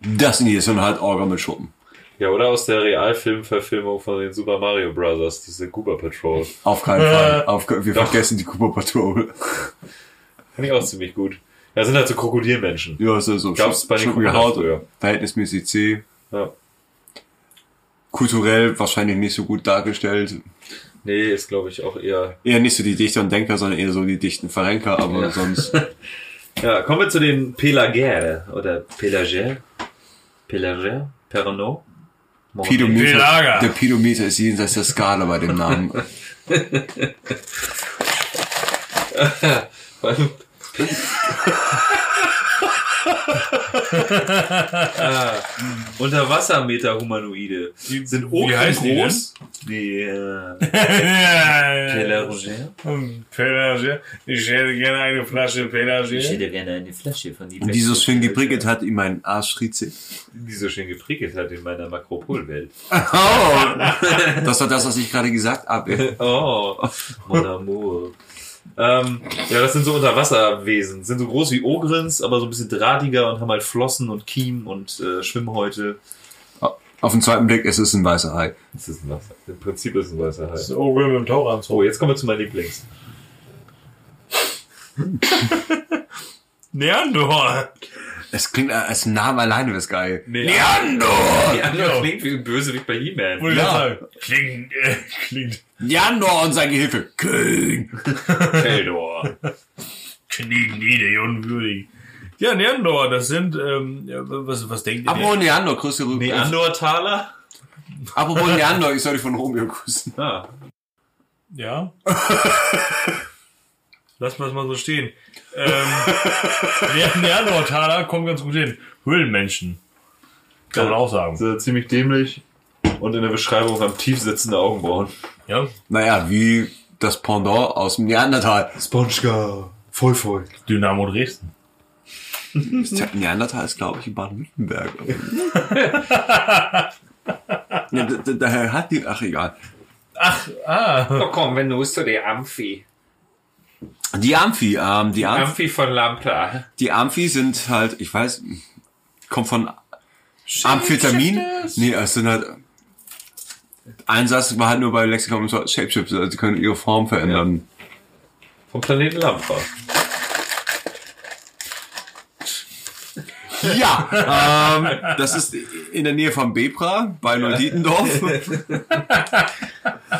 Speaker 2: das sind die, das sind halt Orga mit Schuppen.
Speaker 3: Ja, oder aus der Realfilmverfilmung von den Super Mario Brothers, diese Goober Patrol.
Speaker 2: Auf keinen
Speaker 3: Äh.
Speaker 2: Fall. Auf, ke- wir vergessen die Cooper Patrol.
Speaker 3: Fand ich auch ziemlich gut. Ja, sind halt so Krokodilmenschen.
Speaker 2: Ja, so, so.
Speaker 3: Gab's bei den
Speaker 2: Schuppige
Speaker 3: Coopers
Speaker 2: Haut,
Speaker 3: früher.
Speaker 2: verhältnismäßig zäh.
Speaker 3: Ja.
Speaker 2: Kulturell wahrscheinlich nicht so gut dargestellt.
Speaker 3: Nee, ist glaube ich auch eher.
Speaker 2: Eher nicht so die Dichter und Denker, sondern eher so die dichten Verrenker, aber sonst.
Speaker 3: Ja, kommen wir zu den Pelagere oder Pelagere. Pelagere? Perronot?
Speaker 2: Pidometer,
Speaker 4: Pilager.
Speaker 2: der Pidometer ist jenseits der Skala bei dem Namen.
Speaker 3: Unterwassermeter-Humanoide Ah, sind oben
Speaker 4: heißen die
Speaker 3: groß. Die, äh, Pelle Roger.
Speaker 4: Pelagier. Hm, Ich hätte gerne eine Flasche Pelagier.
Speaker 8: hätte gerne eine Flasche von die
Speaker 2: Und die so schön geprickelt hat, ihm einen Arsch ritzig.
Speaker 3: Die so schön geprickelt hat in meiner Makropolwelt.
Speaker 2: Oh! Das war das, was ich gerade gesagt habe.
Speaker 3: Oh, mon amour. Ähm, ja, das sind so Unterwasserwesen. Sind so groß wie Ogrins, aber so ein bisschen drahtiger und haben halt Flossen und Kiemen und äh, Schwimmhäute.
Speaker 2: Auf den zweiten Blick, es ist ein weißer Hai.
Speaker 3: Das ist ein Wasser. Im Prinzip ist es ein weißer Hai.
Speaker 4: Das ist ein Ogre mit dem Tauchanzug.
Speaker 3: Oh, jetzt kommen wir zu meinen Lieblings.
Speaker 4: Neander.
Speaker 2: Es klingt äh, als Name alleine, wäre geil.
Speaker 3: Die andere klingt wie ein Bösewicht bei
Speaker 4: Wollte
Speaker 3: He-Man.
Speaker 4: ich gerade sagen. Klingt, äh, klingt.
Speaker 2: Jandor und sein Gehilfe. König.
Speaker 3: Feldor.
Speaker 4: Kniegnädig, unwürdig. Ja, Neander, das sind, ähm, ja, was, was denkt ihr? denn?
Speaker 2: Apropos Neander, grüße rüber.
Speaker 3: Neandertaler?
Speaker 2: Apropos Neander, ich soll dich von Romeo grüßen.
Speaker 3: Ah,
Speaker 4: Ja. Lass mal es mal so stehen. Ähm, der Neandertaler kommt ganz gut hin. Höhlenmenschen. Kann man auch sagen.
Speaker 3: so äh, ziemlich dämlich. Und in der Beschreibung haben tief sitzende Augenbrauen.
Speaker 4: Ja.
Speaker 2: Naja, wie das Pendant aus dem Neandertal.
Speaker 3: Sponschka. Voll, voll.
Speaker 4: Dynamo Dresden.
Speaker 2: Der Neandertal ist, glaube ich, in Baden-Württemberg. ja, da, da, daher hat die, ach egal.
Speaker 8: Oh komm, wenn du zu der Amphi.
Speaker 2: Die Amphi, ähm, die, Amphi,
Speaker 8: Amphi von Lampa.
Speaker 2: die Amphi sind halt, ich weiß, kommt von Amphetamin. Nee, es sind halt, ein Satz war halt nur bei Lexikon und so, Shapeshifts, also sie können ihre Form verändern.
Speaker 3: Vom Planeten Lampa.
Speaker 2: Ja, ähm, das ist in der Nähe von Bebra, bei Neuditendorf.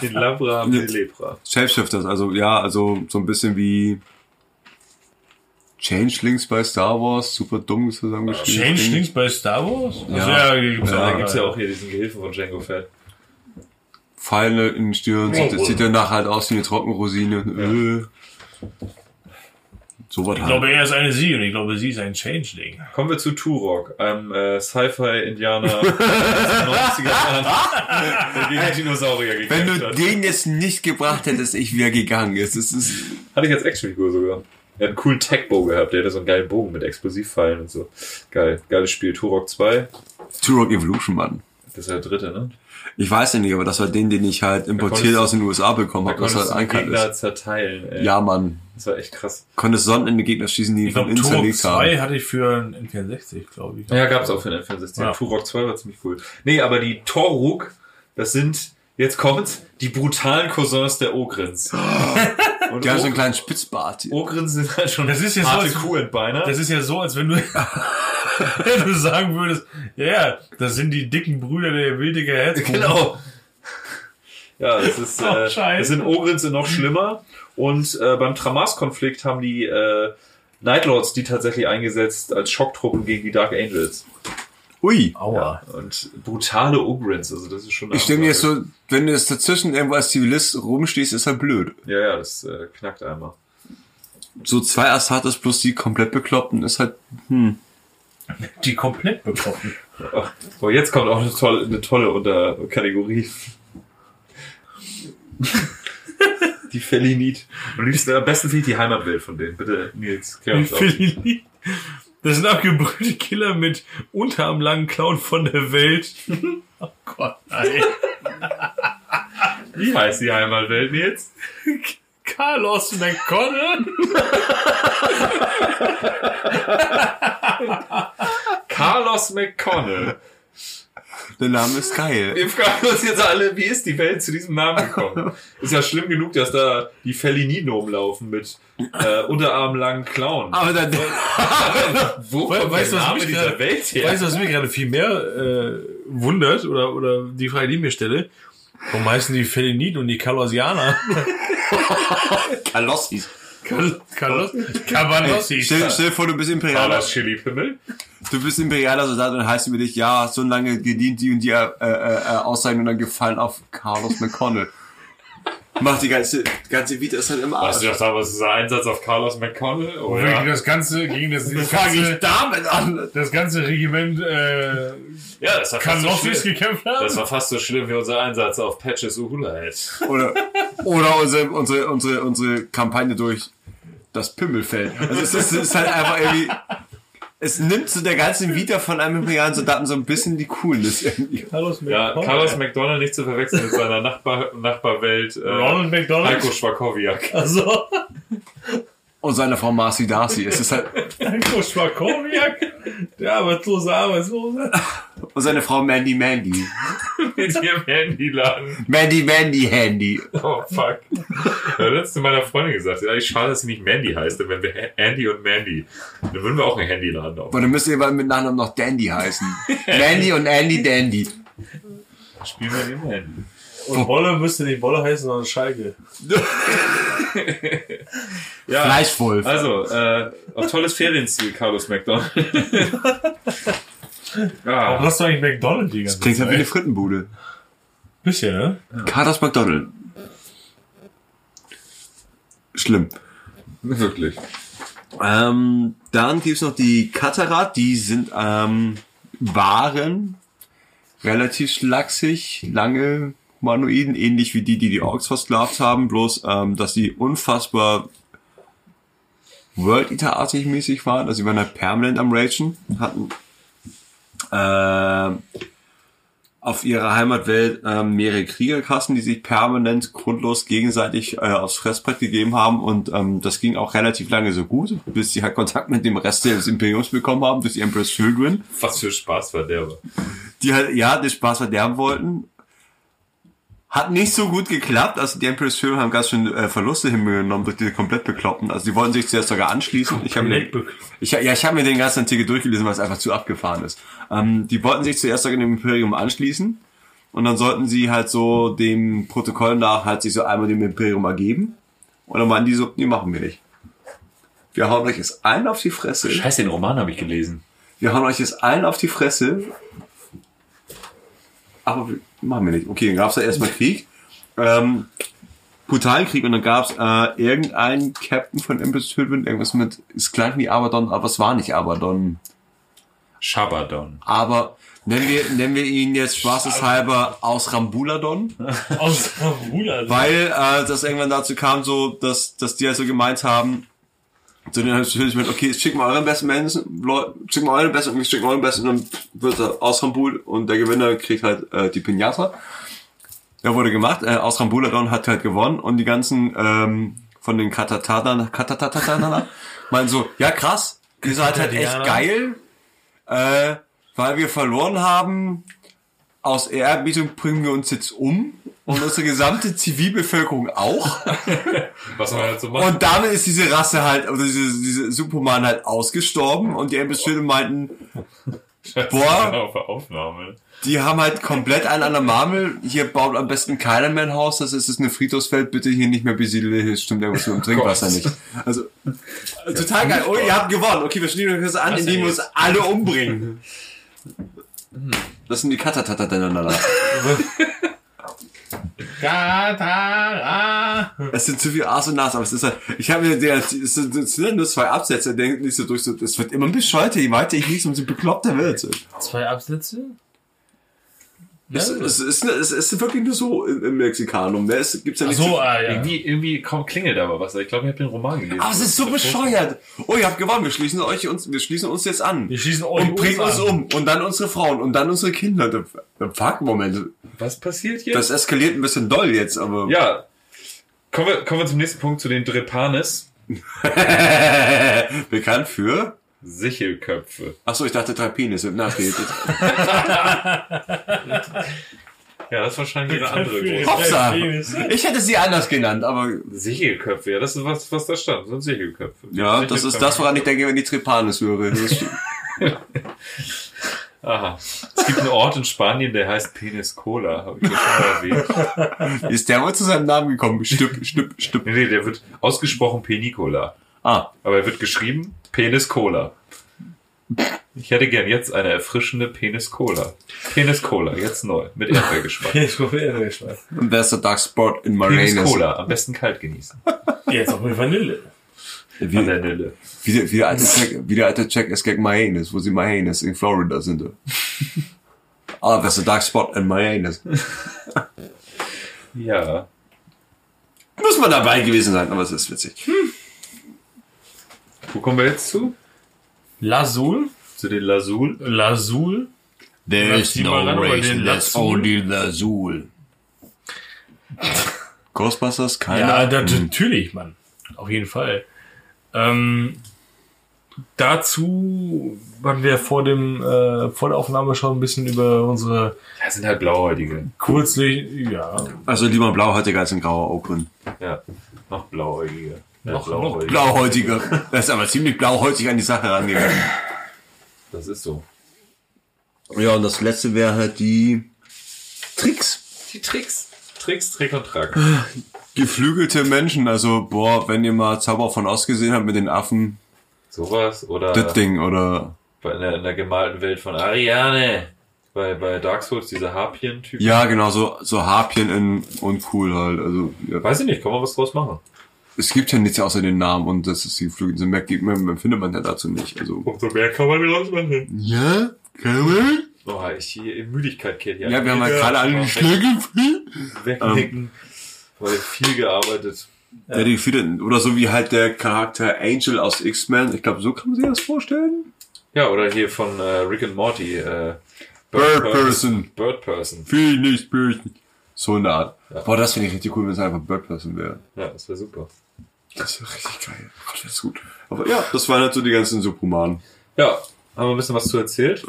Speaker 3: Den Labra haben die Lepra.
Speaker 2: Shapeshifters, also ja, also so ein bisschen wie Changelings bei Star Wars, super dumm zusammengeschrieben.
Speaker 4: Changelings bei Star Wars? Ja, also,
Speaker 2: Ja.
Speaker 4: ja gibt's
Speaker 3: Da
Speaker 4: auch.
Speaker 3: gibt's ja auch hier diesen Gehilfen von Django Fett.
Speaker 2: Pfeile in den Stirn, sieht, das sieht danach halt aus wie eine Trockenrosine. Äh. So was
Speaker 4: Ich
Speaker 2: halt.
Speaker 4: glaube, er ist eine sie und ich glaube, sie ist ein Changeling.
Speaker 3: Kommen wir zu Turok, einem äh, Sci-Fi-Indianer aus den 90er Jahren, der gegen Dinosaurier
Speaker 2: Wenn
Speaker 3: gekämpft
Speaker 2: du
Speaker 3: hat.
Speaker 2: den jetzt nicht gebracht hättest, ich wäre gegangen. Es ist, es ist
Speaker 3: Hatte ich als Actionfigur sogar. Er hat einen coolen Tech-Bow gehabt, der hatte so einen geilen Bogen mit Explosivpfeilen und so. Geil, geiles Spiel. Turok 2,
Speaker 2: Turok Evolution, Mann.
Speaker 3: das ist der dritte, ne?
Speaker 2: Ich weiß ja nicht, aber das war den, den ich halt importiert
Speaker 3: konntest-
Speaker 2: aus den USA bekommen habe, was halt
Speaker 3: den
Speaker 2: einkalt
Speaker 3: Gegner
Speaker 2: ist.
Speaker 3: zerteilen, ey.
Speaker 2: Ja, Mann.
Speaker 3: Das war echt krass.
Speaker 2: Konntest Sonnen in die Gegner schießen, die
Speaker 4: Ich
Speaker 2: von
Speaker 4: glaube,
Speaker 2: Insta
Speaker 4: Turok
Speaker 2: nichts haben.
Speaker 4: 2 hatte ich für ein N64, glaube ich.
Speaker 3: Ja, gab's auch für den N64.
Speaker 4: Ja.
Speaker 3: Turok 2 war ziemlich cool. Nee, aber die Toruk, das sind, jetzt kommt's, die brutalen Cousins der Ogrins. Und
Speaker 2: Die haben so einen
Speaker 3: Og
Speaker 2: kleinen Spitzbart. hier.
Speaker 3: Ogrins sind halt schon
Speaker 4: Das ist jetzt
Speaker 3: harte
Speaker 4: so, als-
Speaker 3: Kuhentbeiner.
Speaker 4: Das ist ja so, als wenn du, wenn du sagen würdest, ja, ja, das sind die dicken Brüder der wildiger Herz.
Speaker 3: Genau. Ja, das ist,
Speaker 4: Oh,
Speaker 3: äh,
Speaker 4: scheiße.
Speaker 3: das sind Ogrins sind noch schlimmer. Und äh, beim Tramas-Konflikt haben die äh, Nightlords die tatsächlich eingesetzt als Schocktruppen gegen die Dark Angels.
Speaker 2: Ui.
Speaker 4: Aua.
Speaker 3: Und brutale Ogrins, also das ist schon. eine
Speaker 2: Ich stelle mir jetzt
Speaker 3: Ansage.
Speaker 2: so, wenn du jetzt dazwischen irgendwo als Zivilist rumstehst, ist halt blöd.
Speaker 3: Ja, ja, das äh, knackt einmal.
Speaker 2: So zwei Astartes plus die komplett bekloppten ist halt, hm.
Speaker 4: Die komplett bekommen.
Speaker 3: So, jetzt kommt auch eine tolle, eine tolle Unterkategorie. die Felinit. Am liebsten, am besten finde ich die Heimatwelt von denen. Bitte, Nils, klär uns auf.
Speaker 4: Das sind abgebrühte Killer mit unterarm langen Clown von der Welt. Oh Gott, nein.
Speaker 3: Wie heißt die Heimatwelt, Nils?
Speaker 4: Carlos McConnell.
Speaker 3: Carlos McConnell.
Speaker 2: Der Name ist geil.
Speaker 3: Wir fragen uns jetzt alle, wie ist die Welt zu diesem Namen gekommen? Ist ja schlimm genug, dass da die Feliniden rumlaufen mit äh, unterarmlangen Clown.
Speaker 2: Aber dann,
Speaker 3: Wo
Speaker 4: We-
Speaker 3: kommt
Speaker 4: weißt du,
Speaker 3: der
Speaker 4: was
Speaker 3: Name
Speaker 4: mich
Speaker 3: dieser
Speaker 4: gerade-
Speaker 3: Welt her?
Speaker 4: Weißt du, was mich gerade viel mehr äh, wundert oder, oder die Frage, die ich mir stelle? Warum heißen die Feliniden und die Carlosianer?
Speaker 2: Kalossis.
Speaker 4: Carlos, Carlos, Cabanossi.
Speaker 2: Stell, stell dir vor, du bist imperialer,
Speaker 3: Chili-Pimmel?
Speaker 2: du bist imperialer Soldat und heißt über dich, ja, hast so lange gedient, die und die äh, äh, äh, Auszeichnung und dann gefallen auf Carlos McConnell. Macht die ganze, ganze Vita ist halt im Arsch.
Speaker 3: Weißt du doch damals dieser Einsatz auf Carlos McConnell? Oh,
Speaker 4: Wirklich
Speaker 3: ja.
Speaker 4: das ganze, gegen das, das, ganze,
Speaker 2: damit an?
Speaker 4: das ganze Regiment äh,
Speaker 3: ja, das war fast so
Speaker 4: Kanofis
Speaker 3: schlimm.
Speaker 4: gekämpft haben.
Speaker 3: Das war fast so schlimm wie unser Einsatz auf Patches Uhula jetzt.
Speaker 2: Oder, oder unsere, unsere, unsere, unsere Kampagne durch das Pimmelfeld. Also es ist, es ist halt einfach irgendwie. Es nimmt so der ganzen Vita von einem imperialen Soldaten so ein bisschen die Coolness irgendwie.
Speaker 4: Carlos
Speaker 3: Ja, Carlos
Speaker 4: McDonald.
Speaker 3: McDonald nicht zu verwechseln mit seiner Nachbar Nachbarwelt äh,
Speaker 4: Ronald McDonald.
Speaker 3: Heiko Schwakowiak.
Speaker 4: Also,
Speaker 2: Und seine Frau Marcy Darcy. Es ist halt,
Speaker 4: Heiko Schwakowiak, der arbeitslose Arbeitslose.
Speaker 2: und seine Frau Mandy Mandy.
Speaker 3: In ihrem Handyladen.
Speaker 2: Mandy Mandy Handy.
Speaker 3: Oh, fuck. Da hat zu meiner Freundin gesagt, ja, ich schade, dass sie nicht Mandy heißt, denn wenn wir Ha- Andy und Mandy, dann würden wir auch einen Handyladen auf.
Speaker 2: Und dann müsst ihr aber mit Nachnamen noch Dandy heißen. Mandy und Andy Dandy.
Speaker 3: Spielen wir immer Handy.
Speaker 4: Und Bolle müsste nicht Bolle heißen, sondern Schalke.
Speaker 3: Ja,
Speaker 2: Fleischwolf.
Speaker 3: also, äh, auch tolles Ferienziel, Carlos McDonald.
Speaker 4: Warum
Speaker 3: ah,
Speaker 4: hast du eigentlich McDonald die ganze
Speaker 2: Klingt halt wie
Speaker 4: Zeit?
Speaker 2: eine Frittenbude.
Speaker 4: Bisschen, ne?
Speaker 2: Carlos McDonald. Schlimm.
Speaker 3: wirklich.
Speaker 2: Ähm, dann gibt's noch die Katarat, die sind ähm, Waren, relativ schlaksig, lange Humanoiden, ähnlich wie die, die die Orks versklavt haben, bloß ähm, dass die unfassbar World Eater-artig mäßig waren, also die waren halt permanent am Ragen, hatten ähm, auf ihrer Heimatwelt ähm, mehrere Kriegerkassen, die sich permanent grundlos gegenseitig äh, aufs Fressbrett gegeben haben und ähm, das ging auch relativ lange so gut, bis sie halt Kontakt mit dem Rest des Imperiums bekommen haben, durch die Empress Children,
Speaker 3: Was für Spaß war der aber.
Speaker 2: die halt, ja, den Spaß verderben wollten. Hat nicht so gut geklappt, also die Empress Children haben ganz schön äh, Verluste hingenommen durch diese komplett Bekloppten, also die wollten sich zuerst sogar anschließen. Ich habe mir, ich, ja, ich hab mir den ganzen Artikel durchgelesen, weil es einfach zu abgefahren ist. Ähm, die wollten sich zuerst sogar dem Imperium anschließen, und dann sollten sie halt so dem Protokoll nach halt sich so einmal dem Imperium ergeben. Und dann waren die so, nee, machen wir nicht. Wir hauen euch jetzt allen auf die Fresse.
Speaker 3: Scheiße, den Roman habe ich gelesen.
Speaker 2: Wir hauen euch jetzt allen auf die Fresse. Aber wir- machen wir nicht. Okay, dann gab's da erstmal Krieg. Ähm, brutalen Krieg. Und dann gab's äh, irgendeinen Captain von Empress Children, irgendwas mit, es klang wie Abaddon, aber es war nicht Abaddon.
Speaker 3: Shabadon.
Speaker 2: Aber nennen wir, nennen wir ihn jetzt spaßeshalber aus Rambuladon.
Speaker 4: Aus Bruder.
Speaker 2: Weil äh, das irgendwann dazu kam, so, dass, dass die halt so gemeint haben, zu denen halt natürlich mit, okay, schickt mal euren besten Menschen, Leute, schickt mal euren besten, schickt mal euren besten, und dann wird er aus Rambul und der Gewinner kriegt halt äh, die Pinata. Ja, wurde gemacht, äh, aus Rambuladon hat halt gewonnen und die ganzen ähm, von den Katatatana, Katatatatana, meinen so, ja krass, ihr seid halt echt geil, äh, weil wir verloren haben, aus Ehrerbietung bringen wir uns jetzt um und unsere gesamte Zivilbevölkerung auch.
Speaker 3: Was man halt so macht.
Speaker 2: Und damit ist diese Rasse halt, also diese, diese Superman halt ausgestorben und die Ambassador meinten, boah,
Speaker 3: auf der Aufnahme.
Speaker 2: die haben halt komplett einen an der Marmel. Hier baut am besten keiner mehr ein Haus, das ist, ist eine Friedhofswelt, bitte hier nicht mehr besiedeln, hier stimmt irgendwas mit dem Trinkwasser nicht. Also, äh, total geil. Oh, ihr habt gewonnen. Okay, wir schließen euch das an, indem wir uns alle umbringen. Das sind die Katatatatanala.
Speaker 4: Katara.
Speaker 2: Es sind zu viel A's und Na's, aber es ist halt, ich habe mir, der, es sind es sind nur zwei Absätze, der denkt nicht so durch, so, es wird immer bescheuerter, je weiter ich lese, umso bekloppter wird es.
Speaker 7: Zwei Absätze?
Speaker 2: Es, es, ist- es ist wirklich nur so im, im Mexikanum, ne? Es gibt's ja nicht
Speaker 4: So, ah, ja.
Speaker 3: Irgendwie, irgendwie kaum klingelt aber was. Ich glaube, ich habe den Roman gelesen.
Speaker 2: aber Ah, es ist so bescheuert. Oh, ihr habt gewonnen, wir schließen euch, uns, wir schließen uns jetzt an.
Speaker 4: Wir schließen euch
Speaker 2: und bringen uns
Speaker 4: an.
Speaker 2: um. Und dann unsere Frauen und dann unsere Kinder. The- the Fuck, Moment.
Speaker 3: Was passiert hier?
Speaker 2: Das eskaliert ein bisschen doll jetzt, aber.
Speaker 3: ja. Kommen wir, kommen wir zum nächsten Punkt, zu den Drepanes.
Speaker 2: Bekannt für?
Speaker 3: Sichelköpfe.
Speaker 2: Achso, ich dachte drei Penisse. Na, okay.
Speaker 3: Ja, das ist wahrscheinlich ihre andere große.
Speaker 2: Hopsa! Ich hätte sie anders genannt, aber
Speaker 3: Sichelköpfe, ja, das ist was, was da stand. Sind Sichelköpfe.
Speaker 2: Ja, das ist das, woran ich denke, wenn ich Trepanis höre. Das ist-
Speaker 3: Aha. Es gibt einen Ort in Spanien, der heißt Penis Cola. Hab ich ja schon mal erwähnt.
Speaker 2: Ist der wohl zu seinem Namen gekommen? Stüpp, stüpp, stüpp.
Speaker 3: Nee, nee, der wird ausgesprochen Penicola.
Speaker 2: Ah,
Speaker 3: Aber er wird geschrieben Penis Cola. Ich hätte gern jetzt eine erfrischende Penis Cola. Penis Cola, jetzt neu. Mit Erdbeergeschmack.
Speaker 4: Jetzt kommt der Erdbeergeschmack.
Speaker 2: Und there's a dark spot in my
Speaker 3: Penis
Speaker 2: anus.
Speaker 3: Cola, am besten kalt genießen.
Speaker 4: Jetzt auch mit Vanille.
Speaker 2: Wie,
Speaker 3: Vanille.
Speaker 2: wie, der, wie, der alte Check, wie der alte Check ist gegen my anus, wo sie my anus in Florida sind. Ah, there's a dark spot in my anus.
Speaker 3: Ja.
Speaker 2: Muss man dabei gewesen sein, aber es ist witzig.
Speaker 3: Wo kommen wir jetzt zu?
Speaker 4: Lazul.
Speaker 3: Zu den Lasul?
Speaker 4: Lazul.
Speaker 2: There's
Speaker 4: Zieh mal ran, weil den Lazul-
Speaker 2: Lazul. Ghostbusters? Keine
Speaker 4: Ja, da, natürlich, Mann. Auf jeden Fall. Ähm, dazu haben wir vor dem äh, vor der Aufnahme schon ein bisschen über unsere
Speaker 3: Das sind halt Blauhäutige.
Speaker 4: Kurzlicht. Ja,
Speaker 2: Also lieber ein blauhäutiger als ein grauer Oakland.
Speaker 3: Ja. Noch Blauhäutige. Ja,
Speaker 4: Noch- noch
Speaker 3: Blauhäutige.
Speaker 2: Blauhäutiger. Das ist aber ziemlich blauhäutig an die Sache rangegangen.
Speaker 3: Das ist so.
Speaker 2: Ja, und das letzte wäre halt die Tricks.
Speaker 7: Die Tricks.
Speaker 3: Tricks, Trick und Track.
Speaker 2: Geflügelte Menschen, also boah, wenn ihr mal Zauber von Ost gesehen habt mit den Affen,
Speaker 3: Sowas oder
Speaker 2: das Ding oder
Speaker 3: bei, in, der, in der gemalten Welt von Ariane. Bei, bei Dark Souls, diese Harpien-Typen.
Speaker 2: ja genau so so Harpien in uncool halt. Also ja.
Speaker 3: Weiß ich nicht, kann man was draus machen.
Speaker 2: es gibt ja nichts außer den Namen und das ist die Geflügelte mehr, gibt- mehr, mehr findet man ja dazu nicht. Also
Speaker 3: Umso mehr kann man draus machen.
Speaker 2: ja, kann man?
Speaker 3: Oh, ich hier Müdigkeit kehrt hier
Speaker 2: Ja, wir haben ja gerade einen
Speaker 3: Schlag.
Speaker 2: Schlägel.
Speaker 3: Wegnicken. Weil viel gearbeitet.
Speaker 2: Ja, die Geflügelten. oder so wie halt der Charakter Angel aus X-Men. Ich glaube, so kann man sich das vorstellen.
Speaker 3: Ja, oder hier von äh, Rick and Morty. Äh,
Speaker 2: Bird
Speaker 3: Pers-
Speaker 2: Person.
Speaker 3: Bird Person.
Speaker 2: Phoenix Person. So eine Art.
Speaker 3: Ja.
Speaker 2: Boah, das finde ich richtig cool, wenn es einfach Bird Person wäre.
Speaker 3: Ja, das wäre super.
Speaker 2: Das wäre richtig geil. Oh Gott, das ist gut. Aber ja, das waren halt so die ganzen Subhumanen.
Speaker 3: Ja, haben wir ein bisschen was zu erzählt.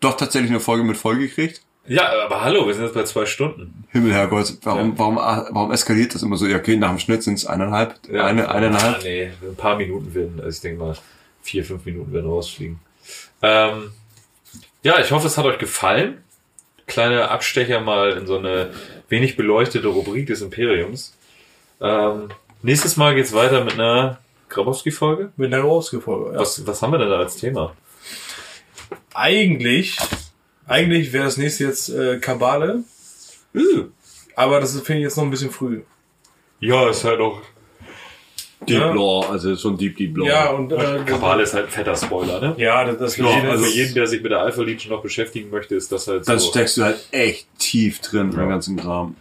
Speaker 2: Doch tatsächlich eine Folge mit Folge gekriegt.
Speaker 3: Ja, aber hallo, wir sind jetzt bei zwei Stunden.
Speaker 2: Himmel, Herrgott, warum, warum, ah, warum eskaliert das immer so? Ja, okay, nach dem Schnitt sind es eineinhalb,
Speaker 3: Ja.
Speaker 2: eine,
Speaker 3: Ah,
Speaker 2: eineinhalb.
Speaker 3: nee, ein paar Minuten werden, also ich denke mal, vier, fünf Minuten werden rausfliegen. Ähm, ja, ich hoffe, es hat euch gefallen. Kleiner Abstecher mal in so eine wenig beleuchtete Rubrik des Imperiums. Ähm, nächstes Mal geht's weiter mit einer Grabowski-Folge.
Speaker 4: mit einer Rausgefolge. Ja.
Speaker 3: Was, was haben wir denn da als Thema?
Speaker 4: Eigentlich, eigentlich wäre das nächste jetzt äh, Kabale, aber das ist- finde ich jetzt noch ein bisschen früh.
Speaker 3: Ja, ist halt auch.
Speaker 2: Deep
Speaker 4: Ja.
Speaker 2: Law, also schon Deep Deep Law.
Speaker 4: Ja, und äh,
Speaker 3: Kabale ist halt ein fetter Spoiler, ne?
Speaker 4: ja, das, halt das
Speaker 2: Ja,
Speaker 3: Also
Speaker 2: also-
Speaker 3: für jeden, der sich mit der Alpha Legion noch beschäftigen möchte, ist das halt so.
Speaker 2: Dann steckst du halt echt tief drin im ganzen Kram.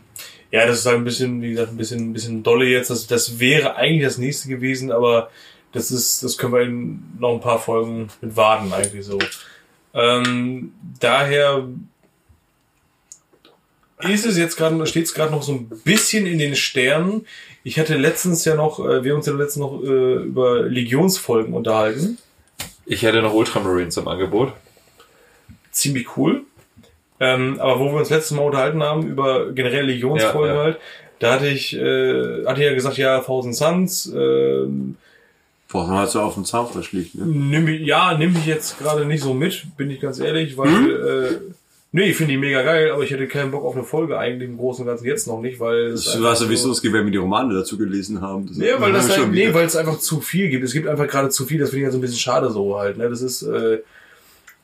Speaker 4: Ja, das ist halt ein bisschen, wie gesagt, ein bisschen, ein bisschen dolle jetzt. Das, das wäre eigentlich das nächste gewesen, aber das ist, das können wir in noch ein paar Folgen mit Waden eigentlich so. Ähm, daher ist es jetzt gerade, steht es gerade noch so ein bisschen in den Sternen. Ich hatte letztens ja noch, äh, wir haben uns ja letztens noch äh, über Legionsfolgen unterhalten.
Speaker 3: Ich hätte noch Ultramarines im Angebot.
Speaker 4: ziemlich cool. Ähm, aber wo wir uns letztes Mal unterhalten haben über generell Legionsfolgen
Speaker 3: Ja, ja.
Speaker 4: halt, da hatte ich, äh, hatte ich ja gesagt, ja, Thousand Suns, ähm,
Speaker 2: Boah, dann hast du auf den Zaun verschlicht, ne?
Speaker 4: nimm, ich- ja, nimm ich jetzt gerade nicht so mit, bin ich ganz ehrlich, weil,
Speaker 3: Hm?
Speaker 4: äh, nee, ich finde die mega geil, aber ich hätte keinen Bock auf eine Folge eigentlich im Großen und Ganzen jetzt noch nicht, weil es
Speaker 2: Das
Speaker 4: einfach
Speaker 2: weißt du, wie es losgeht, wenn wir die Romane dazu gelesen haben. Das
Speaker 4: Ja, weil das
Speaker 2: schon
Speaker 4: halt,
Speaker 2: wieder-
Speaker 4: nee, weil es einfach zu viel gibt. Es gibt einfach gerade zu viel, das finde ich halt so ein bisschen schade so halt. Ne? Das ist, äh,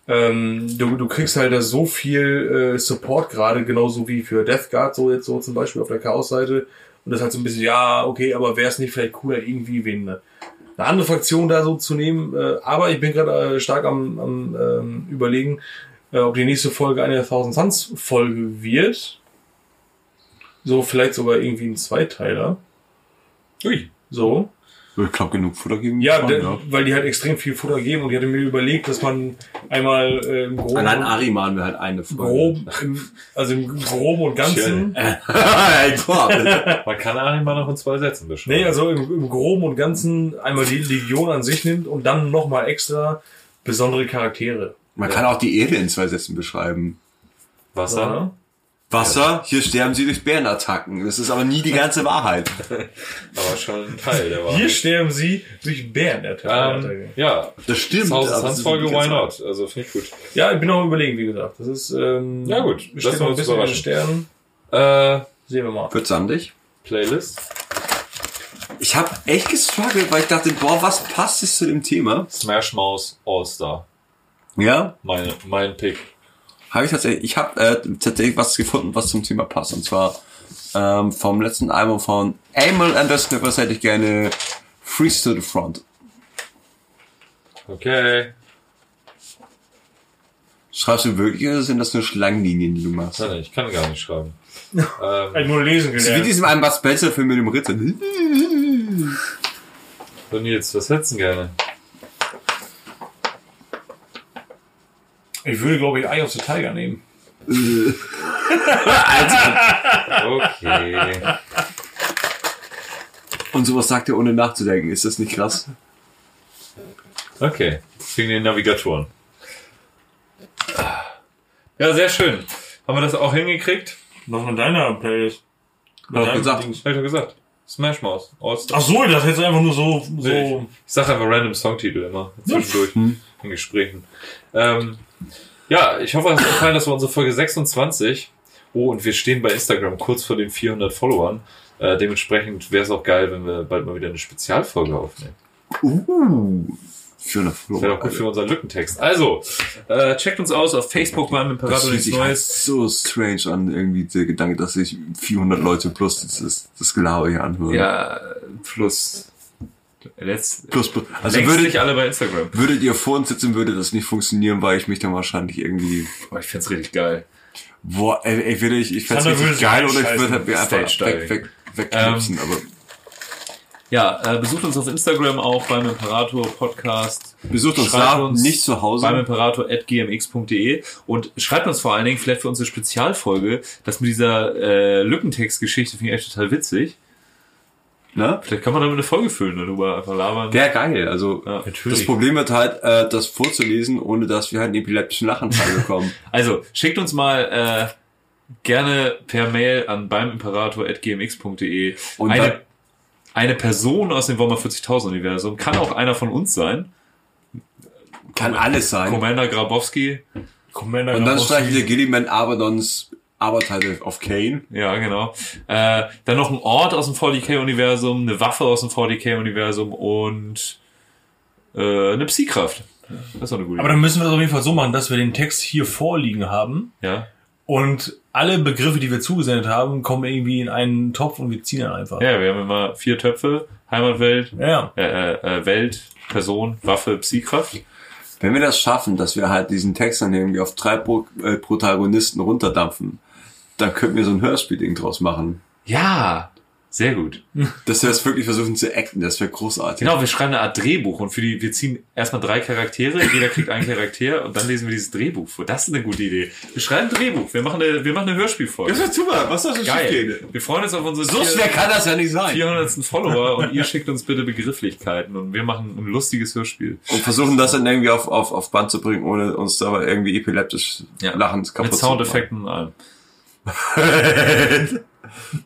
Speaker 4: ähm, du, du kriegst halt da so viel äh, Support gerade, genauso wie für Death Guard, so jetzt so zum Beispiel auf der Chaos-Seite. Und das ist halt so ein bisschen, ja, okay, aber wäre es nicht vielleicht cooler, irgendwie wen ne? eine andere Fraktion da so zu nehmen. Äh, aber ich bin gerade äh, stark am, am ähm, überlegen, äh, ob die nächste Folge eine Thousand Suns Folge wird. So, vielleicht sogar irgendwie ein Zweiteiler.
Speaker 3: Ui.
Speaker 4: So.
Speaker 2: Ich glaube, genug Futter geben.
Speaker 4: Ja,
Speaker 2: kann,
Speaker 4: de- weil die halt extrem viel Futter geben und ich hatte mir überlegt, dass man einmal äh, im groben,
Speaker 2: Allein Ariman wäre halt eine Folge.
Speaker 4: groben im, also im groben und ganzen,
Speaker 2: Ey, boah,
Speaker 3: Man kann Ari mal noch in zwei Sätzen beschreiben.
Speaker 4: nee, also im, im groben und ganzen einmal die Legion an sich nimmt und dann nochmal extra besondere Charaktere.
Speaker 2: Man kann auch die Erde in zwei Sätzen beschreiben.
Speaker 3: Wasser.
Speaker 2: Wasser, hier sterben sie durch Bärenattacken. Das ist aber nie die ganze Wahrheit.
Speaker 3: Aber schon ein Teil der
Speaker 4: Hier Ah,
Speaker 3: Wahrheit.
Speaker 4: sterben sie durch Bären der
Speaker 3: Ähm, ja,
Speaker 2: Das stimmt.
Speaker 3: Thousand
Speaker 2: aber es
Speaker 3: Suns
Speaker 2: ist
Speaker 3: Folge,
Speaker 2: nicht
Speaker 3: why
Speaker 2: ganz-
Speaker 3: not? Also finde ich gut.
Speaker 4: Ja, ich bin auch am überlegen, wie gesagt. Das ist ähm,
Speaker 3: Ja, gut.
Speaker 4: steht
Speaker 3: Lassen
Speaker 4: noch
Speaker 3: wir
Speaker 4: ein
Speaker 3: uns
Speaker 4: bisschen in den
Speaker 3: überraschen.
Speaker 4: Sternen.
Speaker 3: Äh,
Speaker 4: Sehen wir mal.
Speaker 2: Wird sandig?
Speaker 3: Playlist.
Speaker 2: Ich habe echt gestruggelt, weil ich dachte, boah, was passt jetzt zu dem Thema?
Speaker 3: Smash Mouse All-Star.
Speaker 2: Ja,
Speaker 3: Meine, mein Pick.
Speaker 2: habe ich tatsächlich. Ich habe äh, tatsächlich was gefunden, was zum Thema passt. Und zwar ähm, vom letzten Album von Amel and the Snippers hätte ich gerne Freeze to the Front.
Speaker 3: Okay.
Speaker 2: Schreibst du wirklich oder sind das nur Schlangenlinien, die du machst?
Speaker 3: Nein, ich kann gar nicht schreiben.
Speaker 4: Ich hab nur lesen
Speaker 2: Das ist wie
Speaker 4: gelernt.
Speaker 2: diesem einen Bud Spencer-Film mit dem Ritter. hm?
Speaker 3: So, Nils, was hättest du denn gerne?
Speaker 4: Ich würde, glaube ich, Eye of the Tiger nehmen.
Speaker 3: Okay.
Speaker 2: Und sowas sagt er ohne nachzudenken. Ist das nicht krass?
Speaker 3: Okay. Wegen den Navigatoren. Ja, sehr schön. Haben wir das auch hingekriegt?
Speaker 4: Noch mit deiner Playlist. Mit
Speaker 2: Hab
Speaker 4: deinem
Speaker 2: gesagt.
Speaker 4: Dings.
Speaker 3: Hab ich doch gesagt. Smash Mouse. All-Star.
Speaker 4: Ach so, das hättest du einfach nur so, so.
Speaker 3: Ich sag einfach random Songtitel immer. Zwischendurch. In Gesprächen. Ähm, ja, ich hoffe, es hat euch gefallen. Das war unsere Folge 26. Oh, und wir stehen bei Instagram kurz vor den 400 Followern. Äh, dementsprechend wäre es auch geil, wenn wir bald mal wieder eine Spezialfolge aufnehmen.
Speaker 2: Uh, schöner
Speaker 3: Wäre
Speaker 2: Floh.
Speaker 3: auch gut für unseren Lückentext. Also, äh, checkt uns aus auf Facebook mal mit
Speaker 2: Das
Speaker 3: Imperator
Speaker 2: fühlt
Speaker 3: nichts
Speaker 2: sich halt
Speaker 3: Neues.
Speaker 2: so strange an, irgendwie der Gedanke, dass sich 400 Leute plus das, das, das Gelaber hier anhören.
Speaker 3: Ja, plus. Letzt,
Speaker 2: Plus, plus. Also
Speaker 3: also würde
Speaker 2: würdet,
Speaker 3: ich alle bei Instagram.
Speaker 2: würdet ihr vor uns sitzen, würde das nicht funktionieren, weil ich mich dann wahrscheinlich irgendwie...
Speaker 3: Boah, Oh, ich find's richtig geil.
Speaker 2: Boah, ey, ey würde ich, ich fände
Speaker 4: Sander
Speaker 2: es
Speaker 4: würde
Speaker 2: richtig
Speaker 4: sich
Speaker 2: geil oder ich
Speaker 4: einscheißen.
Speaker 2: würde halt mir einfach
Speaker 3: Stage Ähm,
Speaker 2: weg, weg, wegknipsen, aber...
Speaker 3: Ja, äh, besucht uns auf Instagram auch beim Imperator Podcast.
Speaker 2: Besucht uns
Speaker 3: Schreibt
Speaker 2: da,
Speaker 3: uns
Speaker 2: nicht zu Hause.
Speaker 3: beim imperator.gmx.de und schreibt uns vor allen Dingen vielleicht für unsere Spezialfolge, das mit dieser äh, Lückentext-Geschichte finde ich echt total witzig.
Speaker 2: ne?
Speaker 3: Vielleicht kann man damit eine Folge füllen, ne, darüber einfach labern.
Speaker 2: Wäre geil. Also
Speaker 3: Ja,
Speaker 2: das Problem wird halt, äh, das vorzulesen, ohne dass wir halt einen epileptischen Lachanfall bekommen.
Speaker 3: Also, schickt uns mal äh, gerne per Mail an beimimperator.gmx.de
Speaker 2: Und dann-
Speaker 3: eine, eine Person aus dem Warhammer 40.000 Universum. Kann auch einer von uns sein.
Speaker 2: Kann alles sein.
Speaker 3: Commander Grabowski.
Speaker 4: Commander
Speaker 2: Und dann
Speaker 4: Grabowski.
Speaker 2: streichen wir Gilliman Abadons Aberteile auf Kane.
Speaker 3: Ja, genau. Äh, dann noch ein Ort aus dem 40k-Universum, eine Waffe aus dem 40k-Universum und äh, eine Psykraft. Das ist doch eine gute
Speaker 4: Aber
Speaker 3: Idee.
Speaker 4: dann müssen wir es auf jeden Fall so machen, dass wir den Text hier vorliegen haben
Speaker 3: Ja,
Speaker 4: und alle Begriffe, die wir zugesendet haben, kommen irgendwie in einen Topf und wir ziehen dann einfach.
Speaker 3: ja wir haben immer vier Töpfe. Heimatwelt,
Speaker 4: ja.
Speaker 3: äh, äh, äh, Welt, Person, Waffe, Psykraft.
Speaker 2: Wenn wir das schaffen, dass wir halt diesen Text dann irgendwie auf drei Pro äh, Protagonisten runterdampfen, dann könnten wir so ein Hörspielding draus machen.
Speaker 3: Ja, sehr gut.
Speaker 2: Dass wir das wirklich versuchen zu acten, das wäre großartig.
Speaker 3: Genau, wir schreiben eine Art Drehbuch und für die, wir ziehen erstmal drei Charaktere, jeder kriegt einen Charakter und dann lesen wir dieses Drehbuch vor. Das ist eine gute Idee. Wir schreiben ein Drehbuch, wir machen eine, wir machen eine Hörspielfolge.
Speaker 2: wird super, was ist das
Speaker 3: Geil. Wir freuen uns auf unsere
Speaker 2: So schwer kann das ja nicht sein.
Speaker 3: 400. Follower und ihr schickt uns bitte Begrifflichkeiten und wir machen ein lustiges Hörspiel.
Speaker 2: Und versuchen das dann irgendwie auf, auf, auf Band zu bringen, ohne uns dabei irgendwie epileptisch lachend kaputt
Speaker 3: Mit
Speaker 2: zu machen.
Speaker 3: Soundeffekten und allem.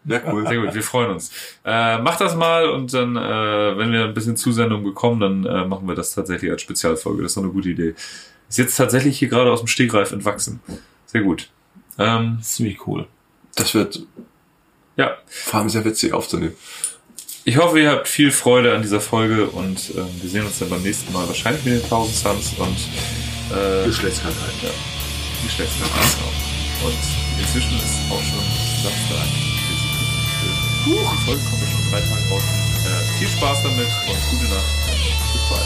Speaker 2: Ja, cool.
Speaker 3: Sehr gut, wir freuen uns. Äh, macht das mal und dann, äh, wenn wir ein bisschen Zusendung bekommen, dann äh, machen wir das tatsächlich als Spezialfolge. Das ist doch eine gute Idee. Ist jetzt tatsächlich hier gerade aus dem Stegreif entwachsen. Sehr gut. Ähm,
Speaker 4: Ziemlich cool.
Speaker 2: Das wird
Speaker 3: ja,
Speaker 2: vor allem sehr witzig aufzunehmen.
Speaker 3: ich hoffe, ihr habt viel Freude an dieser Folge und ähm, wir sehen uns dann beim nächsten Mal wahrscheinlich mit den 1000 Suns und äh,
Speaker 2: Geschlechtskrankheit.
Speaker 3: ja, die schlechteste Klasse auch. Und inzwischen ist auch schon Samstag. Huch, die Folge kommt ja schon drei Tage raus. Äh, viel Spaß damit und gute Nacht. Bis bald.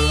Speaker 3: Tschüss.